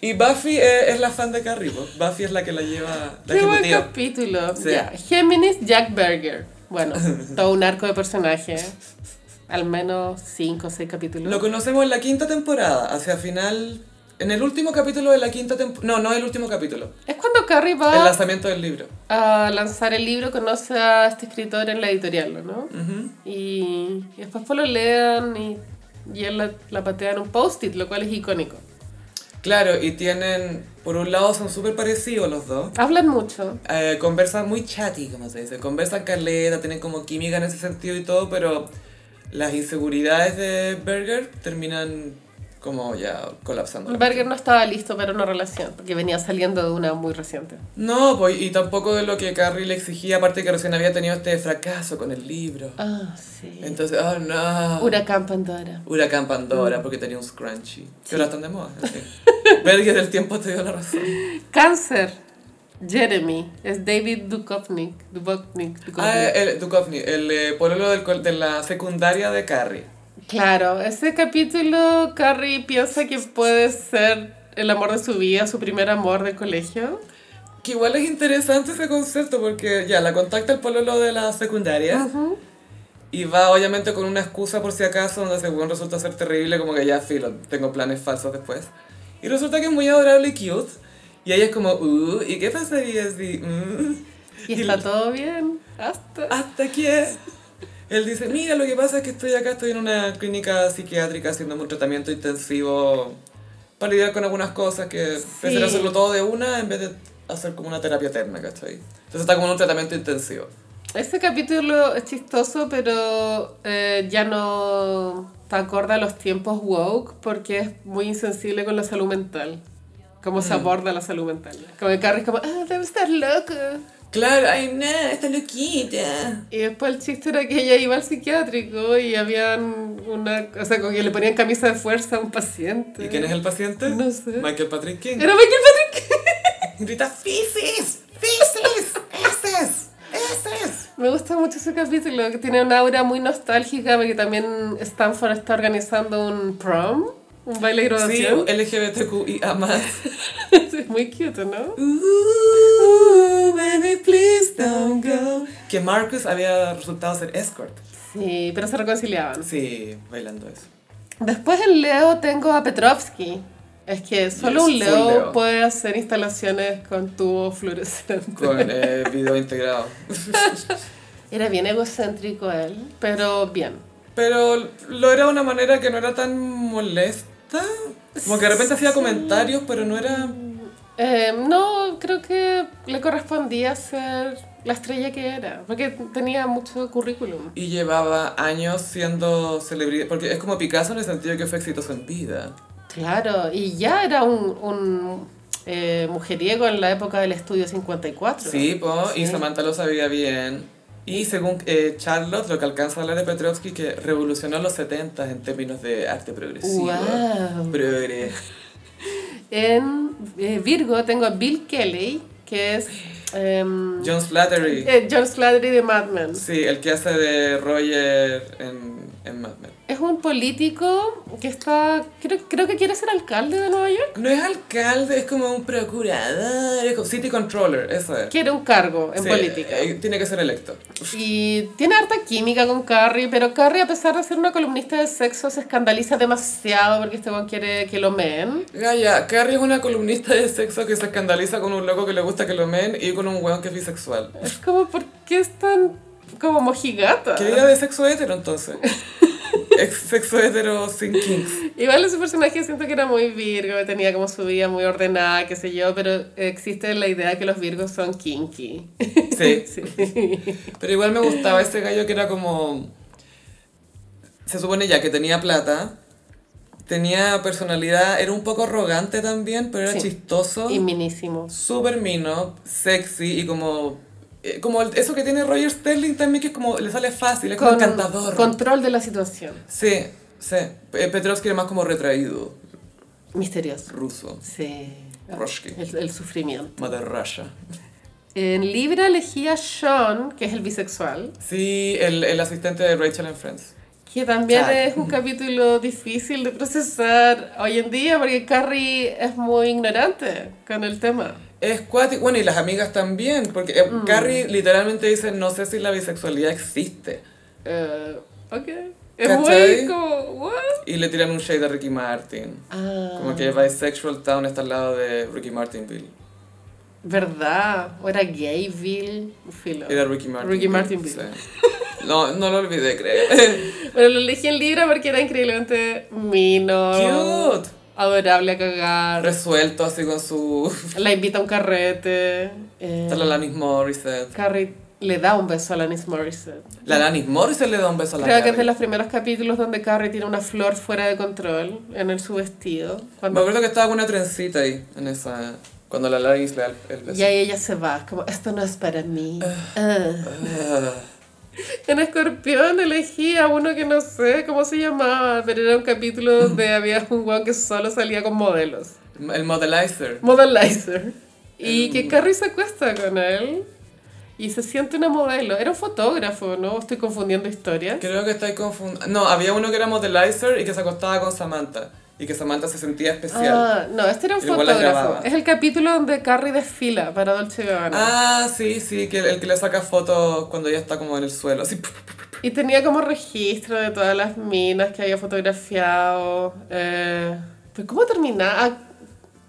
S1: y Buffy eh, es, la fan de Carrie, pues. Buffy es la que la lleva... La
S2: Qué buen
S1: ejecutiva.
S2: capítulo.
S1: Sí.
S2: Ya. Géminis Jack Berger. Bueno, todo un arco de personaje. Al menos 5 o 6 capítulos.
S1: Lo conocemos en la quinta temporada, hacia final... En el último capítulo de la quinta temporada... No, no el último capítulo.
S2: Es cuando Carrie va
S1: El lanzamiento del libro.
S2: a lanzar el libro, conoce a este escritor en la editorial, ¿no?
S1: Ujú.
S2: Y, y después pues lo lean y, y él la, la patea en un post-it, lo cual es icónico.
S1: Claro, y tienen... Por un lado son súper parecidos los dos.
S2: Hablan mucho.
S1: Eh, conversan muy chatty, como se dice. Conversan carleta, tienen como química en ese sentido y todo, pero las inseguridades de Berger terminan como ya colapsando.
S2: Berger no estaba listo para una relación, porque venía saliendo de una muy reciente.
S1: No, pues, y tampoco de lo que Carrie le exigía, aparte que recién había tenido este fracaso con el libro.
S2: Ah, sí.
S1: Entonces, oh no.
S2: Huracán Pandora.
S1: Huracán Pandora, porque tenía un scrunchie. Que ahora están de moda. en fin. Berger del tiempo te dio la razón.
S2: Cáncer. Jeremy. Es David Duchovny. Duchovny. Duchovny.
S1: Ah, el Duchovny, el eh, pololo del col- de la secundaria de Carrie.
S2: Claro, ese capítulo Carrie piensa que puede ser el amor de su vida, su primer amor de colegio.
S1: Que igual es interesante ese concepto porque ya la contacta el pololo de la secundaria y va obviamente con una excusa por si acaso, donde ese weón resulta ser terrible, como que ya filo, tengo planes falsos después. Y resulta que es muy adorable y cute. Y ella es como, uh, ¿y qué pasaría si.? mm?
S2: Y está todo bien. Hasta.
S1: ¿Hasta qué? Él dice, mira, lo que pasa es que estoy acá, estoy en una clínica psiquiátrica haciendo un tratamiento intensivo para lidiar con algunas cosas que prefiero hacerlo todo de una en vez de hacer como una terapia eterna, ¿cachai? Entonces está como en un tratamiento intensivo.
S2: Ese capítulo es chistoso, pero eh, ya no te acorda a los tiempos woke porque es muy insensible con la salud mental. Cómo se aborda la salud mental. Como que Carrie es como, ah, debe estar loca.
S1: Claro, ay, no, está loquita.
S2: Y después el chiste era que ella iba al psiquiátrico y habían una... O sea, como que le ponían camisa de fuerza a un paciente.
S1: ¿Y quién es el paciente?
S2: No sé.
S1: Michael Patrick King.
S2: Era Michael Patrick.
S1: Grita, fisis, fisis, heces, heces.
S2: Me gusta mucho ese capítulo, que tiene una aura muy nostálgica, porque también Stanford está organizando un prom, un baile de
S1: Sí,
S2: graduación.
S1: LGBTQIA más.
S2: es muy cute, ¿no?
S1: Ooh, baby, please don't go. Que Marcus había resultado ser escort.
S2: Sí, pero se reconciliaban.
S1: Sí, bailando eso.
S2: Después en Leo tengo a Petrovsky. Es que solo
S1: Yes,
S2: un Leo,
S1: full Leo.
S2: puede hacer instalaciones con tubo fluorescente.
S1: Con eh, video integrado.
S2: Era bien egocéntrico él, pero bien.
S1: Pero lo era de una manera que no era tan molesta. Como que de repente hacía comentarios, pero no era.
S2: Eh, no, creo que le correspondía ser la estrella que era, porque tenía mucho currículum.
S1: Y llevaba años siendo celebridad. Porque es como Picasso en el sentido que fue exitoso en vida.
S2: Claro, y ya era un, un, eh, mujeriego en la época del estudio 54.
S1: Sí, po, y
S2: Sí.
S1: Samantha lo sabía bien. Y según eh, Charlotte, lo que alcanza a hablar de Petrovsky, que revolucionó los 70 en términos de arte progresivo.
S2: Wow.
S1: Progre.
S2: En eh, Virgo tengo a Bill Kelly, que es em,
S1: John Slattery.
S2: eh, John Slattery de Mad Men.
S1: Sí, el que hace de Roger en, en Mad Men.
S2: Es un político que está, creo, creo que quiere ser alcalde de Nueva York.
S1: No es alcalde, es como un procurador, es como city controller, eso es.
S2: Quiere un cargo en
S1: Sí,
S2: política.
S1: eh, tiene que ser electo.
S2: Y tiene harta química con Carrie, pero Carrie, a pesar de ser una columnista de sexo, se escandaliza demasiado porque este weón quiere que lo meen.
S1: Gaya, Carrie es una columnista de sexo que se escandaliza con un loco que le gusta que lo men y con un weón que es bisexual.
S2: Es como, ¿por qué es tan como mojigata?
S1: Que diga de sexo hetero entonces. Ex sexo hetero sin kinks.
S2: Igual ese personaje siento que era muy virgo, que tenía como su vida muy ordenada, qué sé yo, pero existe la idea que los virgos son kinky.
S1: Sí.
S2: Sí.
S1: Pero igual me gustaba ese gallo que era como. Se supone ya que tenía plata, tenía personalidad, era un poco arrogante también, pero era
S2: Sí.
S1: chistoso,
S2: Y minísimo.
S1: súper mino, sexy y como. eh, Como el- eso que tiene Roger Sterling también, que es como. Le sale fácil, es como encantador.
S2: Control de la situación.
S1: Sí, sí. Eh, Petrovsky era más como retraído,
S2: Misterioso.
S1: ruso.
S2: Sí.
S1: Roshki.
S2: El, el sufrimiento.
S1: Mother Russia.
S2: En Libra elegí a Sean, que es el bisexual,
S1: Sí, el, el asistente de Rachel en Friends.
S2: que también
S3: Claro.
S2: es un capítulo difícil de procesar hoy en día porque Carrie es muy ignorante con el tema.
S1: Es cuático, bueno, y las amigas también, porque eh,
S2: Mm.
S1: Carrie literalmente dice, no sé si la bisexualidad existe.
S2: Eh, ok. Es
S1: ¿Cachai?
S2: muy como, ¿what?
S1: Y le tiran un shade a Ricky Martin.
S2: Ah,
S1: Como que Bisexual Town está al lado de Ricky Martinville.
S2: ¿Verdad? ¿O era Gayville? Filo.
S1: Era Ricky Martin.
S2: Ricky Martinville.
S1: sí. No, no lo olvidé, creo.
S2: Bueno, lo elegí en Libra porque era increíblemente mino.
S1: Cute.
S2: Adorable a cagar.
S1: Resuelto así con su...
S2: La invita a un carrete. eh,
S1: Está la Lanis Morissette.
S2: Carrie le da un beso a Alanis Morissette.
S1: La Lanis Morissette le da un beso a la
S2: Creo que es de
S1: Carrie.
S2: los primeros capítulos donde Carrie tiene una flor fuera de control en el su vestido.
S1: Me
S2: Cuando
S1: acuerdo que estaba con una trencita ahí, en esa... Cuando la Lanis le da el- el beso.
S2: y ahí ella se va, es como, esto no es para mí. Ah.
S1: Ah.
S2: En Escorpión elegí a uno que no sé cómo se llamaba, pero era un capítulo donde había un guau que solo salía con modelos.
S1: El modelizer.
S2: Modelizer. Y que Carrie se acuesta con él y se siente una modelo. Era un fotógrafo, ¿no? Estoy confundiendo historias.
S1: Creo que estoy confundiendo. No, había uno que era modelizer y que se acostaba con Samantha. Y que Samantha se sentía especial. Ah,
S2: Ah, no, este era un
S1: Pero igual la
S2: fotógrafo.
S1: grababa.
S2: Es el capítulo donde Carrie desfila para Dolce Gabbana.
S1: Ah, sí, sí, que el, el que le saca fotos cuando ella está como en el suelo. Así.
S2: Y tenía como registro de todas las minas que había fotografiado. Eh, pero ¿cómo terminaba? Ah,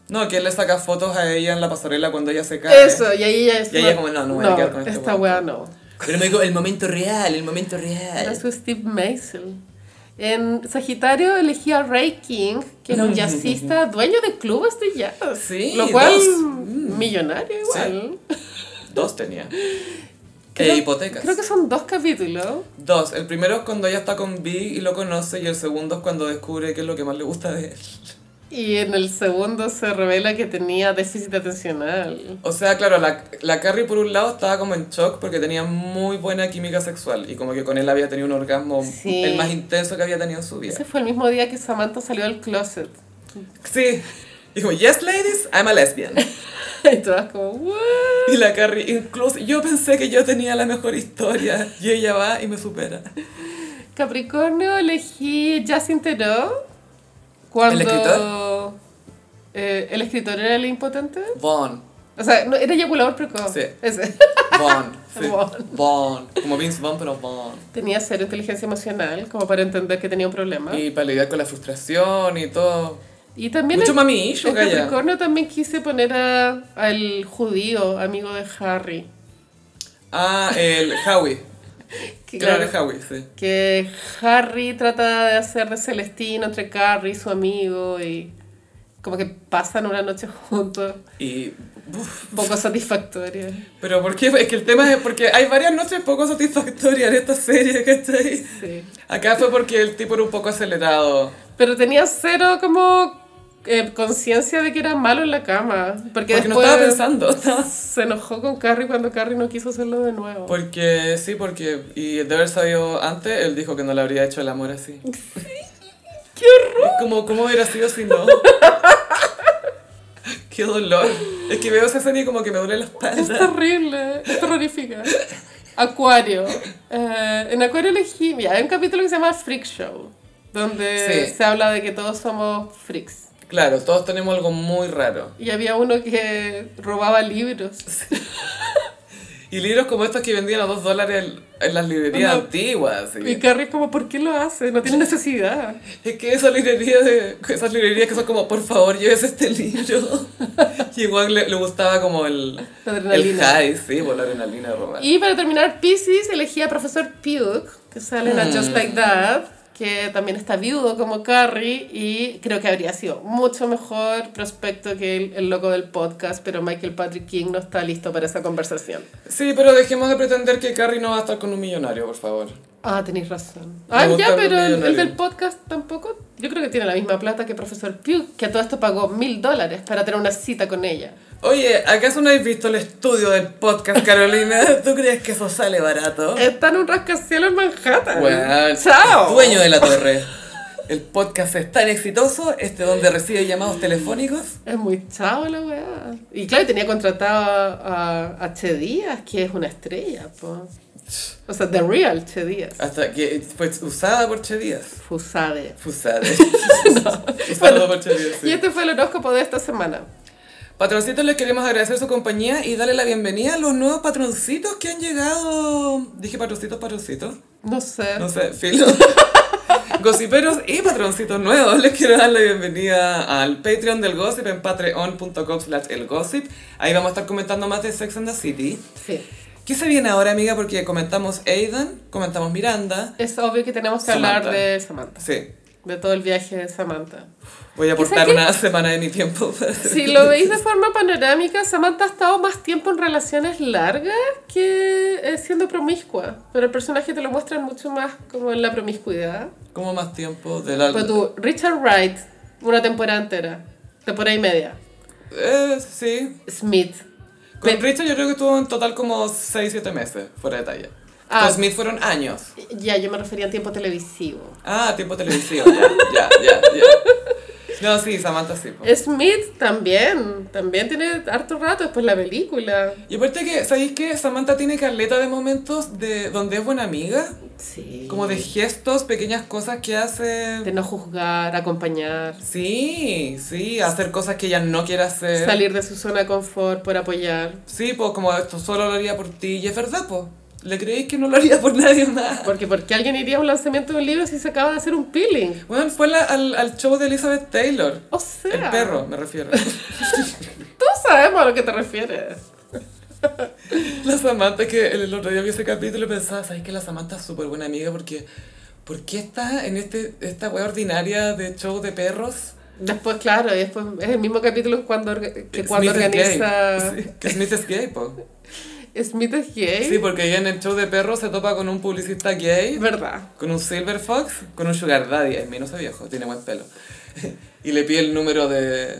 S1: No, que él le saca fotos a ella en la pasarela cuando ella se cae.
S2: eso, y ahí ella es
S1: Y ella como, no, no voy a quedar con este
S2: esta
S1: weón".
S2: wea no.
S1: Pero me dijo, el momento real, el momento real.
S2: Era su Steve Maisel. En Sagitario elegí a Ray King, que era un jazzista, dueño de clubes de jazz.
S1: Sí,
S2: Lo cual, mm,
S1: dos.
S2: millonario igual.
S1: Dos tenía.
S2: Creo-
S1: e hipotecas.
S2: Creo que son dos capítulos.
S1: Dos. El primero es cuando ella está con Big y lo conoce. Y el segundo es cuando descubre qué es lo que más le gusta de él.
S2: Y en el segundo se revela que tenía déficit atencional.
S1: O sea, claro, la, la Carrie por un lado estaba como en shock porque tenía muy buena química sexual y como que con él había tenido un orgasmo
S2: Sí.
S1: el más intenso que había tenido en su vida.
S2: Ese fue el mismo día que Samantha salió del closet.
S1: Sí. Dijo, yes ladies, I'm a lesbian.
S2: Y todas como, "What?".
S1: Y la Carrie, incluso yo pensé que yo tenía la mejor historia y ella va y me supera.
S2: Capricornio elegí Justin Theroux. Cuando...
S1: ¿El escritor?
S2: Eh, ¿El escritor era el impotente?
S1: Vaughn.
S2: O sea, no, era eyaculador precoz.
S1: Sí.
S2: Ese.
S1: Vaughn. Sí.
S2: Vaughn.
S1: Vaughn. Como Vince Vaughn, pero Vaughn.
S2: Tenía cero inteligencia emocional, como para entender que tenía un problema. Y,
S1: Y para lidiar con la frustración y todo.
S2: también...
S1: Mucho
S2: en-
S1: mami issue,
S2: en
S1: calla.
S2: Capricornio también quise poner a- al judío, amigo de Harry.
S1: Ah, el Howie.
S2: Que,
S1: Claro,
S2: claro,
S1: el Howie, sí.
S2: que Harry trata de hacer de Celestino entre Carrie y su amigo y como que pasan una noche juntos,
S1: Y... uf,
S2: poco satisfactoria.
S1: Pero ¿por qué? Es que el tema es porque hay varias noches poco satisfactorias en esta serie, ¿cachai?
S2: Sí.
S1: Acá fue porque el tipo era un poco acelerado.
S2: Pero tenía cero como eh, conciencia de que era malo en la cama. Porque,
S1: Porque no
S2: después
S1: estaba pensando. estaba-
S2: se enojó con Carrie cuando Carrie no quiso hacerlo de nuevo.
S1: Porque sí, porque... Y de haber sabido antes, él dijo que no le habría hecho el amor así.
S2: ¡Qué horror!
S1: Es como, ¿cómo hubiera sido si no? ¡Qué dolor! Es que veo esa serie y como que me duele la
S2: Es
S1: espalda.
S2: terrible, es terrorífica. Acuario. Eh, en Acuario elegí. Mira, hay un capítulo que se llama Freak Show, donde
S1: Sí.
S2: se habla de que todos somos freaks.
S1: Claro, todos tenemos algo muy raro.
S2: Y había uno que robaba libros.
S1: Y libros como estos que vendían a dos dólares en- en las librerías
S2: No.
S1: antiguas. sí.
S2: Y Carrie es como, ¿por qué lo hace? No tiene necesidad.
S1: Es que esa librería de, esas librerías que son como, por favor, llévese este libro. Y igual le, le gustaba como el,
S2: La
S1: el
S2: adrenalina.
S1: high, sí, por la adrenalina de robar.
S2: Y para terminar, Pisces elegí a Profesor Pugh, que sale en A Just Like That, que también está viudo como Carrie, y creo que habría sido mucho mejor prospecto que el, el loco del podcast, pero Michael Patrick King no está listo para esa conversación.
S1: Sí, pero dejemos de pretender que Carrie no va a estar con un millonario, por favor.
S2: Ah, tenéis razón.
S1: Me
S2: Ah,
S1: gusta el
S2: ya, pero el,
S1: millonario.
S2: el del podcast tampoco. Yo creo que tiene la misma plata que Profesor Pugh, que a todo esto pagó mil dólares para tener una cita con ella.
S1: Oye, ¿acaso no habéis visto el estudio del podcast, Carolina? ¿Tú crees que eso sale barato?
S2: Está en un rascacielos en Manhattan.
S1: Bueno,
S2: Eh, ¡Chao!
S1: Dueño de la torre. el podcast es tan exitoso, este donde recibe llamados telefónicos.
S2: Es muy chavo la weá. Y claro, tenía contratado a, a, a Che Díaz, que es una estrella, po. O sea, The Real Che Díaz.
S1: Hasta que fue usada por Che Díaz.
S2: Fusade.
S1: Fusade. Usado por Che Díaz, sí.
S2: Y este fue el horóscopo de esta semana.
S1: Patroncitos, les queremos agradecer su compañía y darle la bienvenida a los nuevos patroncitos que han llegado. Dije patroncitos, patroncitos.
S2: No sé.
S1: No sé, filo. Gossiperos y patroncitos nuevos, les quiero dar la bienvenida al Patreon del Gossip en patreon.com slash elgossip. Ahí vamos a estar comentando más de Sex and the City.
S2: Sí.
S1: ¿Qué se viene ahora, amiga? Porque comentamos Aidan, comentamos Miranda.
S2: Es obvio que tenemos que hablar
S1: Samantha.
S2: de Samantha.
S1: Sí.
S2: De todo el viaje de Samantha.
S1: Voy a aportar
S2: qué?
S1: una semana de mi tiempo. para-
S2: Si lo veis de forma panorámica, Samantha ha estado más tiempo en relaciones largas que eh, siendo promiscua. Pero el personaje te lo muestran mucho más como en la promiscuidad.
S1: Como más tiempo del alma.
S2: Pero tú, Richard Wright, una temporada entera, temporada y media.
S1: Eh, sí.
S2: Smith.
S1: Con
S2: Pe-
S1: Richard yo creo que estuvo en total como 6-7 meses, fuera de talla.
S2: Ah.
S1: Con Smith fueron años.
S2: Ya, yo me refería a tiempo televisivo.
S1: Ah, tiempo televisivo, ya, ya, ya, ya. No, sí, Samantha sí. po.
S2: Smith también, también tiene harto rato después la película.
S1: Y aparte que, ¿sabéis que Samantha tiene caleta de momentos de donde es buena amiga?
S2: Sí.
S1: Como de gestos, pequeñas cosas que
S2: De
S1: hace...
S2: no juzgar, acompañar,
S1: Sí, sí, hacer cosas que ella no quiere hacer.
S2: salir de su zona de confort por apoyar.
S1: Sí, pues como esto solo lo haría por ti. Y es verdad, pues. ¿Le creéis que no lo haría por nadie más?
S2: Porque ¿por qué alguien iría a un lanzamiento de un libro si se acaba de hacer un peeling?
S1: Bueno, fue la- al, al show de Elizabeth Taylor.
S2: O sea,
S1: El perro, me refiero.
S2: todos sabemos a lo que te refieres.
S1: La Samantha, que el, el otro día vi ese capítulo y pensaba, ¿sabes que la Samantha es súper buena amiga? Porque, ¿por qué está en este, esta wea ordinaria de show de perros?
S2: Después, claro, y después es el mismo capítulo cuando orga- que cuando
S1: Eh, Smith es gay.
S2: organiza
S1: Sí, que Smith es gay, po.
S2: Smith es gay.
S1: Sí, porque ella en el show de perros se topa con un publicista gay,
S2: es verdad.
S1: con un silver fox, con un sugar daddy. Es menos viejo, tiene buen pelo. Y le pide el número de,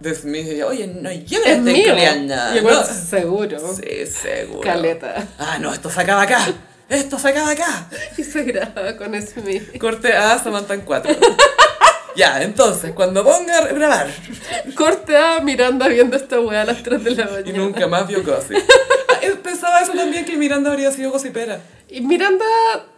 S1: de Smith y ella, oye, no, yo no
S2: Es
S1: estoy
S2: mío.
S1: creando.
S2: Y bueno,
S1: No.
S2: seguro.
S1: Sí, seguro.
S2: Caleta.
S1: Ah, no, esto se acaba acá. Esto se acaba acá.
S2: Y se graba con Smith.
S1: Corte a Samantha en 4. ya, entonces, cuando ponga a grabar.
S2: Corte a Miranda viendo esta weá a las 3 de la mañana.
S1: Y nunca más vio gossip. Ah, él Pensaba eso también, que Miranda habría sido gossipera.
S2: Y Miranda,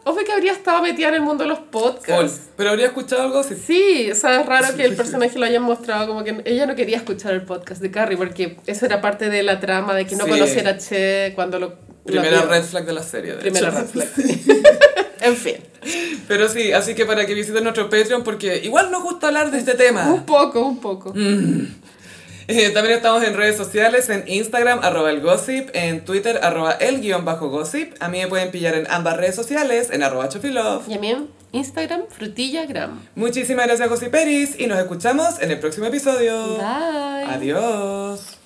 S2: obvio que habría estado metida en el mundo de los
S1: Full.
S2: podcasts.
S1: Pero habría escuchado el gossip.
S2: Sí, o sea, es raro que el personaje lo hayan mostrado como que ella no quería escuchar el podcast de Carrie porque eso era parte de la trama de que no
S1: Sí.
S2: conociera a Che cuando lo... lo
S1: Primera
S2: vio.
S1: red flag de la serie. de
S2: Primera
S1: hecho.
S2: red flag. en fin,
S1: Pero sí, así que para que visiten nuestro Patreon, porque igual nos gusta hablar de este tema.
S2: un poco, un poco.
S1: Mm. Eh, también estamos en redes sociales, en Instagram, arroba el gossip, en Twitter, arroba el guión bajo gossip. A mí me pueden pillar en ambas redes sociales, en arroba chofilove.
S2: Y a mí en Instagram, frutillagram.
S1: Muchísimas gracias, José Peris, y nos escuchamos en el próximo episodio.
S2: Bye.
S1: Adiós.